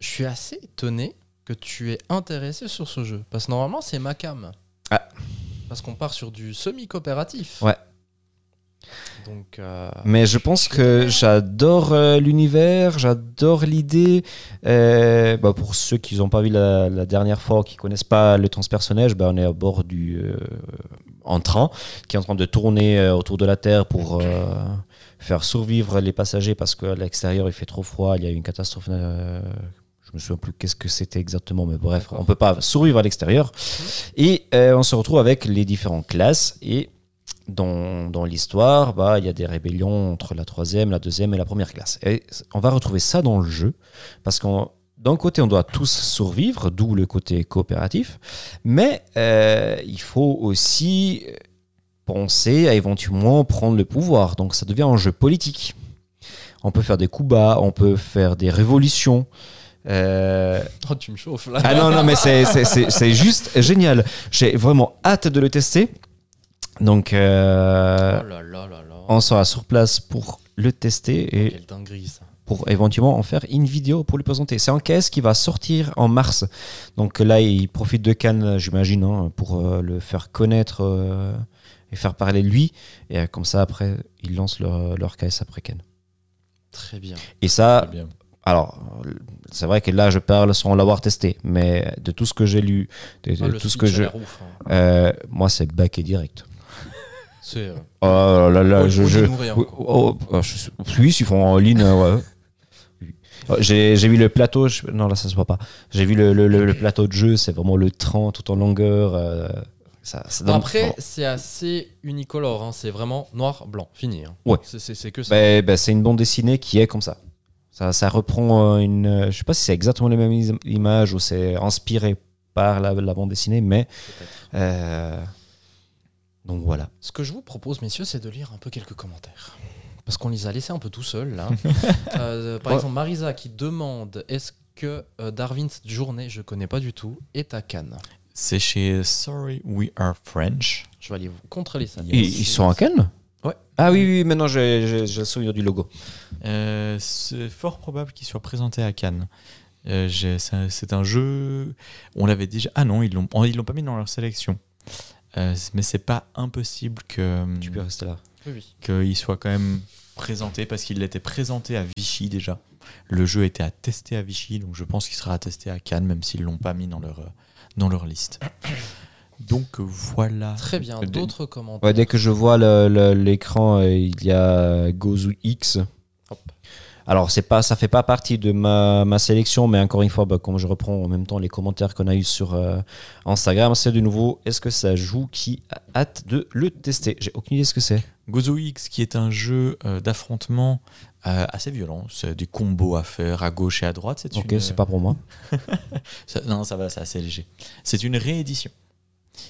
S1: je suis assez étonné que tu es intéressé sur ce jeu. Parce que normalement, c'est ma cam.
S3: Ah.
S1: Parce qu'on part sur du semi-coopératif.
S3: Ouais.
S1: Donc, euh,
S3: Mais je pense que j'adore euh, l'univers, j'adore l'idée. Euh, bah, pour ceux qui n'ont pas vu la, la dernière fois, qui connaissent pas le transpersonnage, bah, on est à bord du euh, en train qui est en train de tourner euh, autour de la Terre pour euh, faire survivre les passagers parce qu'à l'extérieur il fait trop froid, il y a eu une catastrophe. euh, je me souviens plus qu'est-ce que c'était exactement, mais bref,
S1: D'accord.
S3: on peut pas survivre à l'extérieur. Et euh, on se retrouve avec les différentes classes et dans, dans l'histoire, bah, il y a des rébellions entre la troisième, la deuxième et la première classe. Et on va retrouver ça dans le jeu, parce qu'on d'un côté, on doit tous survivre, d'où le côté coopératif, mais euh, il faut aussi penser à éventuellement prendre le pouvoir. Donc ça devient un jeu politique. On peut faire des coups bas, on peut faire des révolutions. Euh,
S1: [LAUGHS] oh, tu me chauffes là.
S3: ah non, non, mais c'est- c'est c'est- c'est juste génial. J'ai vraiment hâte de le tester. Donc, euh,
S1: Oh là là là là.
S3: on sera sur place pour le tester et
S1: Quelle dinguerie ça.
S3: pour éventuellement en faire une vidéo pour le présenter. C'est un caisse qui va sortir en mars. Donc là, il profite de Cannes, j'imagine, hein, pour euh, le faire connaître euh, et faire parler de lui. Et euh, comme ça, après, ils lancent leur, leur caisse après Cannes.
S1: Très bien.
S3: Et ça,
S2: Très bien.
S3: alors, euh, c'est vrai que là, je parle sans l'avoir testé, mais de tout ce que j'ai lu, de, de
S1: Ah, le
S3: tout ce
S1: Switch
S3: que
S1: a
S3: je...
S1: l'air ouf, hein.
S3: euh, moi, c'est baqué direct.
S1: C'est. euh,
S3: Oh là là, là,
S1: on-
S3: je...
S1: on
S3: je-
S1: dit nous rien,
S3: Oui,
S1: quoi.
S3: oh, oh, je- oui, s'ils font en ligne, euh, ouais. Oui. Oh, J'ai j'ai vu le plateau, je- non là ça se voit pas. J'ai vu le, le- le- le plateau de jeu, c'est vraiment le train tout en longueur. euh, ça, ça donne-
S1: Après,
S3: bon.
S1: c'est assez unicolore. hein. C'est vraiment noir, blanc. Fini. hein.
S3: Ouais.
S1: C'est- C'est c'est que ça.
S3: Ben, ben, c'est une bande dessinée qui est comme ça. Ça, ça reprend euh, une, euh, je sais pas si c'est exactement les mêmes is- images ou c'est inspiré par la, la bande dessinée, mais
S1: Peut-être.
S3: euh, donc voilà.
S1: Ce que je vous propose, messieurs, c'est de lire un peu quelques commentaires. Parce qu'on les a laissés un peu tout seuls,
S2: [LAUGHS]
S1: là. Euh, par
S3: Ouais.
S1: exemple, Marisa qui demande est-ce que euh, Darwin, cette journée, je connais pas du tout, est à Cannes
S2: C'est chez Sorry We Are French.
S1: Je vais aller vous contrôler ça.
S3: Ils, ils sont à Cannes.
S1: Ouais.
S3: Ah oui, oui, maintenant j'ai j'ai- j'ai le souvenir du logo.
S2: Euh, c'est fort probable qu'il soit présenté à Cannes. Euh, j'ai- c'est un- c'est un jeu. On l'avait déjà. Ah non, ils l'ont. oh, Ils l'ont pas mis dans leur sélection. Euh, c- mais c'est pas impossible que euh,
S3: Tu peux rester là.
S1: Oui.
S2: qu'il soit quand même présenté parce qu'il était présenté à Vichy déjà. Le jeu était à tester à Vichy, donc je pense qu'il sera à tester à Cannes, même s'ils l'ont pas mis dans leur euh, dans leur liste. Donc euh, voilà.
S1: Très bien. D'autres commentaires.
S3: Ouais, dès que je vois le- le- l'écran, euh, il y a Gozu X.
S1: Hop.
S3: Alors, c'est pas, ça fait pas partie de ma, ma sélection, mais encore une fois, bah, comme je reprends en même temps les commentaires qu'on a eu sur euh, Instagram, c'est de nouveau est-ce que ça joue qui a hâte de le tester J'ai aucune idée ce que c'est.
S2: Gozo X, qui est un jeu euh, d'affrontement euh, assez violent, c'est des combos à faire à gauche et à droite. C'est
S3: Ok,
S2: une-
S3: c'est pas pour moi.
S2: ça- non, ça va, c'est assez léger. C'est une réédition.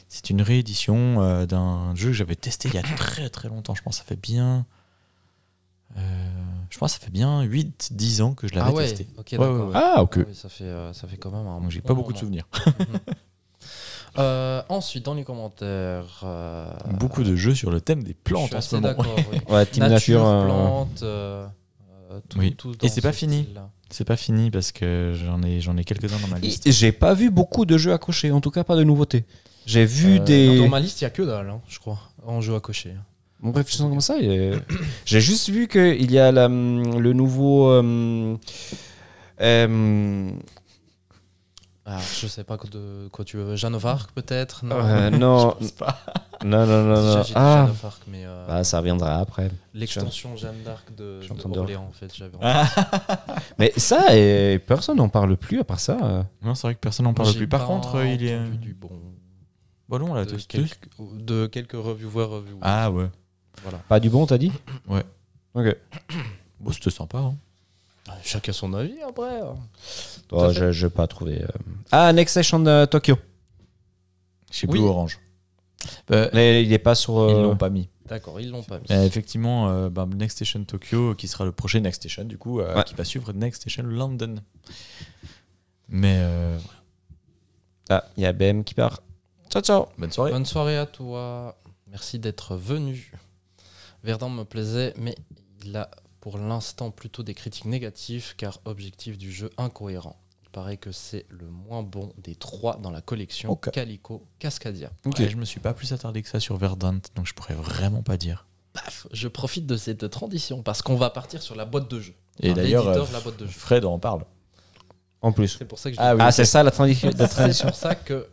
S2: C'est une réédition euh, d'un jeu que j'avais testé il y a très très longtemps. Je pense que ça fait bien. euh, je pense que ça fait bien 8-10 ans que je l'avais
S1: Ah ouais,
S2: testé.
S1: ok,
S2: Ouais,
S1: d'accord.
S2: ouais, ouais. Ah, ok.
S1: Ah oui, ça, fait, euh, ça fait quand même un.
S2: Donc j'ai
S1: bon
S2: pas beaucoup de
S1: moment.
S2: souvenirs.
S1: Euh, ensuite, dans les commentaires. euh,
S2: beaucoup de jeux sur le thème des
S1: je
S2: plantes
S1: suis
S2: en ce
S1: assez
S2: moment.
S1: d'accord,
S2: [LAUGHS]
S1: oui.
S3: Ouais, Team Nature. euh,
S1: plante. euh, euh, tout,
S2: Oui.
S1: tout
S2: Et
S1: dans
S2: c'est pas
S1: ce
S2: fini.
S1: style-là.
S2: C'est pas fini parce que j'en ai, j'en ai quelques-uns dans ma liste.
S3: et J'ai pas vu beaucoup de jeux accrochés, en tout cas pas de nouveautés. J'ai vu
S1: Euh,
S3: des.
S1: Dans ma liste, il y a que dalle, hein, je crois, en jeu à cocher.
S3: Mon réflexion comme ça, il est- [COUGHS] j'ai juste vu qu'il y a la, hum, le nouveau. hum, euh,
S1: Alors, Ah, je sais pas quoi de quoi tu veux. Jeanne of Arc, peut-être Non. [LAUGHS]
S3: euh, non, non, non,
S1: Déjà,
S3: non, non.
S1: j'ai dit
S3: Ah,
S1: Jeanne of Arc, mais euh,
S3: bah, ça reviendra après.
S1: l'extension Jeanne d'Arc de,
S3: Jeanne
S1: de
S3: d'Arc.
S1: Orléans, en fait. J'avais
S2: Ah,
S3: Mais ça, et personne n'en parle plus à part ça. euh.
S2: Non, c'est vrai que personne n'en parle
S1: J'ai
S2: plus. Par
S1: pas
S2: contre, euh, il est.
S1: entendu du bon.
S2: Bon, non, on l'a
S1: de,
S2: testé.
S1: quelques, de quelques reviewers reviewers.
S2: Ah ouais.
S1: Voilà.
S3: Pas du bon, t'as dit
S2: Ouais.
S3: Ok.
S2: Bon, c'était sympa. hein.
S1: Ah, Chacun son avis après. hein.
S3: Oh,
S1: à fait.
S3: je je vais pas trouvé. euh. Ah, Next Session de Tokyo.
S2: Chez
S1: Oui.
S2: Blue Orange. Euh,
S3: Mais Il est pas sur.
S2: Ils
S3: euh,
S2: l'ont pas mis.
S1: D'accord, ils l'ont pas mis.
S3: Eh,
S2: Euh, effectivement, euh, bah, Next Station Tokyo, qui sera le prochain Next Station, du coup, euh,
S3: Ouais.
S2: qui va suivre Next Station London. Mais euh,
S3: Ah, il y a BM qui part. Ciao, ciao.
S2: bonne soirée.
S1: Bonne soirée à toi. Merci d'être venu. Verdun me plaisait, mais il a pour l'instant plutôt des critiques négatives car objectif du jeu incohérent. Il paraît que c'est le moins bon des trois dans la collection
S2: Ok.
S1: Calico Cascadia.
S2: Ouais, je me suis pas plus attardé que ça sur Verdant, donc je pourrais vraiment pas dire.
S1: Paf, je profite de cette transition parce qu'on va partir sur la boîte de jeu.
S2: Et
S1: Enfin,
S2: d'ailleurs,
S1: l'éditeur
S2: euh,
S1: de la boîte de jeu.
S2: Fred en parle.
S3: En plus.
S1: C'est pour ça que je
S2: Ah oui.
S3: Ah, c'est ça la transition. [LAUGHS]
S1: [LAUGHS]
S3: la transition.
S1: C'est pour ça que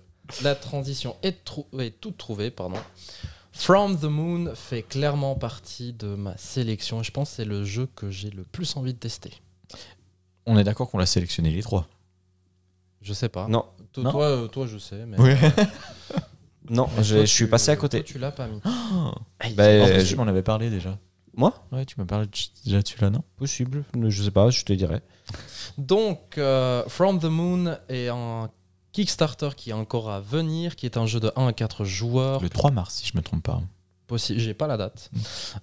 S1: la transition est, trou- est toute trouvée. Pardon. From the Moon fait clairement partie de ma sélection. Je pense que c'est le jeu que j'ai le plus envie de tester.
S2: On est d'accord qu'on l'a sélectionné les trois.
S1: Je sais pas.
S3: Non,
S1: To-
S2: Non.
S1: Toi, euh, toi, je sais. Mais
S2: Ouais.
S3: [LAUGHS] non,
S1: mais
S3: je
S1: toi,
S3: je suis
S1: tu-
S3: passé à
S1: toi,
S3: côté.
S1: tu l'as pas
S3: [GASPS]
S1: mis.
S3: Bah,
S2: En plus,
S3: euh,
S2: tu
S3: je-
S2: m'en avais parlé déjà.
S3: Moi
S2: Ouais, tu m'as parlé de- déjà dessus là, non
S3: Possible, je sais pas, je te dirai.
S1: Donc, euh, From the Moon est un Kickstarter qui est encore à venir, qui est un jeu de 1 à 4 joueurs.
S2: Le 3 mars, si je me trompe pas.
S1: possible, j'ai pas la date,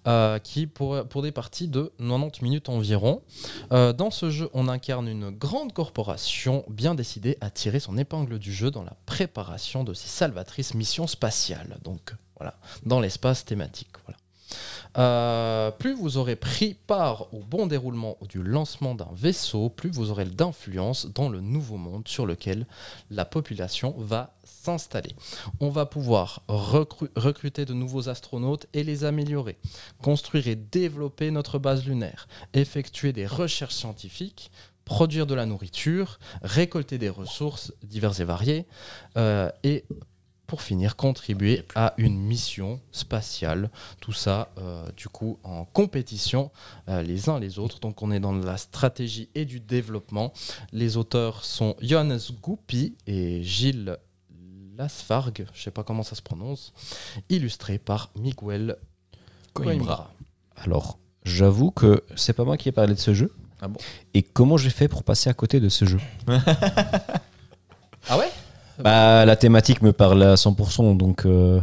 S1: euh, qui pour, pour des parties de 90 minutes environ. Euh, dans ce jeu, on incarne une grande corporation bien décidée à tirer son épingle du jeu dans la préparation de ses salvatrices missions spatiales. Donc voilà, dans l'espace thématique. Voilà. Euh, plus vous aurez pris part au bon déroulement du lancement d'un vaisseau, plus vous aurez d'influence dans le nouveau monde sur lequel la population va s'installer on va pouvoir recru- recruter de nouveaux astronautes et les améliorer, construire et développer notre base lunaire, effectuer des recherches scientifiques, produire de la nourriture, récolter des ressources diverses et variées, euh, et pour finir, contribuer à une mission spatiale. Tout ça, euh, du coup, en compétition euh, les uns les autres. Donc, on est dans de la stratégie et du développement. Les auteurs sont Johannes Goupy et Gilles Lasfargue, je sais pas comment ça se prononce, illustré par Miguel Coimbra.
S3: Alors, j'avoue que c'est pas moi qui ai parlé de ce jeu.
S2: Ah bon
S3: Et comment j'ai fait pour passer à côté de ce jeu
S1: Ah ouais
S3: Bah, la thématique me parle à 100%, donc. euh,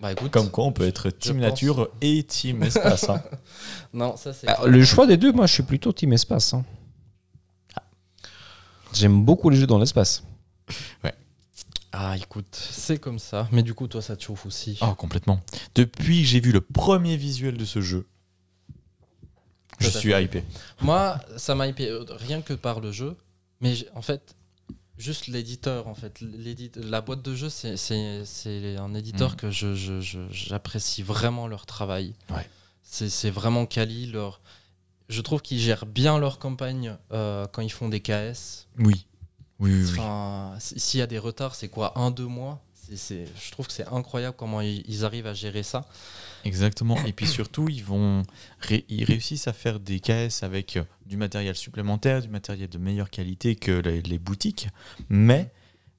S1: Bah écoute,
S2: Comme quoi, on peut être Team
S1: pense.
S2: Nature et Team Espace. hein.
S1: non, ça c'est.
S3: ah, le choix des deux, moi, je suis plutôt team espace. hein.
S1: Ah.
S3: J'aime beaucoup les jeux dans l'espace.
S1: Ah, écoute, c'est comme ça. Mais du coup, toi, ça te chauffe aussi.
S2: Oh, complètement. Depuis que j'ai vu le premier visuel de ce jeu, je
S1: Tout à
S2: suis hypé.
S1: Moi, ça m'a hypé euh, rien que par le jeu, mais j- en fait, juste l'éditeur, en fait, l'édite- la boîte de jeu, c'est- c'est c'est un éditeur
S2: Mm.
S1: que je- je- je- j'apprécie vraiment leur travail.
S2: Ouais.
S1: C'est c'est vraiment quali leur. Je trouve qu'ils gèrent bien leur campagne euh, quand ils font des KS.
S2: Oui. Oui, oui, oui.
S1: Enfin, s- S'il y a des retards, c'est quoi Un, deux mois C'est- c'est- Je trouve que c'est incroyable comment ils, ils arrivent à gérer ça.
S2: Exactement. Et puis surtout, ils vont ré- ils réussissent à faire des caisses avec euh, du matériel supplémentaire, du matériel de meilleure qualité que les, les boutiques, mais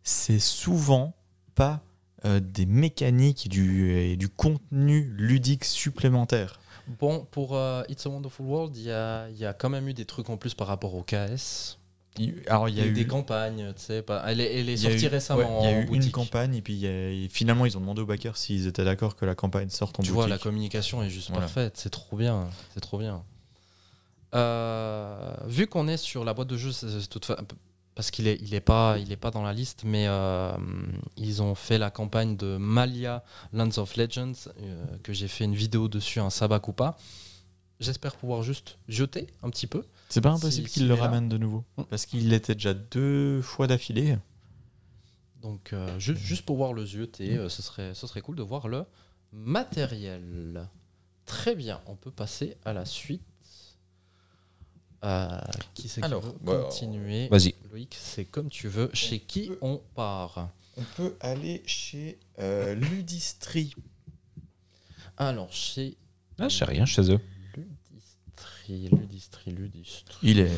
S2: c'est souvent pas euh, des mécaniques et du, et du contenu ludique supplémentaire.
S1: Bon, pour euh, It's a Wonderful World, il y a, il y a quand même eu des trucs en plus par rapport au KS.
S2: Il- Alors Oh, il y a eu
S1: des campagnes, tu sais. Pas... Elle, est, elle est
S2: il y a
S1: sortie
S2: eu-
S1: récemment
S2: ouais, il y a
S1: en
S2: eu une
S1: boutique.
S2: campagne et puis il y a- et finalement ils ont demandé aux backers s'ils étaient d'accord que la campagne sorte en
S1: Tu vois, la
S2: boutique.
S1: communication est juste
S2: Voilà.
S1: parfaite. C'est trop bien. C'est trop bien. Euh, vu qu'on est sur la boîte de jeu, c'est- c'est toute fa- parce qu'il est, il est pas, il est pas dans la liste, mais euh, ils ont fait la campagne de Malia Lands of Legends euh, que j'ai fait une vidéo dessus, un sabbat ou pas. J'espère pouvoir juste jeter un petit peu.
S2: C'est pas impossible
S1: si-
S2: qu'ils
S1: si
S2: le
S1: elle est là. Mm.
S2: ramènent de nouveau parce qu'il était déjà deux fois d'affilée.
S1: Donc euh, ju- juste pour voir le jeter, euh, ce, serait, ce serait cool de voir le matériel. Très bien, on peut passer à la suite. Euh, qui c'est qui
S2: Alors,
S1: veut
S2: bah,
S1: continuer
S3: Vas-y.
S1: Loïc, c'est comme tu veux. Chez qui on part
S2: On peut aller chez euh, Ludistri.
S1: Alors, chez
S3: Ah, je sais rien chez eux.
S1: Ludistri, Ludistri, Ludistri.
S2: Il est.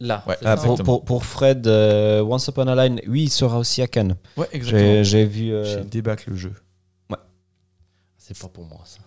S1: Là,
S2: Ouais,
S1: c'est
S2: ah,
S1: ça
S3: pour,
S2: Exactement.
S3: pour- pour Fred, euh, Once Upon a Line, oui, il sera aussi à Cannes.
S2: Ouais,
S3: J'ai j'ai vu euh,
S2: Chez Débac le jeu.
S1: C'est pas pour moi, ça.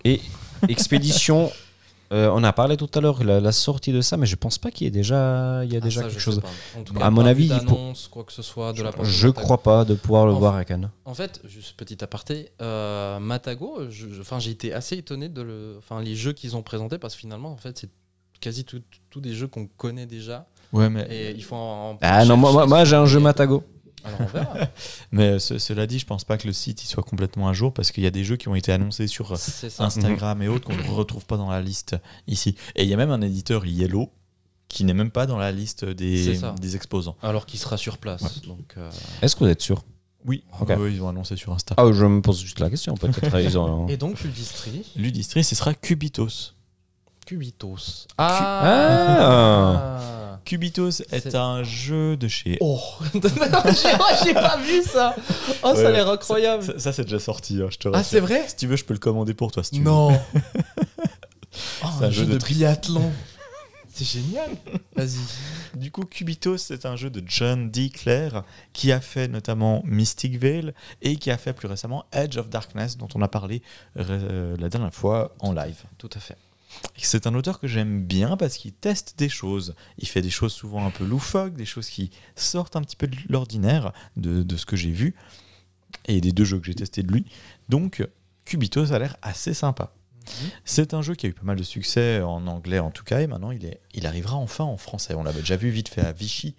S3: Expédition. [LAUGHS] euh, on a parlé tout à l'heure la, la sortie de ça, mais je pense pas qu'il y ait déjà, il y a
S1: Ah,
S3: déjà
S1: ça, je
S3: quelque
S1: sais
S3: chose.
S1: pas. En tout
S3: À
S1: cas,
S3: mon
S1: pas
S3: avis,
S1: vu
S3: il faut-
S1: d'annonce, quoi que ce soit de la part de
S3: Je
S1: Kotaku.
S3: crois pas de pouvoir le
S1: En-
S3: voir à Cannes.
S1: En fait, juste petit aparté, euh, Matago, je- je- enfin, j'ai été assez étonné de le, enfin, les jeux qu'ils ont présentés parce que finalement, en fait, c'est quasi tout- tous des jeux qu'on connaît déjà
S2: Ouais, mais,
S1: et il faut en, en
S3: Ah non, moi,
S1: chercher
S3: moi, moi, j'ai un
S1: sur-
S3: jeu Matago.
S1: Alors on
S2: [LAUGHS]
S1: verra.
S2: mais euh, ce- cela dit, je pense pas que le site il soit complètement à jour parce qu'il y a des jeux qui ont été annoncés sur
S1: c'est ça.
S2: Instagram et autres qu'on ne retrouve pas dans la liste ici. Et il y a même un éditeur Yellow qui n'est même pas dans la liste
S1: C'est
S2: des,
S1: ça.
S2: des exposants.
S1: Alors qu'il sera sur place. Donc, euh,
S3: Est-ce que vous êtes sûr
S2: Oui,
S3: Ok.
S2: Ah ouais, ils ont annoncé sur Insta.
S3: Ah, je me pose juste la question. Peut-être ils
S1: [LAUGHS]
S3: ont.
S1: Et donc, Ludistri,
S2: Ludistri, ce sera Cubitos.
S1: Cubitos.
S3: Ah.
S2: Cubitos est,
S1: C'est-
S2: un jeu de chez.
S1: Oh [LAUGHS] J'ai j'ai pas vu ça Oh, ça a
S2: Ouais,
S1: l'air incroyable
S2: Ça, ça, c'est déjà sorti, hein, je te
S1: Ah,
S2: rassure.
S1: c'est vrai
S2: Si tu veux, je peux le commander pour toi. Si tu veux.
S1: Non [LAUGHS] Oh,
S2: C'est un jeu de
S1: triathlon C'est génial Vas-y.
S2: Du coup, Cubitos, c'est un jeu de John D. Clare qui a fait notamment Mystic Veil et qui a fait plus récemment Edge of Darkness, dont on a parlé euh, la dernière fois en live.
S1: Tout à fait.
S2: C'est un auteur que j'aime bien parce qu'il teste des choses. Il fait des choses souvent un peu loufoques, des choses qui sortent un petit peu de l'ordinaire de, de ce que j'ai vu et des deux jeux que j'ai testés de lui. Donc, Cubitos a l'air assez sympa. C'est un jeu qui a eu pas mal de succès en anglais en tout cas et maintenant il, est, il arrivera enfin en français. On l'avait déjà vu vite fait à Vichy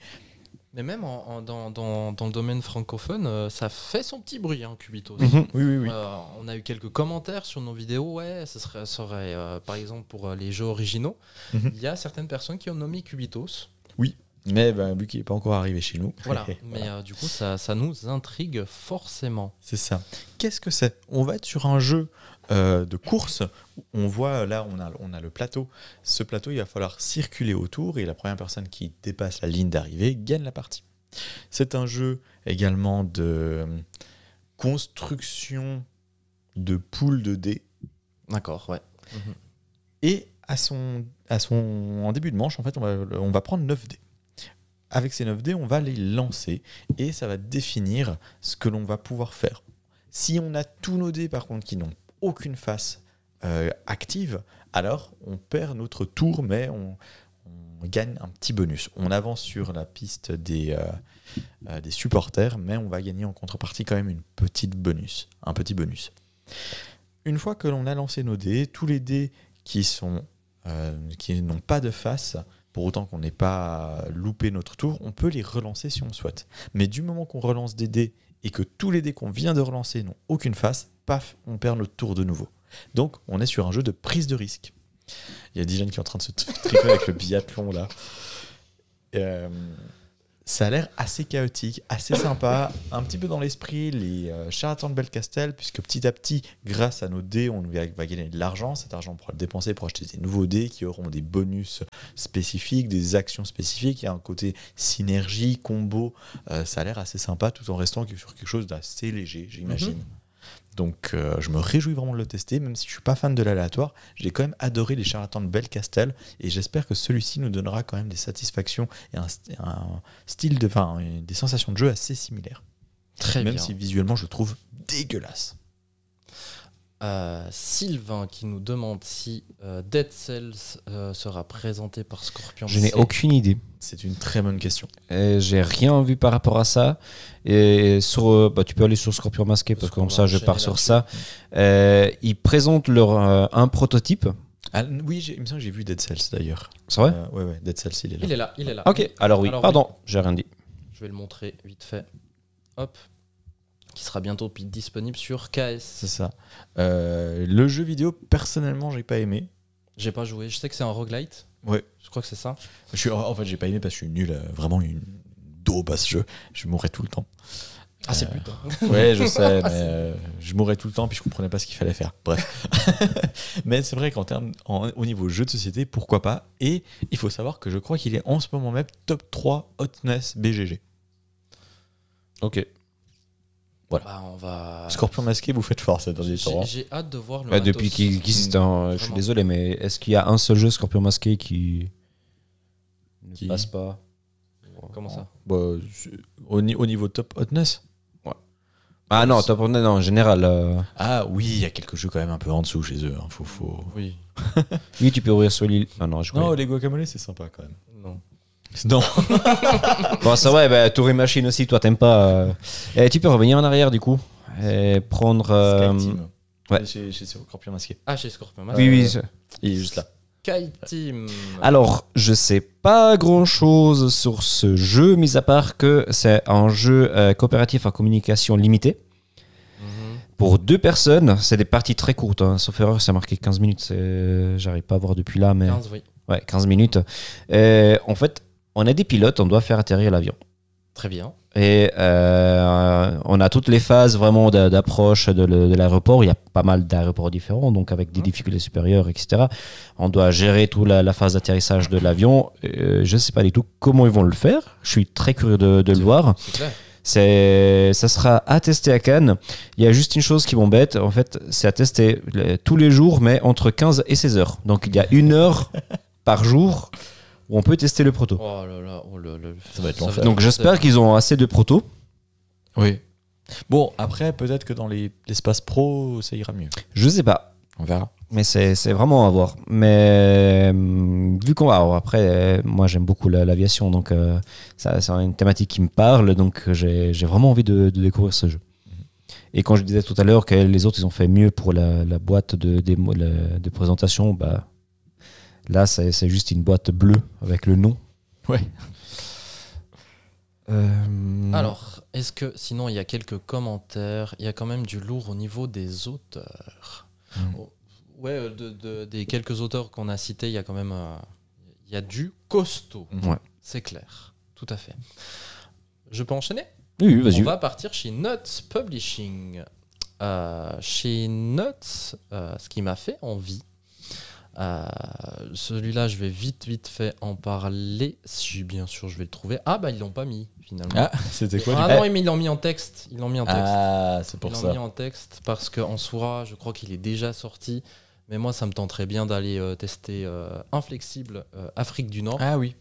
S1: Mais même en- en- dans, dans- dans le domaine francophone, euh, ça fait son petit bruit, hein, Cubitos.
S3: Mhm.
S2: Oui, oui, oui.
S1: Euh, on a eu quelques commentaires sur nos vidéos. Ouais, ce serait, ça aurait, euh, par exemple, pour euh, les jeux originaux,
S2: Mhm.
S1: il y a certaines personnes qui ont nommé Cubitos.
S2: Mais ben, vu qu'il n'est pas encore arrivé chez nous.
S1: Voilà.
S2: [LAUGHS] voilà.
S1: Mais euh, du coup, ça, ça nous intrigue forcément.
S2: C'est ça. Qu'est-ce que c'est On va être sur un jeu euh, de course. On voit là, on a, on a le plateau. Ce plateau, il va falloir circuler autour et la première personne qui dépasse la ligne d'arrivée gagne la partie. C'est un jeu également de euh, construction de poules de dés.
S1: D'accord, ouais.
S2: Et à son, à son, en début de manche, en fait, on va, on va prendre 9 dés. Avec ces 9 dés, on va les lancer et ça va définir ce que l'on va pouvoir faire. Si on a tous nos dés, par contre, qui n'ont aucune face euh, active, alors on perd notre tour, mais on, on gagne un petit bonus. On avance sur la piste des, euh, euh, des supporters, mais on va gagner en contrepartie quand même une petite bonus, un petit bonus. Une fois que l'on a lancé nos dés, tous les dés qui sont euh, qui n'ont pas de face, pour autant qu'on n'ait pas loupé notre tour, on peut les relancer si on souhaite. Mais du moment qu'on relance des dés et que tous les dés qu'on vient de relancer n'ont aucune face, paf, on perd notre tour de nouveau. Donc, on est sur un jeu de prise de risque. Il y a Dijon qui est en train de se t- triper avec le biathlon là. Euh, ça a l'air assez chaotique, assez sympa, [LAUGHS] un petit peu dans l'esprit les euh, charlatans de Belcastel, puisque petit à petit, grâce à nos dés, on va, va gagner de l'argent. Cet argent, on pourra le dépenser pour acheter des nouveaux dés qui auront des bonus spécifiques, des actions spécifiques. Il y a un côté synergie, combo. Euh, ça a l'air assez sympa, tout en restant sur quelque chose d'assez léger, j'imagine. Donc euh, je me réjouis vraiment de le tester, même si je suis pas fan de l'aléatoire, j'ai quand même adoré les charlatans de Belcastel et j'espère que celui-ci nous donnera quand même des satisfactions et un, st- un style de, enfin, euh, des sensations de jeu assez similaires.
S1: Très
S2: même
S1: bien.
S2: si visuellement je le trouve dégueulasse.
S1: Euh, Sylvain qui nous demande si euh, Dead Cells euh, sera présenté par Scorpion.
S3: Je n'ai
S1: C'est-
S3: aucune idée.
S2: C'est une très bonne question.
S3: Et J'ai rien vu par rapport à ça. Et sur, euh, bah, tu peux aller sur Scorpion Masqué parce
S1: Parce
S3: que comme
S1: qu'on va
S3: ça, je
S1: enchaîner
S3: pars sur ça. Euh, ils présentent leur euh, un prototype.
S2: Ah, oui, j'ai- il me semble que j'ai vu Dead Cells d'ailleurs.
S3: C'est vrai
S2: Euh, ouais, ouais, Dead Cells il est là.
S1: Il est là, il est là.
S3: Ok. Alors oui.
S1: Alors oui.
S3: Pardon, j'ai rien dit.
S1: Je vais le montrer vite fait. Hop. Qui sera bientôt pi- disponible sur KS.
S2: C'est ça. Euh, le jeu vidéo, personnellement, j'ai pas aimé.
S1: J'ai pas joué, je sais que c'est un roguelite.
S2: Ouais.
S1: Je crois que c'est ça.
S2: Je suis, en fait, j'ai pas aimé parce que je suis nul, euh, vraiment une daube à ce jeu. Je mourrais tout le temps.
S1: Ah, c'est putain. [LAUGHS]
S2: Ouais, je sais, mais euh, je mourais tout le temps puis je comprenais pas ce qu'il fallait faire. Bref. [LAUGHS] mais c'est vrai qu'en termes, en- au niveau jeu de société, pourquoi pas Et il faut savoir que je crois qu'il est en ce moment même top 3 hotness BGG.
S3: Ok.
S1: Bah, on va.
S2: Scorpion masqué, vous faites fort, cette
S1: J'ai-
S2: torrent.
S1: J'ai hâte de voir le.
S3: Bah, depuis
S1: matos.
S3: qu'il existe, hein, je suis
S1: Vraiment.
S3: désolé, mais est-ce qu'il y a un seul jeu Scorpion Masqué qui ne
S2: Qui-
S3: passe pas
S1: Comment ça
S2: Bah, c'est- au, ni- au niveau top hotness
S3: Ah non, top, non, en général. euh,
S2: Ah oui, il y a quelques jeux quand même un peu en dessous chez eux. hein, Faut, faut...
S1: Oui.
S3: Oui, tu peux ouvrir sur l'île. Ah non, je
S2: Non,
S3: croyais.
S2: les guacamoles, c'est sympa quand même.
S1: Non.
S2: [LAUGHS] Non,
S3: Bon, ça va, bah, Touring Machine aussi, toi, t'aimes pas. euh. Eh, tu peux revenir en arrière, du coup, et prendre. euh,
S2: Skyteam.
S3: ouais.
S2: Chez, chez Scorpion masqué.
S1: Ah, chez Scorpion.
S3: Oui, oui. Ah, je-
S2: Il est juste là.
S1: Sky Team.
S3: Alors, je sais pas grand chose sur ce jeu, mis à part que c'est un jeu euh, coopératif à communication limitée.
S1: Mhm.
S3: Pour deux personnes, c'est des parties très courtes. hein. Sauf erreur, c'est marqué 15 minutes. c'est- J'arrive pas à voir depuis là, mais.
S1: 15, oui.
S3: Ouais, 15 minutes. Euh, en fait, on est des pilotes, on doit faire atterrir l'avion.
S1: Très bien.
S3: Et euh, on a toutes les phases vraiment d'a- d'approche de, le- de l'aéroport. Il y a pas mal d'aéroports différents, donc avec des
S1: Mhm.
S3: difficultés supérieures, etc. On doit gérer toute la, la phase d'atterrissage de l'avion. Euh, je ne sais pas du tout comment ils vont le faire. Je suis très curieux de, de le voir.
S1: C'est clair.
S3: C'est, ça sera à tester à Cannes. Il y a juste une chose qui m'embête. En fait, c'est à tester le- tous les jours, mais entre 15 et 16 heures. Donc il y a une [LAUGHS] heure par jour où on peut tester le proto. Euh,
S1: Oh là là, oh là là.
S2: Ça va être l'enfer.
S3: Donc j'espère qu'ils ont assez de proto.
S2: Oui. Bon, après, peut-être que dans les- l'espace pro, ça ira mieux.
S3: Je sais pas.
S2: On verra.
S3: Mais c'est c'est vraiment à voir. Mais euh, vu qu'on va. alors Après, euh, moi j'aime beaucoup la- l'aviation, donc euh, ça c'est une thématique qui me parle, donc euh, j'ai j'ai vraiment envie de, de découvrir ce jeu. Et quand je disais tout à l'heure que les autres ils ont fait mieux pour la, la boîte de, démo- la- de présentation, bah, là c'est c'est juste une boîte bleue avec le nom.
S2: Ouais. Mm.
S3: Euh,
S1: Alors, est-ce que sinon il y a quelques commentaires Il y a quand même du lourd au niveau des auteurs.
S2: Mm.
S1: Oh, Ouais, euh, de- de- des quelques auteurs qu'on a cités, il y a quand même euh, il y a du costaud.
S2: Mm.
S3: Ouais.
S1: C'est clair, tout à fait. Je peux enchaîner
S3: Oui, oui, vas-y.
S1: On va partir chez Nuts Publishing. Euh, chez Nuts, euh, ce qui m'a fait envie. euh, celui-là, je vais vite, vite fait en parler. Si bien sûr je vais le trouver. Ah, bah ils l'ont pas mis finalement.
S2: Ah, [LAUGHS] c'était quoi
S1: Ah
S2: du coup
S1: non, mais ils l'ont mis en texte. Ils l'ont mis en texte.
S2: Ah, c'est
S1: ils
S2: pour
S1: l'ont
S2: ça.
S1: mis en texte parce qu'en soi, je crois qu'il est déjà sorti. Mais moi, ça me tenterait bien d'aller euh, tester euh, Inflexible euh, Afrique du Nord.
S2: Ah oui.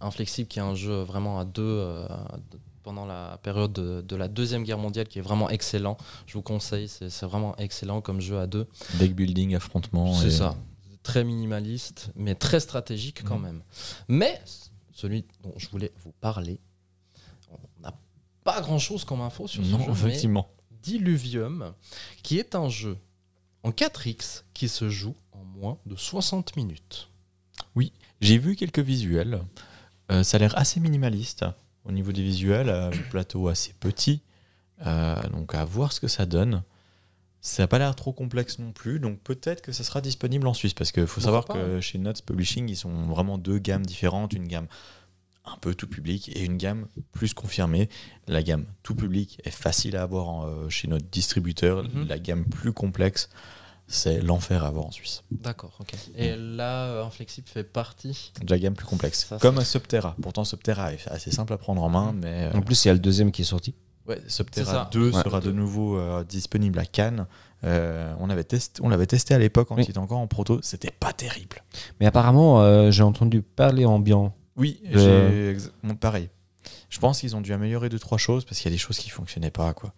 S1: Inflexible qui est un jeu vraiment à deux euh, de- pendant la période de, de la Deuxième Guerre mondiale qui est vraiment excellent. Je vous conseille, c'est c'est vraiment excellent comme jeu à deux.
S2: Deck building, affrontement.
S1: C'est
S2: et-
S1: ça. Très minimaliste, mais très stratégique quand
S2: Mhm.
S1: même. Mais celui dont je voulais vous parler, on n'a pas grand-chose comme info sur ce
S2: Non,
S1: jeu, mais
S2: effectivement.
S1: Diluvium, qui est un jeu en 4X qui se joue en moins de 60 minutes.
S2: J'ai vu quelques visuels. Euh, ça a l'air assez minimaliste au niveau des visuels. euh, le plateau assez petit. Euh, donc à voir ce que ça donne. Ça n'a pas l'air trop complexe non plus, donc peut-être que ça sera disponible en Suisse, parce qu'il faut
S1: Pourquoi
S2: savoir
S1: pas, hein.
S2: que chez Nuts Publishing, ils sont vraiment deux gammes différentes, une gamme un peu tout public et une gamme plus confirmée. La gamme tout public est facile à avoir en, euh, chez notre distributeur,
S1: Mhm.
S2: la gamme plus complexe, c'est l'enfer à avoir en Suisse.
S1: D'accord, ok. Et là, euh, Inflexible fait [LAUGHS] partie.
S2: De la gamme plus complexe,
S1: Ça, c'est-
S2: comme à Subterra. Pourtant Subterra est assez simple à prendre en main, mais euh,
S3: En plus, il y a le deuxième qui est sorti.
S2: Ouais,
S1: C'est ça.
S2: Subterra 2
S3: Ouais.
S2: sera de nouveau euh, disponible à Cannes. Euh, on avait testé, on l'avait testé à l'époque quand
S3: Oui.
S2: il était encore en proto, c'était pas terrible.
S3: Mais apparemment, euh, j'ai entendu parler ambiant.
S2: Oui,
S3: Le-
S2: j'ai ex- bon, pareil. Je pense qu'ils ont dû améliorer deux trois choses parce qu'il y a des choses qui fonctionnaient pas quoi.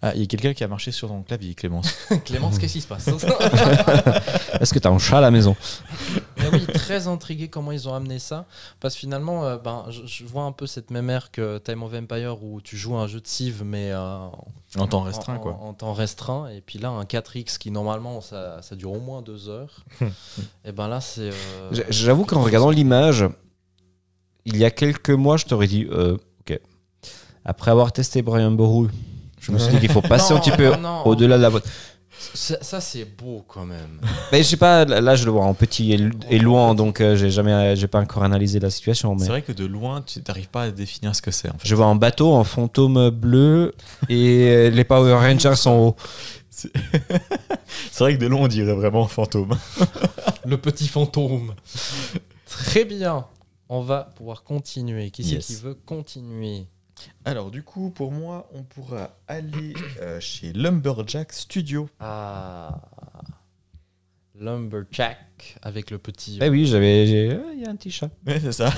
S2: Ah, il y a quelqu'un qui a marché sur ton clavier, Clémence. [LAUGHS]
S1: Clémence, qu'est-ce qui se passe
S3: Est-ce que t'as un chat à la maison
S1: [LAUGHS] Mais oui, très intrigué comment ils ont amené ça. Parce que finalement, euh, ben, je, je vois un peu cette même ère que Time of Empire où tu joues à un jeu de Civ, mais euh, en,
S2: en temps restreint
S1: en-
S2: quoi.
S1: en temps restreint. Et puis là, un 4X qui normalement ça, ça dure au moins deux
S2: [LAUGHS]
S1: heures. et ben là, c'est. euh,
S3: J'- J'avoue qu'en regardant l'image, il y a quelques mois, je t'aurais dit, euh, ok. Après avoir testé Brian Boru, je me suis dit qu'il faut passer
S1: Non,
S3: un petit peu
S1: non,
S3: au-delà de la boîte.
S1: Ça, ça, c'est beau quand même.
S3: Mais je sais pas, là je le vois en petit et, et loin, donc euh, j'ai jamais, j'ai pas encore analysé la situation. Mais
S2: C'est vrai que de loin, tu n'arrives pas à définir ce que c'est. En fait.
S3: je vois un bateau, un fantôme bleu et euh, les Power Rangers sont haut.
S2: C'est vrai que de loin, on dirait vraiment fantôme.
S1: Le petit fantôme. Très bien. On va pouvoir continuer. Qui c'est
S2: Yes.
S1: qui veut continuer
S2: Alors du coup, pour moi, on pourra aller euh, chez Lumberjack Studio. [LAUGHS]
S1: Ah. Lumberjack avec le petit.
S2: Eh
S3: Ben oui, j'avais, j'ai- euh, il y a un petit chat.
S2: Ouais, c'est ça.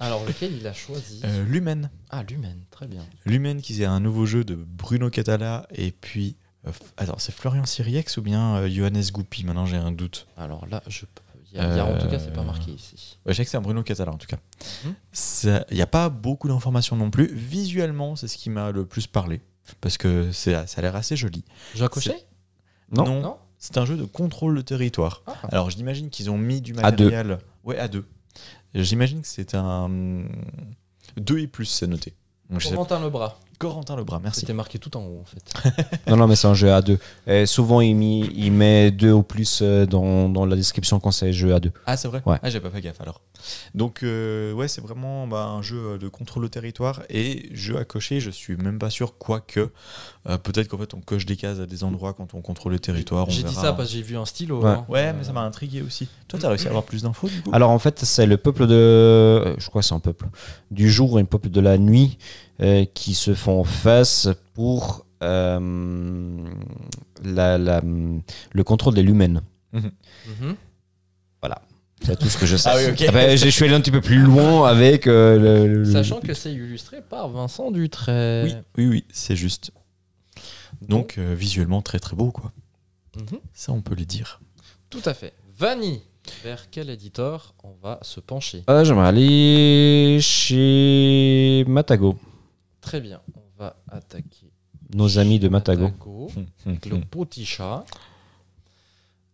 S1: Alors lequel il a choisi
S2: Euh, Lumen.
S1: Ah, l'humaine, très bien.
S2: Lumen qui est un nouveau jeu de Bruno Catala et puis euh, f- alors c'est Florian Siriex ou bien euh, Johannes Goupy maintenant j'ai un doute.
S1: Alors là, je peux. Il y a- il y a- en tout cas, c'est pas
S2: Euh,
S1: marqué ici.
S2: Ouais, je sais que c'est un Bruno Catala en tout cas.
S1: Mhm.
S2: Ça- Il n'y a pas beaucoup d'informations non plus. Visuellement c'est ce qui m'a le plus parlé parce que c'est- ça a l'air assez joli.
S1: J'ai accroché
S3: Non.
S1: Non
S2: c'est un jeu de contrôle de territoire.
S1: Ah.
S2: Alors j'imagine qu'ils ont mis du
S3: À deux.
S2: matériel. Ouais à deux. J'imagine que c'est un 2 et plus c'est noté. Donc, je sais-
S1: Corentin le bras.
S2: Corentin Lebras, merci. Ah
S1: C'était marqué tout en haut en fait.
S3: Non, non, mais c'est un jeu à deux. Et souvent, il, mit- il met deux ou plus euh, dans, dans la description quand c'est jeu à deux.
S2: Ah, c'est vrai
S3: Ouais.
S2: Ah, j'ai pas fait gaffe alors. Donc, euh, ouais, c'est vraiment bah, un jeu de contrôle de territoire et jeu à cocher. Je suis même pas sûr, quoique. euh, Peut-être qu'en fait, on coche des cases à des endroits quand on contrôle le territoire. on
S1: J'ai dit
S2: verra.
S1: ça parce que j'ai vu un stylo.
S3: Ouais.
S1: hein.
S2: Ouais,
S1: Euh,
S2: mais ça m'a intrigué aussi. Toi, t'as réussi à avoir plus d'infos du coup
S3: Alors, en fait, c'est le peuple de. euh, Je crois que c'est un peuple. Du jour et un peuple de la nuit euh, qui se font face pour euh, la- la- le contrôle
S1: [LAUGHS]
S3: des lumens.
S1: mhm.
S3: C'est tout ce que je sais.
S2: Ah oui, ok.
S3: Ah ben, je suis allé un petit peu plus loin avec euh, le, le-
S1: Sachant que c'est illustré par Vincent Dutray.
S2: Oui, oui, oui, c'est juste. Donc, euh, visuellement, très très beau quoi.
S1: Mhm.
S2: Ça, on peut le dire.
S1: Tout à fait. Vanny, vers quel éditeur on va se pencher
S3: Ah, j'aimerais aller chez Matago,
S1: Très bien, on va attaquer
S3: nos amis de Matago.
S2: Hum,
S3: Hmm.
S1: avec le petit chat.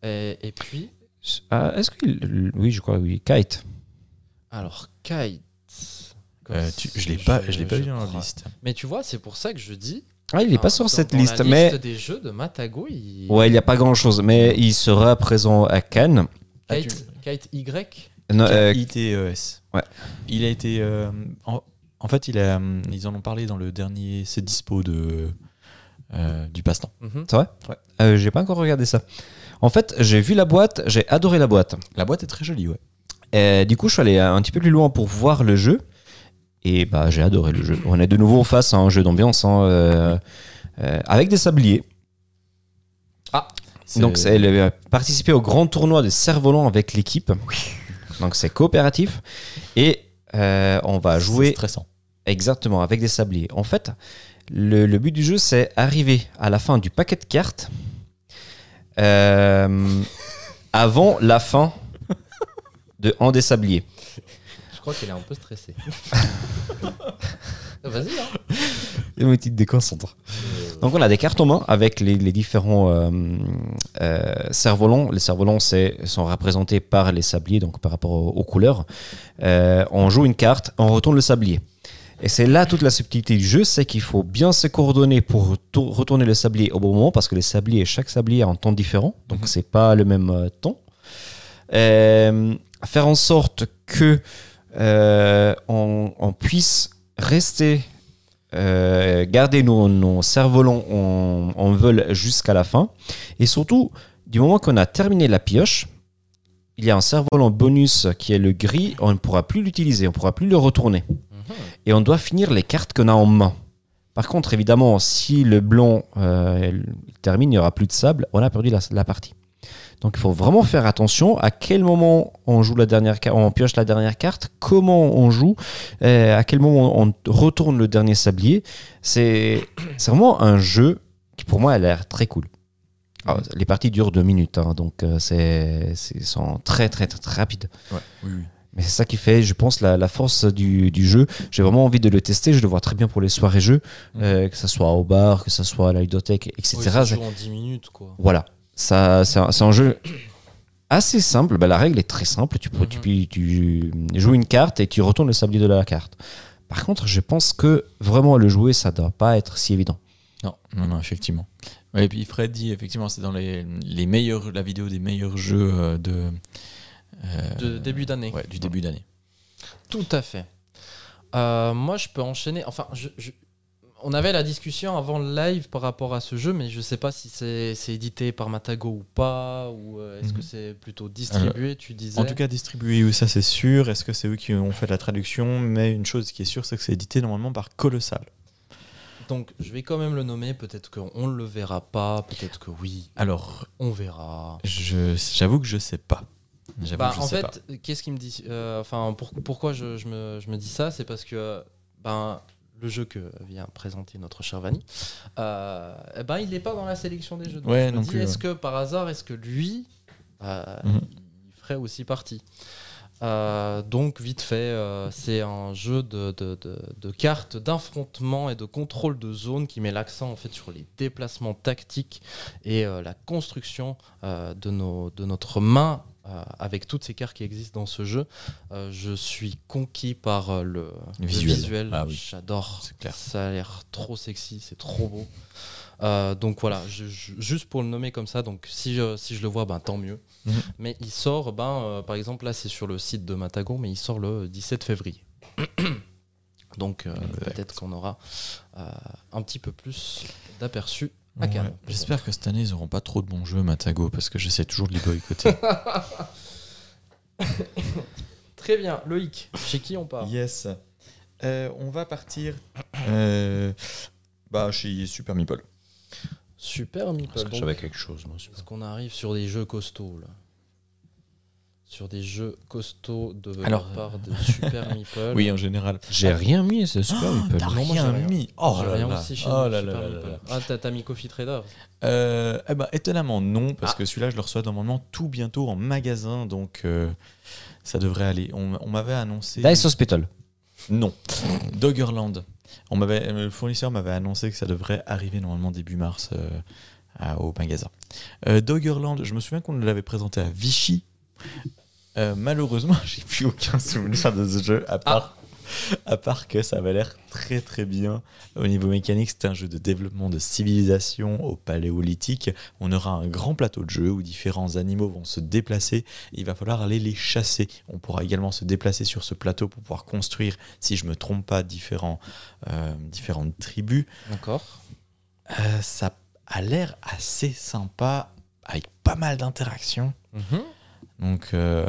S1: Et, et puis,
S3: Ah, Est-ce qu'il. Oui, je crois, oui. Kite.
S1: alors, Kite.
S2: Euh, tu- je l'ai pas, je l'ai pas vu hein, dans la liste.
S1: Mais tu vois, c'est pour ça que je dis.
S3: Ah, il n'est pas
S1: hein,
S3: sur
S1: dans-
S3: cette
S1: dans
S3: liste,
S1: la
S3: mais.
S1: des jeux de Matago, il...
S3: Ouais, il n'y a pas grand chose, mais il sera présent à Cannes.
S1: Kite, Kite Y.
S3: Non, euh,
S2: ITES.
S3: Ouais.
S2: E Il a été. euh, en, en fait, il a, euh, ils en ont parlé dans le dernier C'est Dispo de, euh, du passe-temps.
S1: Mhm.
S3: c'est vrai
S2: Ouais.
S3: Euh, j'ai pas encore regardé ça. En fait, j'ai vu la boîte, j'ai adoré la boîte.
S2: La boîte est très jolie, ouais.
S3: Et du coup, je suis allé un petit peu plus loin pour voir le jeu. Et bah, j'ai adoré le jeu. On est de nouveau face à un jeu d'ambiance hein, euh, euh, avec des sabliers. Donc, c'est le- euh, participer au grand tournoi des cerfs-volants avec l'équipe. Donc, c'est coopératif. Et euh, on va
S2: c'est
S3: jouer
S2: stressant.
S3: Exactement, avec des sabliers. En fait, le, le but du jeu, c'est arriver à la fin du paquet de cartes euh, avant la fin de un des sabliers.
S1: Je crois qu'elle est un peu
S3: [LAUGHS]
S1: stressée. Vas-y, hein.
S3: Une petite déconcentre. Donc on a des cartes en main avec les, les différents euh, euh, cerfs-volants. Les cerfs-volants c'est- sont représentés par les sabliers, donc par rapport aux, aux couleurs. Euh, on joue une carte, on retourne le sablier. Et c'est là toute la subtilité du jeu, c'est qu'il faut bien se coordonner pour retour- retourner le sablier au bon moment, parce que les sabliers, chaque sablier a un temps différent, donc
S2: Mhm.
S3: c'est pas le même euh, temps. Euh, faire en sorte que euh, on, on puisse rester, euh, garder nos, nos cerfs-volants en, en vol jusqu'à la fin, et surtout du moment qu'on a terminé la pioche. Il y a un cerf-volant bonus qui est le gris, on ne pourra plus l'utiliser, on ne pourra plus le retourner et on doit finir les cartes qu'on a en main. Par contre, évidemment, si le blanc euh, elle termine, il n'y aura plus de sable, on a perdu la, la partie. Donc il faut vraiment faire attention à quel moment on joue la dernière carte, on pioche la dernière carte, comment on joue, euh, à quel moment on retourne le dernier sablier. C'est c'est vraiment un jeu qui pour moi a l'air très cool. Alors, les parties durent deux minutes, hein, donc euh, c'est c'est- sont très très très, très rapides.
S2: Oui, oui.
S3: Mais c'est ça qui fait, je pense, la, la force du, du jeu. J'ai vraiment envie de le tester. Je le vois très bien pour les soirées jeux,
S2: Mhm.
S3: euh, que ce soit au bar, que ce soit à la ludothèque, etc. C'est-
S1: en 10 minutes, quoi.
S3: Voilà. Ça, c'est, un, c'est un jeu assez simple. Bah, la règle est très simple. Tu, peux- tu,
S1: Mhm.
S3: puis- tu joues une carte et tu retournes le sablier de la carte. Par contre, je pense que vraiment le jouer, ça doit pas être si évident.
S2: Non, non, non, effectivement. Ouais, et puis Fred dit, effectivement, c'est dans les, les meilleurs, la vidéo des meilleurs jeux euh, de, euh,
S1: De début d'année.
S2: ouais, du début d'année.
S1: Tout à fait. Euh, moi, je peux enchaîner. Enfin, je, je- on avait la discussion avant le live par rapport à ce jeu, mais je sais pas si c'est c'est édité par Matago ou pas, ou euh, est-ce
S2: Mhm.
S1: que c'est plutôt distribué, tu disais.
S2: En tout cas, distribué, oui, ça c'est sûr. Est-ce que c'est eux qui ont fait la traduction Mais une chose qui est sûre, c'est que c'est édité normalement par Colossal.
S1: Donc, je vais quand même le nommer. Peut-être qu'on le verra pas, peut-être que oui,
S2: Alors,
S1: on verra.
S2: je- j'avoue que je sais pas. J'avoue
S1: Bah,
S2: que je
S1: en
S2: sais
S1: fait,
S2: pas.
S1: qu'est-ce qui me dit euh, Enfin, pour- pourquoi je, je me, je me dis ça C'est parce que euh, ben le jeu que vient présenter notre cher Vanny, euh, eh ben il n'est pas dans la sélection des jeux. Donc,
S2: Ouais, euh,
S1: je me
S2: non
S1: dis,
S2: plus,
S1: Est-ce
S2: ouais.
S1: que par hasard, est-ce que lui, euh,
S2: Mhm.
S1: il ferait aussi partie Euh, donc vite fait, euh, c'est un jeu de, de- de- de cartes d'affrontement et de contrôle de zone qui met l'accent en fait sur les déplacements tactiques et euh, la construction euh, de, nos, de notre main euh, avec toutes ces cartes qui existent dans ce jeu. Euh, je suis conquis par euh, le,
S2: Le
S1: le
S2: visuel.
S1: visuel.
S2: Ah oui.
S1: J'adore.
S2: C'est clair.
S1: Ça a l'air trop sexy, c'est trop beau. Euh, donc voilà, je- je- juste pour le nommer comme ça, donc si je, si je le vois, ben, tant mieux.
S2: Mhm.
S1: Mais il sort, ben, euh, par exemple, là c'est sur le site de Matagon, mais il sort le 17 février. [COUGHS] donc euh,
S2: Exact.
S1: peut-être qu'on aura euh, un petit peu plus d'aperçu à Cannes.
S2: Ah, Ouais. J'espère que cette année, ils n'auront pas trop de bons jeux, Matago, parce que j'essaie toujours de les
S1: [LAUGHS]
S2: boycotter.
S1: Très bien, Loïc, chez qui on part
S2: Yes. Euh, on va partir euh, bah, chez Super Meeple.
S1: Super Meeple. donc.
S3: quelque chose
S1: Est-ce qu'on arrive sur des jeux costauds là Sur des jeux costauds de la
S2: Alors- euh,
S1: part de
S2: [LAUGHS]
S1: Super Meeple.
S2: Oui, en général.
S3: J'ai rien mis, c'est super. il peut-
S2: T'as
S1: Non, moi,
S2: rien
S1: j'ai rien.
S2: mis. Oh
S1: J'ai
S2: là
S1: rien
S2: là.
S1: aussi chez
S2: Oh
S1: nous,
S2: là
S1: Super
S2: là là
S1: Meeple.
S2: là là.
S1: Ah, t'as, t'as mis Coffee Trader.
S2: Euh, eh ben, étonnamment, non, parce
S1: Ah.
S2: que celui-là, je le reçois normalement tout bientôt en magasin, donc euh, ça devrait aller. On, on m'avait annoncé.
S3: Dice Hospital.
S2: Non. Doggerland. On m'avait, euh, le fournisseur m'avait annoncé que ça devrait arriver normalement début mars euh, à- au magasin. Euh, Doggerland, je me souviens qu'on l'avait présenté à Vichy. Euh, malheureusement, [LAUGHS] j'ai plus aucun souvenir de ce jeu, à part, à part que ça avait l'air très très bien. Au niveau mécanique, c'est un jeu de développement de civilisation au paléolithique. On aura un grand plateau de jeu où différents animaux vont se déplacer. Il va falloir aller les chasser. On pourra également se déplacer sur ce plateau pour pouvoir construire si je me trompe pas, différents, euh, différentes tribus.
S1: D'accord.
S2: Euh, ça a l'air assez sympa, avec pas mal d'interactions. Donc, euh,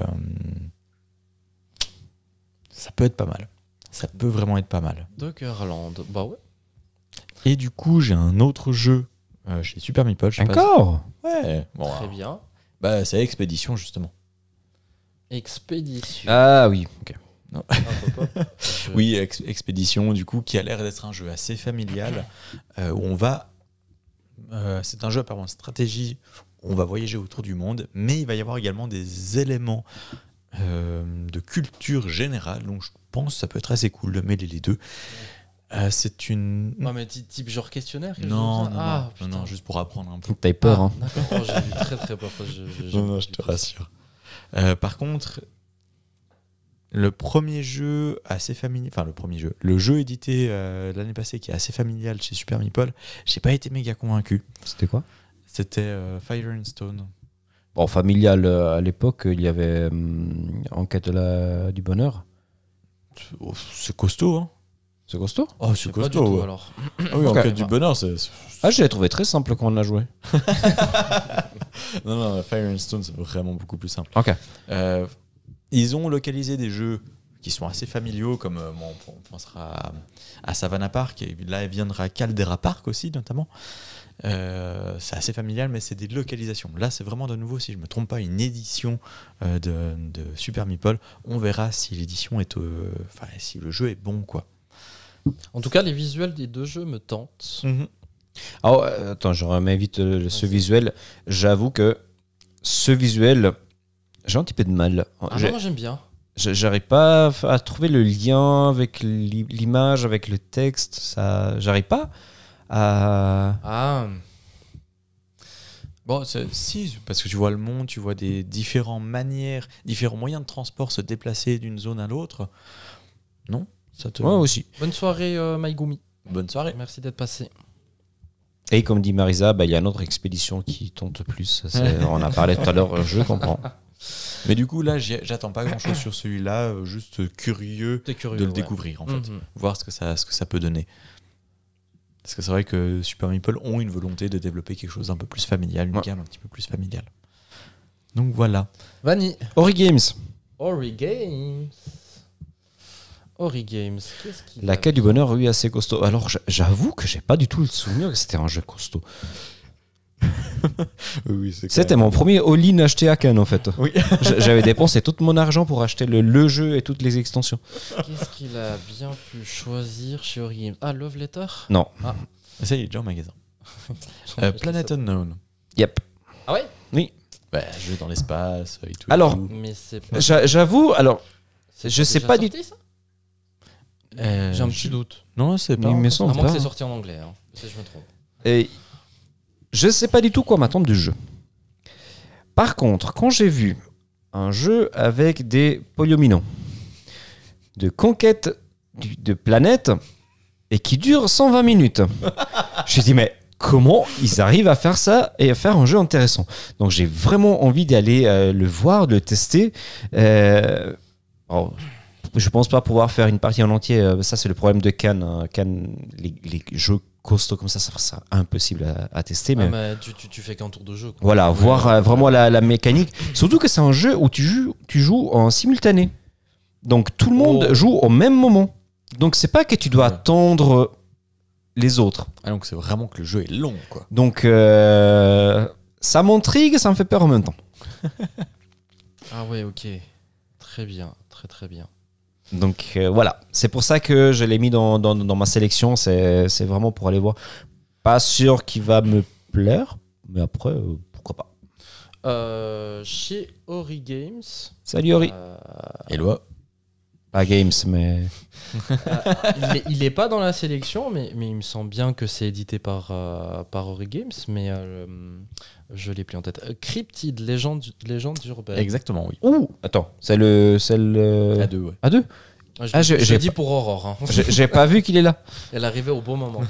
S2: ça peut être pas mal. Ça peut vraiment être pas mal.
S1: Doggerland. Bah ouais.
S2: Et du coup, j'ai un autre jeu euh, chez Super Meeple. je sais pas
S3: Encore
S2: si- Ouais. Bon,
S1: Très
S2: alors,
S1: bien.
S2: bah, c'est Expédition, justement.
S1: Expédition. Ah,
S3: Ah oui. [LAUGHS] ok.
S1: Hop, hop, hop. Je-
S2: Oui, Ex- Expédition, du coup, qui a l'air d'être un jeu assez familial, euh, où on va... euh, c'est un jeu apparemment de stratégie, on va voyager autour du monde, mais il va y avoir également des éléments euh, de culture générale, donc je pense que ça peut être assez cool de mêler les deux. Euh, c'est une...
S1: Ah, mais ti- type genre questionnaire quelque chose
S2: Non,
S1: comme
S2: non,
S1: ça Ah,
S2: non, non,
S1: putain.
S2: non, juste pour apprendre un peu.
S3: Faut que t'aies peur.
S1: Ah,
S3: hein.
S1: D'accord, Oh, j'ai eu très très peur. parce que je- je-
S2: Non, non, je te rassure. Euh, par contre, le premier jeu assez familier, enfin le premier jeu, le jeu édité euh, l'année passée qui est assez familial chez Super Meeple, j'ai pas été méga convaincu.
S3: C'était quoi
S2: C'était euh, Fire and Stone.
S3: Bon, familial, euh, à l'époque, il y avait hum, Enquête de la- du bonheur.
S2: Oh, C'est costaud, hein
S3: C'est costaud
S2: Oh,
S1: Je sais
S2: c'est
S1: pas du
S2: costaud.
S1: tout,
S2: ouais.
S1: alors.
S2: Ah oui,
S3: Ok.
S2: Enquête du bonheur, c'est. c'est-
S3: Ah, je l'ai trouvé très simple quand on l'a joué.
S2: Non, non, Fire and Stone, c'est vraiment beaucoup plus simple.
S3: Ok.
S2: Euh, ils ont localisé des jeux qui sont assez familiaux, comme euh, bon, on on pensera à, à Savannah Park, et là il viendra Caldera Park aussi, notamment. Euh, c'est assez familial, mais c'est des localisations. Là, c'est vraiment de nouveau, si je ne me trompe pas, une édition euh, de, de Super Meeple. On verra si l'édition est. euh, Enfin, si le jeu est bon, quoi.
S1: En tout cas, les visuels des deux jeux me tentent.
S3: Ah ouais, attends, je remets vite euh, le- ce visuel. J'avoue que ce visuel, j'ai un petit peu de mal.
S1: Ah,
S3: J'ai-
S1: non, moi j'aime bien.
S3: j'ai- J'arrive pas à f- à trouver le lien avec l'i- l'image, avec le texte. Ça, j'arrive pas à.
S1: Ah,
S2: Bon, c'est- Euh, si, parce que tu vois le monde, tu vois des différentes manières, différents moyens de transport se déplacer d'une zone à l'autre. Non ça te...
S3: Moi aussi.
S1: bonne soirée, euh, Maigumi.
S2: Bonne soirée.
S1: Merci d'être passé.
S3: Et comme dit Marisa, bah, il y a une autre expédition qui tente plus.
S1: [LAUGHS]
S3: C'est- On a parlé tout à l'heure, je comprends.
S2: Mais du coup, là, j'ai- j'attends pas grand-chose sur celui-là, euh, juste curieux
S1: T'es curieux.
S2: de le
S1: ouais.
S2: découvrir, en fait.
S1: Mhm.
S2: Voir ce que, ça, ce que ça peut donner. Parce que c'est vrai que Super Meeple ont une volonté de développer quelque chose d'un peu plus familial, une
S3: Ouais.
S2: gamme un petit peu plus familiale. Donc voilà.
S1: Vanny.
S3: Ori Games,
S1: Ori Games. Ori Games. Qu'est-ce qu'il
S3: la
S1: a
S3: quête du bonheur, oui, assez costaud. Alors, j- j'avoue que j'ai pas du tout le souvenir que c'était un jeu costaud.
S2: Oui,
S3: C'était mon premier all-in acheté à Cannes, en fait.
S2: Oui.
S3: [LAUGHS] J- J'avais dépensé tout mon argent pour acheter le, le jeu et toutes les extensions.
S1: [LAUGHS] Qu'est-ce qu'il a bien pu choisir chez Ori Games Ah, Love Letter
S3: Non.
S2: Ça, il est déjà en magasin.
S1: Son
S2: Euh,
S1: mec,
S2: Planet Unknown.
S3: Yep.
S1: Ah ouais
S2: Bah, jeu dans l'espace et tout.
S3: Alors,
S1: Mais c'est pas.
S3: j'a- j'avoue, alors,
S1: c'est
S3: je sais
S1: déjà
S3: pas du-
S1: sorti, ça
S2: Euh,
S1: J'ai un petit doute.
S2: Non, c'est
S3: il me
S1: À
S3: semble
S1: moins que
S3: pas.
S1: c'est sorti en anglais. hein. Si je me trompe.
S3: Et je sais pas du tout quoi m'attendre du jeu. Par contre, quand j'ai vu un jeu avec des polyominons de conquête du- de planètes et qui dure 120 minutes, j'ai dit mais comment ils arrivent à faire ça et à faire un jeu intéressant Donc j'ai vraiment envie d'aller euh, le voir, de le tester. Euh, oh, je pense pas pouvoir faire une partie en entier. euh, Ça, c'est le problème de Cannes. hein. Cannes, les, les jeux costauds comme ça, ça sera impossible à, à tester. Mais
S1: Ah, mais tu, tu, tu fais qu'un tour de jeu. quoi.
S3: voilà, voir euh, vraiment la, la mécanique. Surtout que c'est un jeu où tu joues, tu joues en simultané. Donc tout le monde
S1: Oh.
S3: joue au même moment. Donc c'est pas que tu dois
S2: Ouais.
S3: attendre euh, les autres.
S2: Ah, donc c'est vraiment que le jeu est long, quoi.
S3: Donc euh, ça m'intrigue, ça me fait peur en même temps.
S1: Ah ouais, ok. Très bien. Très très bien.
S3: Donc euh, voilà, c'est pour ça que je l'ai mis dans, dans- dans ma sélection. C'est c'est vraiment pour aller voir. Pas sûr qu'il va me plaire, mais après, euh, pourquoi pas.
S1: Euh, chez Ori Games.
S3: Salut Ori.
S1: euh,
S2: Et là,
S3: Pas Games, mais.
S1: il, est, il est pas dans la sélection, mais, mais il me semble bien que c'est édité par, euh, par Ori Games, mais euh, je l'ai plus en tête. Euh, Cryptid, légende, légende urbaine.
S2: exactement, oui.
S3: Ouh, attends, c'est le. C'est le.
S2: À deux, ouais.
S3: À deux
S1: Ah, je
S3: Ah, j'ai-
S1: je
S3: j'ai
S1: dis
S3: pas-
S1: pour Aurore. hein.
S3: J'ai j'ai pas vu qu'il est là.
S1: [LAUGHS] Elle arrivait au bon moment.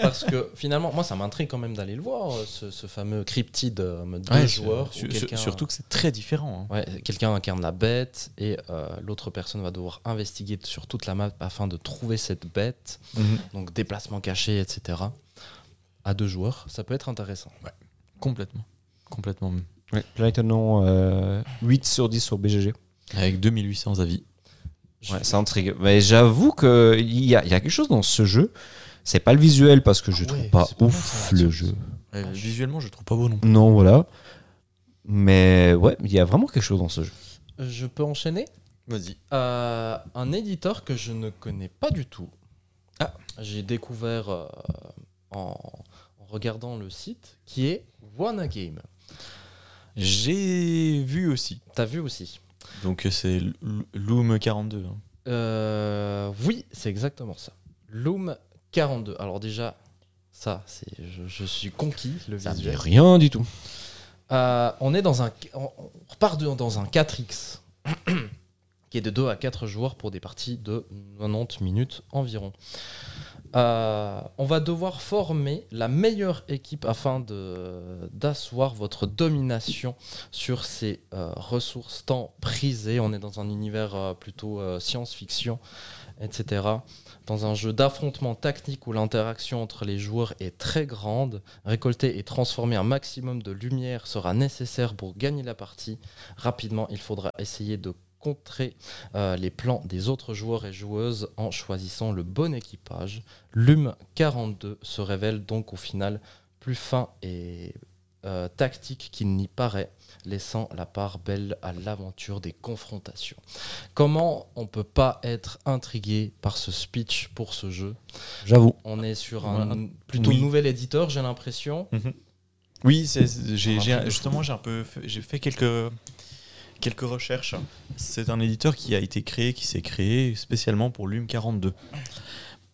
S1: Parce que finalement, moi, ça m'intrigue quand même d'aller le voir, euh, ce, ce fameux Cryptid, euh, deux
S2: Ouais,
S1: joueurs.
S2: sur-
S1: où
S2: sur-
S1: quelqu'un-
S2: surtout que c'est très différent. hein.
S1: Ouais, quelqu'un incarne la bête et euh, l'autre personne va devoir investiguer sur toute la map afin de trouver cette bête.
S2: Mhm.
S1: Donc déplacement caché, etc. À deux joueurs, ça peut être intéressant.
S2: Complètement. Complètement.
S3: Planet Unknown, euh, 8 sur 10 sur BGG.
S2: Avec 2800 avis.
S3: Ouais, c'est intriguant. Mais j'avoue qu'il y a, il y a quelque chose dans ce jeu. C'est pas le visuel parce que je
S1: Ah
S3: trouve
S1: ouais,
S3: pas
S1: c'est pas
S3: ouf
S1: mal, ça,
S3: le
S1: la
S3: jeu.
S2: Ouais, visuellement, je trouve pas beau non plus.
S3: Non, voilà. Mais ouais, il y a vraiment quelque chose dans ce jeu.
S1: Je peux enchaîner
S2: Vas-y.
S1: Euh, Un éditeur que je ne connais pas du tout.
S2: Ah.
S1: J'ai découvert euh, en, en regardant le site qui est Wanna Game.
S2: J'ai vu aussi.
S1: T'as vu aussi
S2: Donc, euh, c'est L- L- Loom 42. hein.
S1: Euh, Oui, c'est exactement ça. Loom 42. Alors déjà, ça, c'est, je, je suis conquis. Le
S3: Ça me dit
S1: visuel.
S3: rien du tout.
S1: Euh, on est dans un, on on repart de- dans un 4x, [CLEARS THROAT] qui qui est de 2 à 4 joueurs pour des parties de 90 minutes environ. Euh, on va devoir former la meilleure équipe afin de- d'asseoir votre domination sur ces euh, ressources tant prisées. On est dans un univers euh, plutôt euh, science-fiction, etc. Dans un jeu d'affrontement tactique où l'interaction entre les joueurs est très grande, récolter et transformer un maximum de lumière sera nécessaire pour gagner la partie. Rapidement, il faudra essayer de contrer euh, les plans des autres joueurs et joueuses en choisissant le bon équipage. Lume 42 se révèle donc au final plus fin et euh, tactique qu'il n'y paraît, laissant la part belle à l'aventure des confrontations. Comment on peut pas être intrigué par ce speech pour ce jeu
S3: J'avoue.
S1: On est sur un
S2: Voilà.
S1: plutôt
S2: Oui.
S1: nouvel éditeur, j'ai l'impression.
S2: Oui, c'est- c'est- j'ai-
S1: On
S2: j'ai-
S1: apprend des
S2: justement, j'ai un peu, fait- j'ai fait quelques quelques recherches. C'est un éditeur qui a été créé, qui s'est créé spécialement pour Lume 42.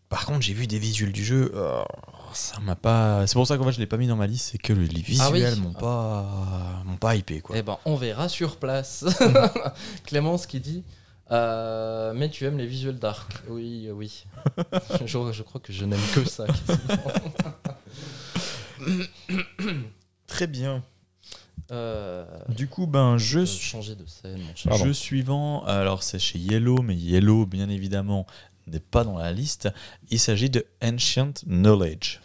S2: Par contre, j'ai vu des visuels du jeu, oh, ça m'a pas. C'est pour ça qu'en fait, je l'ai pas mis dans ma liste, c'est que
S1: Ah
S2: les
S1: oui.
S2: visuels m'ont pas m'ont pas hypé quoi.
S1: Eh ben, on verra sur place. Clémence qui dit euh, Mais tu aimes les visuels dark. Oui, euh, oui. je, je crois que je n'aime que ça. quasiment.
S2: Très bien.
S1: Euh,
S2: Du coup, ben
S1: euh,
S2: je
S1: changer de scène, mon cher.
S3: Pardon.
S2: Jeu suivant, alors c'est chez Yellow, mais Yellow, bien évidemment, n'est pas dans la liste. Il s'agit de Ancient Knowledge.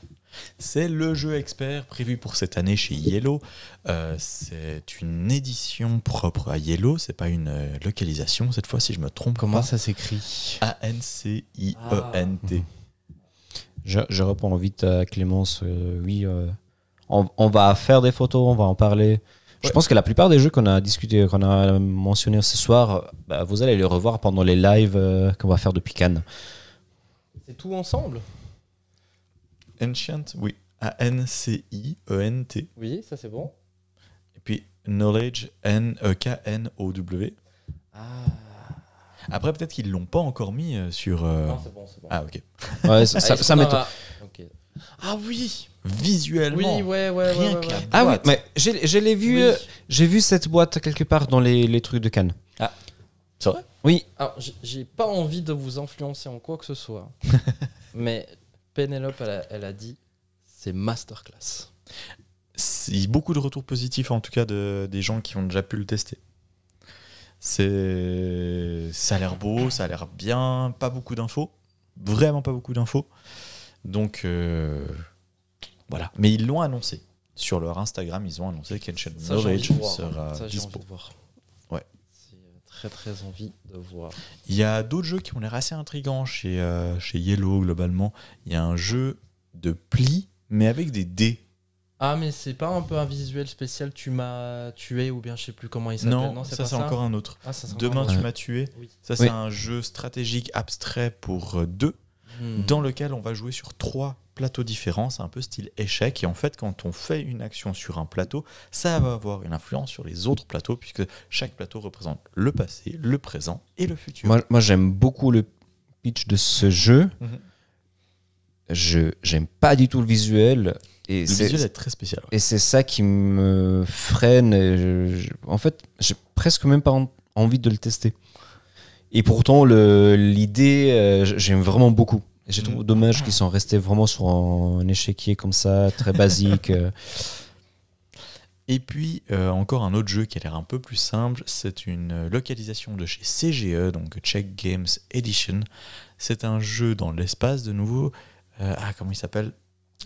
S2: C'est le jeu expert prévu pour cette année chez Yellow. Euh, c'est une édition propre à Yellow, c'est pas une euh, localisation cette fois, si je me trompe.
S1: Comment
S2: pas.
S1: ça s'écrit
S2: E A-N-C-I-E-N-T.
S3: Je, je réponds vite à Clémence. euh, oui, euh, on, on va faire des photos, on va en parler. Je
S2: Ouais.
S3: pense que la plupart des jeux qu'on a discuté, qu'on a mentionné ce soir, euh, bah, vous allez les revoir pendant les lives euh, qu'on va faire depuis Cannes.
S1: C'est tout ensemble Ah.
S2: Ancient, oui. A-N-C-I-E-N-T.
S1: Oui, ça c'est bon.
S2: E Et puis Knowledge, E N-E-K-N-O-W.
S1: Ah,
S2: Après, peut-être qu'ils l'ont pas encore mis euh, sur. euh,
S1: non, c'est bon, c'est bon.
S2: Ah, ok.
S3: Ouais, ça,
S1: Ah,
S3: ça-
S1: est-ce
S3: ça
S1: qu'on
S3: m'étonne.
S1: aura- Ok. Ah oui Oui,
S2: Visuellement.
S1: ouais, ouais, ouais.
S2: Rien
S1: ouais,
S2: que la
S1: ouais.
S3: Ah oui,
S2: boîte.
S3: mais je, je l'ai vu,
S1: Oui.
S3: euh, j'ai vu cette boîte quelque part dans les, les trucs de Cannes.
S2: Ah. C'est vrai
S3: Oui,
S1: Alors, j- j'ai pas envie de vous influencer en quoi que ce soit, mais Pénélope, elle a, elle a dit c'est masterclass.
S2: C'est- beaucoup de retours positifs en tout cas de, des gens qui ont déjà pu le tester. C'est ça a l'air beau, ça a l'air bien, pas beaucoup d'infos, vraiment pas beaucoup d'infos. Donc euh, voilà, mais ils l'ont annoncé sur leur Instagram, ils ont annoncé qu'Ancient
S1: Ça, j'ai envie
S2: Knowledge
S1: de voir.
S2: sera
S1: Ça, j'ai envie
S2: dispo.
S1: de voir.
S2: Ouais.
S1: C'est euh, très, très envie de voir.
S2: Il y a d'autres jeux qui ont l'air assez intrigants chez euh, chez Yellow globalement. Il y a un jeu de plis mais avec des dés.
S1: Ah, mais c'est pas un peu un visuel spécial, tu m'as tué, ou bien je sais plus comment il s'appelle.
S2: Non,
S1: non
S2: ça
S1: pas
S2: c'est encore un autre.
S1: Ah, ça, c'est encore
S2: Demain
S1: un
S2: tu
S1: autre.
S2: m'as tué.
S1: Oui.
S2: Ça, c'est
S3: Oui.
S2: un jeu stratégique abstrait pour euh, deux,
S1: Hmm.
S2: dans lequel on va jouer sur trois plateaux différents. C'est un peu style échec. Et en fait, quand on fait une action sur un plateau, ça va avoir une influence sur les autres plateaux, puisque chaque plateau représente le passé, le présent et le futur.
S3: moi, moi, j'aime beaucoup le pitch de ce jeu.
S2: Mhm.
S3: Je j'aime pas du tout le visuel. Et
S2: le
S3: c'est-
S2: visuel est très spécial. ouais.
S3: Et c'est ça qui me freine. et je- je- en fait, j'ai presque même pas en- envie de le tester. Et pourtant, le- l'idée, euh, j- j'aime vraiment beaucoup. Et J'ai trouvé dommage qu'ils sont restés vraiment sur un, échiquier comme ça, très basique. euh.
S2: Et puis, euh, encore un autre jeu qui a l'air un peu plus simple, c'est une euh, localisation de chez CGE, donc Czech Games Edition. C'est un jeu dans l'espace de nouveau. Euh, ah, comment il s'appelle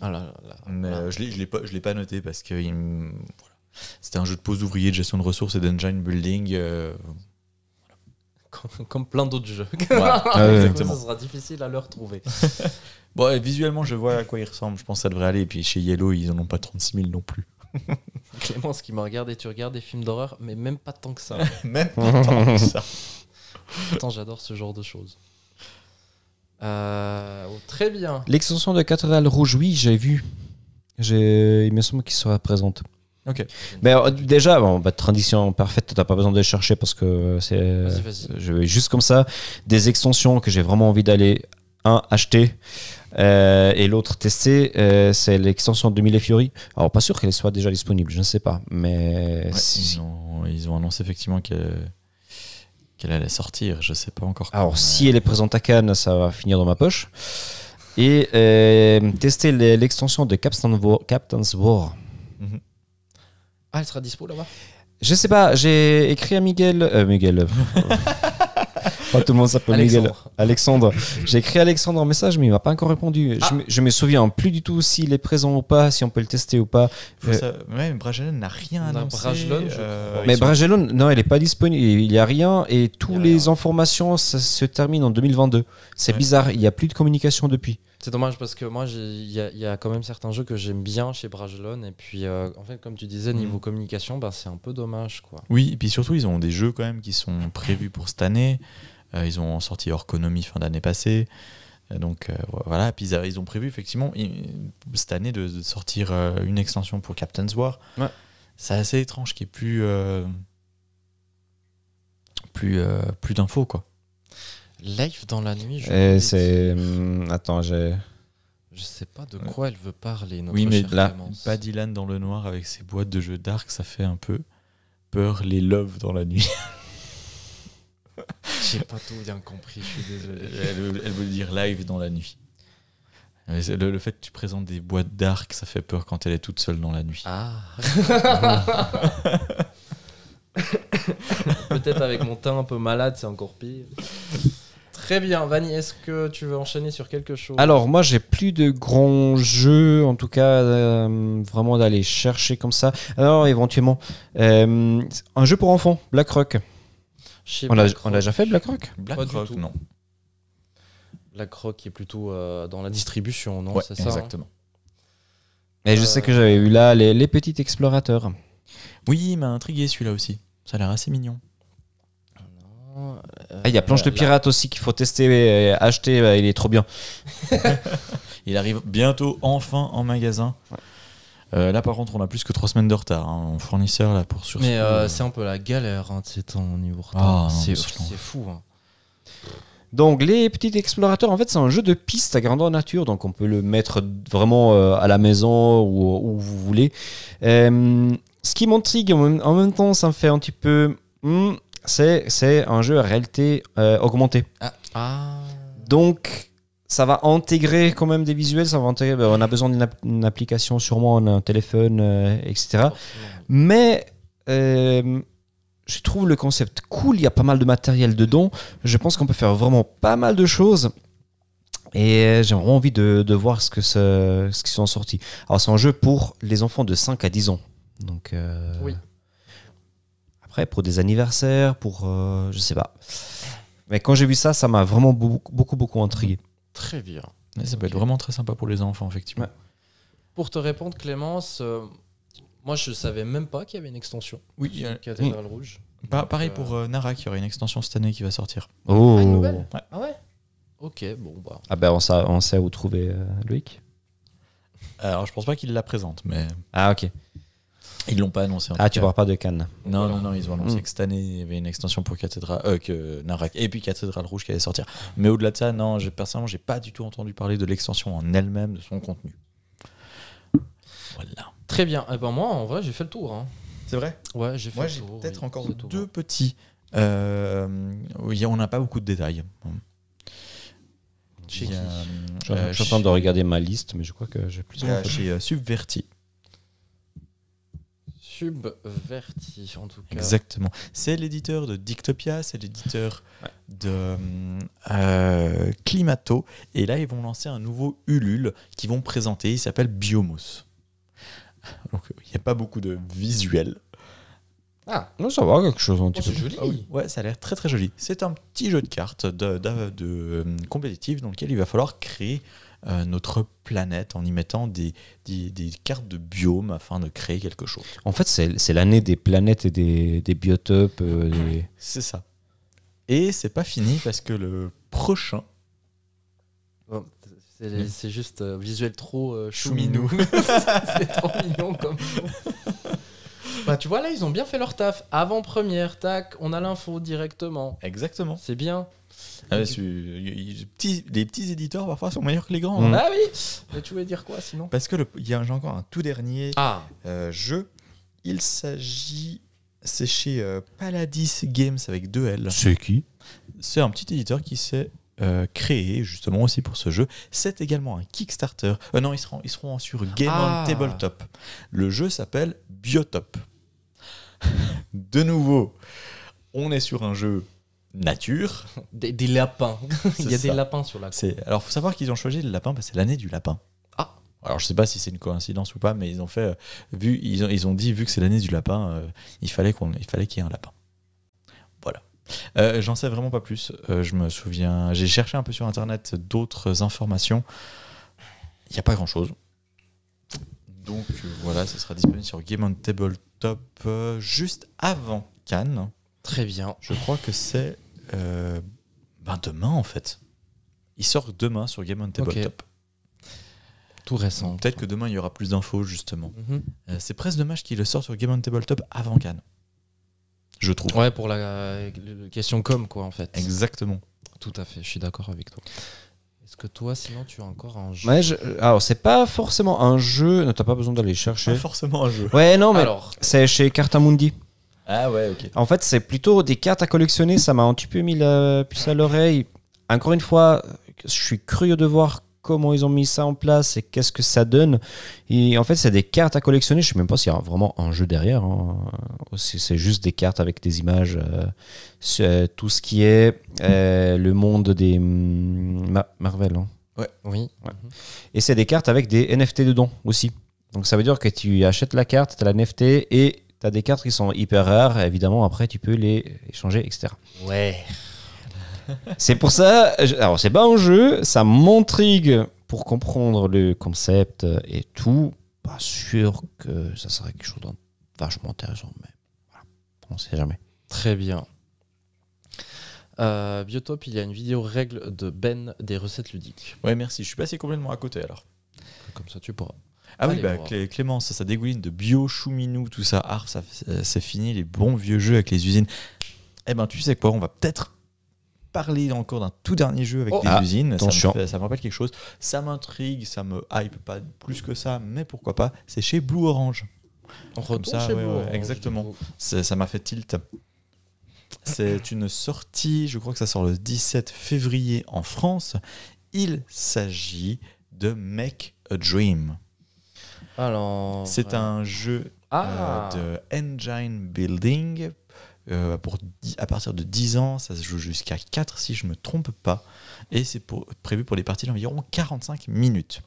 S1: Ah là là là.
S2: Mais
S1: Voilà.
S2: euh, je ne l'ai pas, je l'ai pas noté parce que il me- voilà. c'était un jeu de pose d'ouvriers, de gestion de ressources et d'engine building. euh,
S1: Hmm. Comme, comme plein d'autres jeux.
S2: voilà.
S1: [LAUGHS]
S3: Ah ouais.
S2: exactement.
S1: Ça sera difficile à le retrouver. [LAUGHS]
S2: Bon, et visuellement, je vois à quoi il ressemble. Je pense que ça devrait aller. Et puis chez Yellow, ils n'en ont pas 36 000 non plus.
S1: Clémence qui me regarde et tu regardes des films d'horreur, mais même pas tant
S2: [LAUGHS]
S1: que ça.
S2: Même pas tant que ça.
S1: Pourtant, j'adore ce genre de choses. Euh, oh, très bien.
S3: L'extension de Cathédrale Rouge, oui, j'ai vu. J'ai- Il me semble qu'il sera présente.
S2: Ok.
S3: Mais euh, déjà, bon, bah, transition parfaite, t'as pas besoin de les chercher parce que euh, c'est.
S1: Vas-y, vas-y.
S3: Je vais juste comme ça, des extensions que j'ai vraiment envie d'aller, un, acheter euh, et l'autre tester, euh, c'est l'extension de Mille et Fiori. Alors, pas sûr qu'elle soit déjà disponible, je ne sais pas, mais
S2: Ouais,
S3: si-
S2: ils, ont, ils ont annoncé effectivement que- qu'elle qu'elle allait sortir. Je sais pas encore.
S3: Alors, si elle est présente à Cannes, ça va finir dans ma poche. Et euh, tester les- l'extension de Captain's War. Captain's War.
S1: Ah, elle sera dispo là-bas
S3: Je sais pas, j'ai écrit à Miguel. euh, Miguel. pas tout le monde s'appelle Miguel.
S1: Alexandre.
S3: Alexandre. J'ai écrit à Alexandre en message, mais il m'a pas encore répondu.
S2: Ah.
S3: Je, me, je me souviens plus du tout s'il est présent ou pas, si on peut le tester ou pas.
S2: Ah,
S3: Euh,
S2: Même Bragelonne n'a rien
S1: Non,
S2: annoncé. euh,
S1: Bragelonne, je crois.
S3: mais
S2: ils sont-
S3: Bragelonne, non, elle est pas disponible. Il y a rien et
S2: Il y
S3: toutes
S2: a
S3: les
S2: rien.
S3: informations ça se terminent en 2022. C'est
S2: Ouais.
S3: bizarre, il y a plus de communication depuis.
S1: C'est dommage parce que moi, j'ai- il y, a- il y a quand même certains jeux que j'aime bien chez Bragelonne. Et puis, euh, en fait, comme tu disais, niveau communication, bah, c'est un peu dommage. quoi.
S2: Oui, et puis surtout, ils ont des jeux quand même qui sont prévus pour cette année. Euh, ils ont sorti Orconomie fin d'année passée. Euh, Donc euh, voilà, puis ils, a- ils ont prévu effectivement i- cette année de, de sortir euh, une extension pour Captain's War.
S3: Ouais.
S2: C'est assez étrange qu'il n'y ait plus, euh, plus, euh, plus d'infos. quoi.
S1: Live dans la nuit, je,
S3: Et
S1: me
S3: Eh, c'est. hum, Attends, j'ai.
S1: dis- je sais pas de quoi elle veut parler. Notre
S2: Oui, mais
S1: chère
S2: là,
S1: Clémence.
S2: pas Dylan dans le noir avec ses boîtes de jeux d'arc, ça fait un peu peur les loves dans la nuit.
S1: J'ai pas tout bien compris, je suis désolé.
S2: [LAUGHS]
S3: [LAUGHS]
S2: elle, veut- elle veut dire live dans la nuit. Mais c'est- Le, le fait que tu présentes des boîtes d'arc, ça fait peur quand elle est toute seule dans la nuit.
S1: Ah [LAUGHS] Peut-être avec mon teint un peu malade, c'est encore pire. Très bien, Vanny, est-ce que tu veux enchaîner sur quelque chose
S3: Alors moi j'ai plus de grands jeux en tout cas euh, vraiment d'aller chercher comme ça. Alors éventuellement euh, un jeu pour enfants, Black Rock.
S1: Chez
S3: On l'a
S1: Black
S3: on l'a déjà
S1: Rock.
S3: fait Black Rock
S2: Black
S1: Pas du
S2: Rock,
S1: tout.
S2: non.
S1: Black Rock est plutôt euh, dans la distribution, non
S2: Ouais,
S1: C'est ça hein?
S2: exactement.
S3: Mais je
S1: Euh,
S3: sais que j'avais eu là les, les petits explorateurs.
S2: Oui, il m'a intrigué celui-là aussi. Ça a l'air assez mignon.
S1: hein Non, euh,
S3: Ah, il y a Planche de
S1: là-
S3: pirate aussi qu'il faut tester et acheter, euh, il est trop bien.
S2: Il arrive bientôt enfin en magasin. Euh, là, par contre, on a plus que 3 semaines de retard. hein. Mon fournisseur, là, pour sur
S1: Mais
S2: ce-
S1: euh, c'est un peu la galère, hein, c'est ton niveau
S2: Ah, non,
S1: retard. c'est
S2: mais c'est long.
S1: c'est fou. hein.
S3: Donc les petits explorateurs en fait c'est un jeu de piste à grandeur nature donc on peut le mettre vraiment euh, à la maison ou où vous voulez. Euh, ce qui m'intrigue en même- en même temps ça me fait un petit peu... hmm, c'est c'est un jeu à réalité euh, augmentée.
S1: Ah.
S3: Donc, ça va intégrer quand même des visuels. Ça va intégrer, ben, on a besoin d'une app- une application, sûrement un, un téléphone, euh,
S2: Ah.
S3: etc.
S1: forcément.
S3: Mais euh, je trouve le concept cool. Il y a pas mal de matériel dedans. Je pense qu'on peut faire vraiment pas mal de choses. Et euh, j'ai vraiment envie de, de voir ce que ce, ce qu'ils sont sortis. Alors, c'est un jeu pour les enfants de 5 à 10 ans. Donc, euh,
S1: Oui.
S3: après, pour des anniversaires, pour. euh, je sais pas. Mais quand j'ai vu ça, ça m'a vraiment beaucoup, beaucoup, beaucoup intrigué.
S1: Très bien.
S2: Mais euh, ça peut être
S1: Ok.
S2: vraiment très sympa pour les enfants, effectivement.
S1: Pour te répondre, Clémence, euh, moi je savais même pas qu'il y avait une extension.
S2: Oui, euh,
S1: Cathédrale Rouge.
S2: pa- pareil pour euh, Nara, qui aurait une extension cette année qui va sortir.
S3: Oh.
S1: Ah, une nouvelle
S2: Ouais.
S1: Ah ouais Ok, bon bah.
S3: Ah ben on sait, on sait où trouver euh, Loïc.
S2: Alors, je pense pas qu'ils la présentent, mais
S3: Ah ok.
S2: ils l'ont pas annoncé. en
S3: Ah
S2: tout
S3: tu
S2: cas.
S3: parles pas de Cannes.
S2: Non,
S1: Voilà.
S2: non, non, ils ont annoncé
S3: Mm.
S2: que cette année, il y avait une extension pour Cathédrale, euh, que Narak, et puis Cathédrale Rouge qui allait sortir. Mais au-delà de ça, non, j'ai, personnellement, j'ai pas du tout entendu parler de l'extension en elle-même, de son contenu. Voilà.
S1: Très bien. Eh ben moi en vrai j'ai fait le tour. hein.
S2: C'est vrai
S1: Ouais, j'ai fait
S2: Moi,
S1: le
S2: j'ai
S1: tour,
S2: peut-être
S1: oui,
S2: encore
S1: c'est tout,
S2: deux
S1: hein.
S2: petits. Euh, oui, on n'a pas beaucoup de détails.
S1: Chez
S2: Il y a,
S1: qui
S3: Je
S2: euh,
S3: suis en train
S2: chez-
S3: de regarder ma liste, mais je crois que j'ai plus.
S2: euh, chez euh, Subverti.
S1: hein. Subverti en tout cas.
S2: Exactement. C'est l'éditeur de Dictopia, c'est l'éditeur de euh, Climato. Et là, ils vont lancer un nouveau Ulule qu'ils vont présenter. Il s'appelle Biomos. Donc, euh, il n'y a pas beaucoup de visuels.
S1: Ah,
S3: Non ça va quelque chose un petit
S1: Oh, c'est
S3: peu.
S1: joli.
S2: Ah oui, ouais, ça a l'air très très joli. C'est un petit jeu de cartes de, de- de, euh, compétitif dans lequel il va falloir créer euh, notre planète en y mettant des, des, des cartes de biome afin de créer quelque chose.
S3: En fait c'est c'est l'année des planètes et des, des biotopes. euh, des-
S2: C'est ça. Et c'est pas fini parce que le prochain
S1: Bon, C'est c'est juste euh, visuel trop euh, chouminou.
S2: Chouminou.
S1: [LAUGHS] c'est trop mignon comme nom. [LAUGHS] Bah tu vois là ils ont bien fait leur taf. Avant première, tac, on a l'info directement.
S2: Exactement.
S1: C'est bien.
S2: Ah,
S1: Et
S2: ouais,
S1: tu-
S2: c'est- y- y- les, petits, les petits éditeurs parfois sont meilleurs que les grands. hein.
S3: Mm.
S1: Ah oui Mais tu voulais dire quoi sinon
S2: Parce que le- euh, il y a j'ai encore un tout dernier
S1: Ah
S2: euh, jeu. Il s'agit C'est chez euh, Paladis Games avec deux L.
S3: C'est qui
S2: C'est un petit éditeur qui s'est euh, créé justement aussi pour ce jeu. C'est également un Kickstarter. Euh, non, ils seront, ils seront sur Game
S1: Ah.
S2: on Tabletop. Le jeu s'appelle Biotop. [LAUGHS] De nouveau, on est sur un jeu nature.
S1: Des, des lapins. [LAUGHS] Il y a
S2: C'est
S1: des
S2: ça.
S1: lapins sur la cour.
S2: C'est- Alors, faut savoir qu'ils ont choisi le lapin parce que c'est l'année du lapin.
S1: Ah.
S2: Alors, je sais pas si c'est une coïncidence ou pas, mais ils ont fait, euh, vu, ils ont, ils ont dit, vu que c'est l'année du lapin, euh, il fallait qu'on, il fallait qu'il y ait un lapin. Voilà. Euh, J'en sais vraiment pas plus. Euh, je me souviens, j'ai cherché un peu sur internet d'autres informations. Il n'y a pas grand chose. Donc euh, voilà, ça sera disponible sur Game on Tabletop euh, juste avant Cannes.
S1: Très bien.
S2: Je crois que c'est euh, ben demain en fait. Il sort demain sur Game on Tabletop.
S1: Tout récent.
S2: Donc, Peut-être que demain il y aura plus d'infos justement.
S1: Mhm.
S2: Euh, c'est presque dommage qu'il le sorte sur Game on Tabletop avant Cannes. Je trouve.
S1: Ouais, pour la euh, question com, quoi, en fait.
S2: Exactement.
S1: Tout à fait, je suis d'accord avec toi. Est-ce que toi, sinon, tu as encore un jeu
S3: ouais, je- Alors, c'est pas forcément un jeu, ne t'as pas besoin d'aller
S2: Pas
S3: chercher.
S2: forcément un jeu.
S3: Ouais, non, mais
S1: Ah, Alors,
S3: c'est chez Cartamundi.
S2: Ah ouais, ok.
S3: En fait, c'est plutôt des cartes à collectionner, ça m'a un petit peu mis la puce à l'oreille. Encore une fois, je suis curieux de voir comment ils ont mis ça en place et qu'est-ce que ça donne. Et en fait, c'est des cartes à collectionner, je sais même pas s'il y a vraiment un jeu derrière, hein, ou si c'est juste des cartes avec des images, euh, sur, euh, tout ce qui est euh, le monde des hum, Ma- Marvel. hein.
S1: oui.
S3: Et c'est des cartes avec des NFT dedans aussi. Donc ça veut dire que tu achètes la carte, tu as la NFT et tu as des cartes qui sont hyper rares. Et évidemment, après, tu peux les échanger, etc.
S1: Ouais.
S3: [LAUGHS] c'est pour ça. je- Alors, c'est pas un jeu, ça m'intrigue pour comprendre le concept et tout. Pas sûr que ça serait quelque chose de vachement intéressant, mais voilà, on sait jamais.
S1: Très bien. Euh, Biotope, il y a une vidéo règle de Ben des recettes ludiques.
S2: Ouais, merci. Je suis passé complètement à côté alors.
S1: Comme ça, tu pourras.
S2: Ah
S1: Allez
S2: oui, bah,
S1: voir.
S2: Clé- Clémence, ça, ça dégouline de bio, chouminou, tout ça. Arf, ça, euh, c'est fini les bons vieux jeux avec les usines. Eh ben, tu sais quoi, on va peut-être parler encore d'un tout dernier jeu avec
S1: Oh.
S2: des
S3: Ah,
S2: usines. Ça me,
S3: attention.
S2: fait- ça me rappelle quelque chose. Ça m'intrigue, ça me hype pas plus que ça, mais pourquoi pas. C'est chez Blue Orange.
S1: On retourne
S2: ça,
S1: chez
S2: ouais,
S1: Blue
S2: ouais,
S1: Orange,
S2: exactement.
S1: du coup.
S2: C'est- Ça m'a fait tilt. C'est une sortie, je crois que ça sort le 17 février en France. Il s'agit de Make a Dream.
S1: Alors.
S2: C'est
S1: euh,
S2: un jeu
S1: Ah
S2: euh, de Engine Building. Euh, pour dix- à partir de 10 ans, ça se joue jusqu'à 4 si je ne me trompe pas. Et c'est pour- prévu pour des parties d'environ 45 minutes.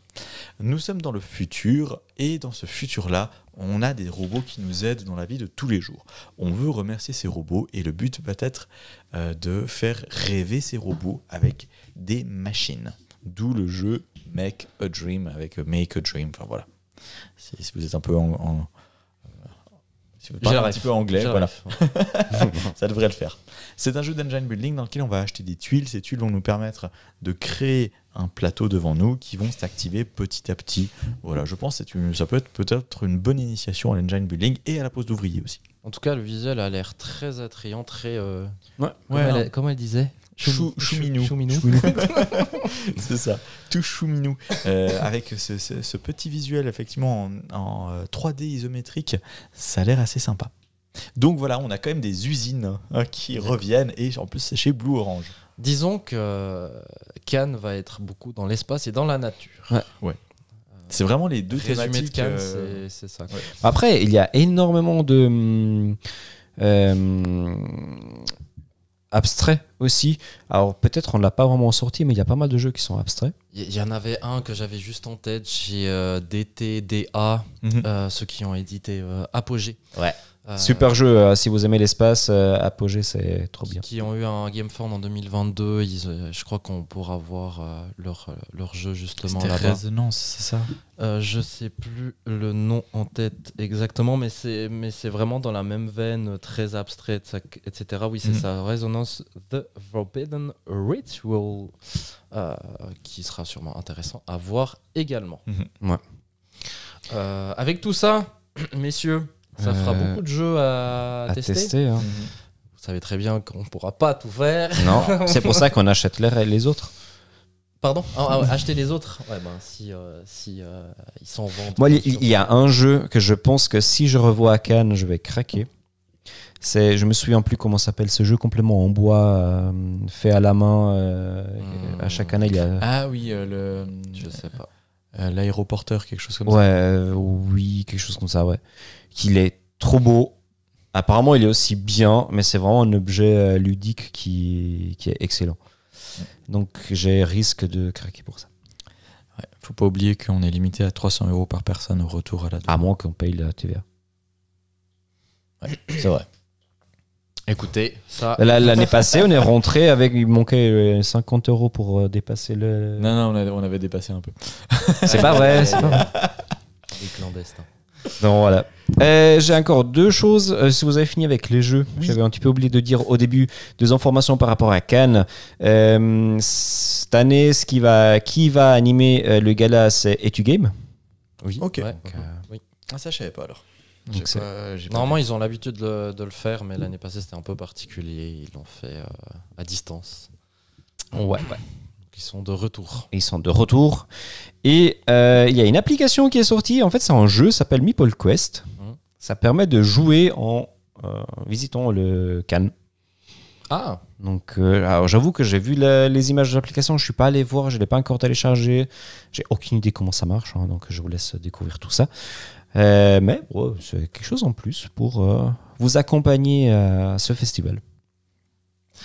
S2: Nous sommes dans le futur et dans ce futur-là, on a des robots qui nous aident dans la vie de tous les jours. On veut remercier ces robots et le but va être euh, de faire rêver ces robots avec des machines. D'où le jeu Make a Dream avec euh, Make a Dream. Enfin voilà. Si, si vous êtes un peu en. en- euh, si vous
S1: J'ai
S2: parlez
S1: la
S2: un
S1: ref.
S2: petit peu anglais,
S1: J'ai la
S2: voilà.
S1: ref.
S2: Ça devrait le faire. C'est un jeu d'engine building dans lequel on va acheter des tuiles. Ces tuiles vont nous permettre de créer un plateau devant nous qui vont s'activer petit à petit. Voilà, je pense que c'est une- ça peut être peut-être une bonne initiation à l'engine building et à la pose d'ouvrier aussi.
S1: En tout cas, le visuel a l'air très attrayant, très. euh,
S3: Ouais,
S1: Comment,
S2: ouais,
S1: elle,
S2: hein.
S1: comment elle disait
S2: Chou- chouminou.
S1: Chouminou.
S2: [LAUGHS] c'est ça, tout chouminou. Euh, avec ce, ce- ce petit visuel, effectivement, en, en, euh, 3D isométrique, ça a l'air assez sympa. Donc voilà, on a quand même des usines hein, qui reviennent et en plus c'est chez Blue Orange.
S1: [LAUGHS] Disons que euh, Cannes va être beaucoup dans l'espace et dans la nature.
S2: C'est vraiment les deux
S1: Résumé de
S2: thématiques.
S1: Cannes,
S2: euh,
S1: c'est- c'est ça.
S3: Après, il y a énormément de hum, euh, abstraits aussi. Alors peut-être on l'a pas vraiment sorti, mais il y a pas mal de jeux qui sont abstraits.
S1: Il y, il y en avait un que j'avais juste en tête chez euh, DT, DA,
S2: Mhm.
S1: euh, ceux qui ont édité euh, Apogée.
S3: Ouais.
S1: Euh,
S3: Super jeu. euh, si vous aimez l'espace, euh, Apogée, c'est trop bien.
S1: Qui ont eu un Game Fund en 2022. Ils, euh, je crois qu'on pourra voir euh, leur, euh, leur jeu justement
S2: C'était
S1: là-bas.
S2: résonance, c'est ça
S1: Euh, je sais plus le nom en tête exactement, mais c'est mais c'est vraiment dans la même veine, euh, très abstraite, ça- etc. Oui, c'est
S2: Mhm.
S1: ça. Résonance The Forbidden Ritual, euh, qui sera sûrement intéressant à voir également.
S3: Mhm. Ouais.
S1: Euh, avec tout ça, [CLEARS THROAT] messieurs, ça fera
S3: Euh,
S1: beaucoup de jeux à,
S3: À
S1: tester.
S3: tester. hein.
S2: Mhm. Euh,
S1: Vous savez très bien qu'on ne pourra pas tout faire.
S3: [LAUGHS] Non, c'est pour ça qu'on achète les, les autres.
S1: Pardon Ah, ah ouais, Acheter les autres Ouais, ben si, euh, si euh, ils s'en vendent.
S3: Moi, il
S1: bien sûr.
S3: il y a un jeu que je pense que si je revois à Cannes, je vais craquer. C'est, je me souviens plus comment s'appelle ce jeu complètement en bois, euh, fait à la main. euh,
S2: Hmm.
S3: À chaque année, il y a.
S2: Ah oui, euh, le
S4: Je sais pas.
S2: euh, l'aéroporteur, quelque chose comme
S3: Ouais, euh, oui, quelque chose comme ça, ouais. Qu'il est trop beau. Apparemment, il est aussi bien, mais c'est vraiment un objet euh, ludique qui, qui est excellent. Donc, j'ai risque de craquer pour ça.
S2: ça. Ouais. Faut pas oublier qu'on est limité à 300 euros par personne au retour à la.
S3: À moins qu'on paye la TVA.
S2: c'est vrai.
S1: Écoutez, ça.
S3: Là, L'année passée, on est rentré avec. Il manquait euh, 50 euros pour euh,
S2: [LAUGHS]
S3: dépasser le.
S2: Non, non, on, a- on avait dépassé un peu.
S3: C'est pas vrai, c'est pas vrai.
S1: Les clandestins.
S3: Non, voilà. Euh, J'ai encore deux choses. Euh, si vous avez fini avec les jeux, j'avais un petit peu oublié de dire au début deux informations par rapport à Cannes. Euh, cette année, ce qui va, qui va animer euh, le gala, c'est Etugame.
S2: Oui. Ok.
S1: Ouais.
S4: Ah, ça, je savais pas alors.
S3: Donc
S4: J'ai
S3: c'est-
S4: pas- j'ai pas
S1: Normalement, ils ont l'habitude de, le- de le faire, mais l'année passée, c'était un peu particulier. Ils l'ont fait euh, à distance.
S3: Ouais.
S1: Ils sont de retour.
S3: Ils sont de retour. Et euh, il y a une application qui est sortie. En fait, c'est un jeu, ça s'appelle Meeple Quest.
S1: Mhm.
S3: Ça permet de jouer en euh, visitant le Cannes.
S1: Ah
S3: Donc, euh, alors, j'avoue que j'ai vu la- les images de l'application, je suis pas allé voir, je l'ai pas encore téléchargé, j'ai aucune idée comment ça marche, hein, donc je vous laisse découvrir tout ça. Euh, mais bon, c'est quelque chose en plus pour euh, vous accompagner à ce festival.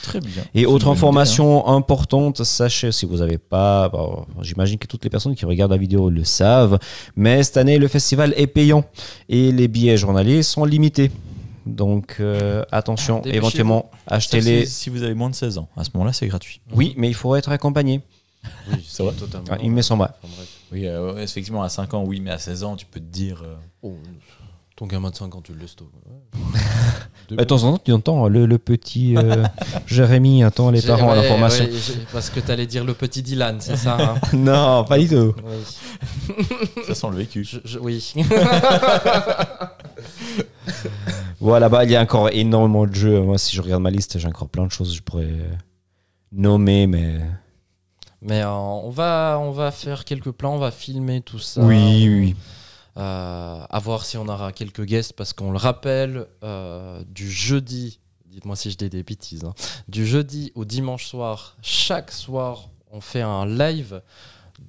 S2: Très bien.
S3: Et
S2: C'est
S3: autre
S2: une bonne
S3: information importante, sachez si vous n'avez pas, bon, j'imagine que toutes les personnes qui regardent la vidéo le savent, mais cette année le festival est payant et les billets journaliers sont limités. Donc euh,
S2: Ah,
S3: attention,
S1: Dépêchez-vous.
S3: éventuellement
S2: idée, hein.
S3: achetez-les.
S2: Si, si vous avez moins de 16 ans, à ce moment-là, c'est gratuit.
S3: Oui, mais il faut être accompagné.
S1: Oui, c'est
S2: vrai.
S1: totalement.
S3: Ouais, Ah, il me semble.
S1: Enfin, bref.
S2: Oui, euh, ouais, effectivement, à 5 ans, oui, mais à 16 ans, tu peux te dire. euh, [LAUGHS]
S1: Oh, ton gamin de 5 ans, tu le laisses tôt.
S3: Bah, De temps en temps, tu entends le, le petit [LAUGHS] euh, Jérémy attend les parents à
S1: Ouais,
S3: l'information.
S1: ouais, j'ai- parce que t'allais dire le petit Dylan, c'est ça
S3: [LAUGHS]
S1: hein
S3: Non, pas du tout.
S1: Oui.
S2: Ça sent le vécu.
S1: Je- je- oui.
S3: Voilà, bah, il y a encore énormément de jeux. Moi, si je regarde ma liste, j'ai encore plein de choses que je pourrais euh, nommer, mais.
S1: Mais euh, on, va, on va faire quelques plans, on va filmer tout ça.
S3: oui.
S1: Euh, à voir si on aura quelques guests, parce qu'on le rappelle, euh, du jeudi, dites-moi si je dis des bêtises, hein, du jeudi au dimanche soir, chaque soir, on fait un live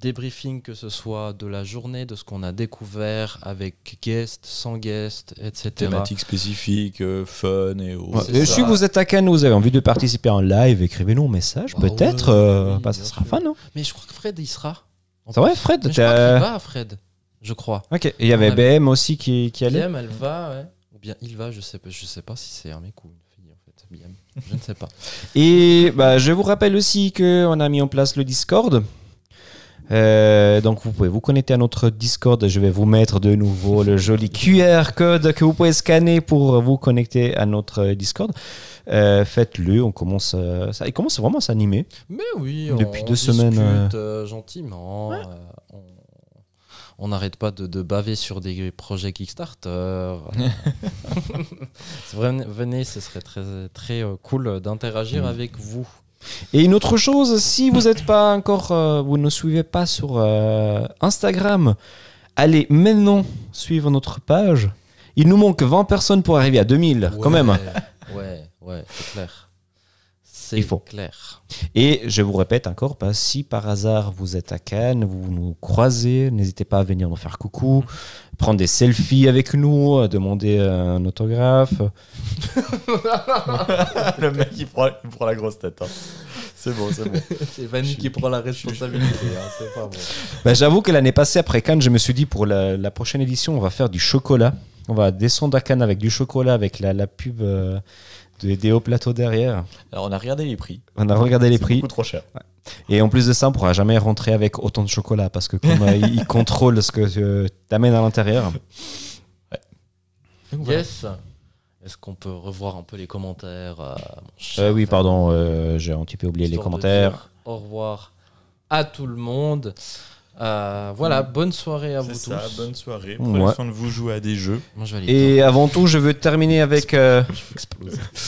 S1: débriefing, que ce soit de la journée, de ce qu'on a découvert avec guest, sans guest, etc.
S2: Thématique spécifique, euh, fun et autres.
S1: Ouais.
S3: Ouais, et
S1: ça.
S3: Euh, si vous êtes à Cannes, vous avez envie de participer en live, écrivez-nous un message,
S1: Ah
S3: peut-être.
S1: ouais,
S3: euh,
S1: oui,
S3: bah, ça
S1: bien
S3: sera
S1: sûr.
S3: fun, non
S1: Mais je crois que Fred, il sera.
S3: C'est vrai, Fred
S1: Mais je
S3: t'as-
S1: crois qu'il va, Fred, je crois.
S3: Ok, et il y
S1: On
S3: avait
S1: a-
S3: BM aussi qui, qui allait.
S1: Liam, elle va, ouais. Ou bien il va, je sais pas, je sais pas si c'est un mec ou une fille en fait. Liam. je ne sais pas.
S3: Et bah, je vous rappelle aussi qu'on a mis en place le Discord. Euh, donc vous pouvez vous connecter à notre Discord. Je vais vous mettre de nouveau le joli QR code que vous pouvez scanner pour vous connecter à notre Discord. Euh, Faites-le. On commence. euh, ça, il commence vraiment à s'animer.
S1: Mais oui,
S3: Depuis
S1: on
S3: deux semaines,
S1: discute, euh, gentiment. euh, on- on n'arrête pas de, de baver sur des projets Kickstarter.
S3: [LAUGHS]
S1: [LAUGHS] C'est vrai, venez, ce serait très, très euh, cool
S3: Mm.
S1: d'interagir avec vous.
S3: Et une autre chose, si vous n'êtes pas encore, euh, vous ne nous suivez pas sur euh, Instagram, allez maintenant suivre notre page. Il nous manque 20 personnes pour arriver à 2000, quand
S1: Ouais,
S3: même. hein.
S1: Ouais, ouais, c'est clair. C'est
S3: Il faut.
S1: clair.
S3: Et je vous répète encore, bah, si par hasard vous êtes à Cannes, vous nous croisez, n'hésitez pas à venir nous faire coucou, prendre des selfies avec nous, euh, demander un autographe.
S2: le mec, il prend, il prend la grosse tête. hein. C'est bon, c'est [LAUGHS] bon.
S1: C'est Vanny qui prend la responsabilité, c'est pas bon.
S3: Bah, J'avoue que l'année passée, après Cannes, je me suis dit pour la, la prochaine édition, on va faire du chocolat. On va descendre à Cannes avec du chocolat, avec la, la pub euh, des, des hauts plateaux derrière.
S2: Alors, on a regardé Ah, les prix.
S3: On a regardé les
S2: C'est
S3: prix.
S2: beaucoup trop cher.
S3: Et en plus de ça, on pourra jamais rentrer avec autant de chocolat parce que comme euh, ils ils contrôlent ce que euh, t'amènes à l'intérieur.
S1: Yes. Est-ce qu'on peut revoir un peu les commentaires euh, mon cher
S3: Euh, oui,
S1: Fabien,
S3: pardon, euh, j'ai un petit peu oublié les
S1: histoire de
S3: commentaires.
S1: dire Au revoir à tout le monde. Euh, voilà, bonne soirée à vous
S2: Mm. C'est ça,
S1: tous.
S2: bonne soirée.
S3: Ouais.
S2: Prenez soin de vous, jouez à des jeux.
S1: Moi, je vais aller
S3: Et avant tout, je veux terminer avec euh,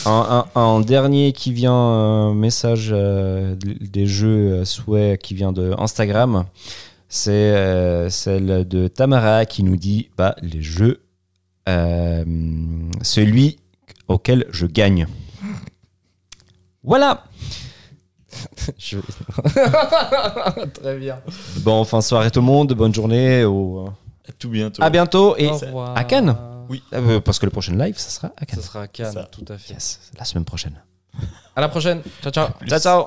S3: un, un- un dernier qui vient, un message euh, des jeux euh, souhaits qui vient de Instagram. C'est euh, celle de Tamara qui nous dit bah, les jeux, euh, celui auquel je gagne. Voilà Je-
S1: Très bien.
S3: Bon, fin de soirée tout le monde, bonne journée. Au... euh,
S2: À tout bientôt.
S3: À bientôt et
S1: Au revoir.
S3: à Cannes Euh, parce que le prochain live, ça sera à
S1: Ça
S3: Cannes.
S1: sera à Cannes,
S2: Ça.
S1: tout à fait.
S3: Yes, la semaine prochaine.
S1: À la prochaine. Ciao, ciao.
S3: Ciao, ciao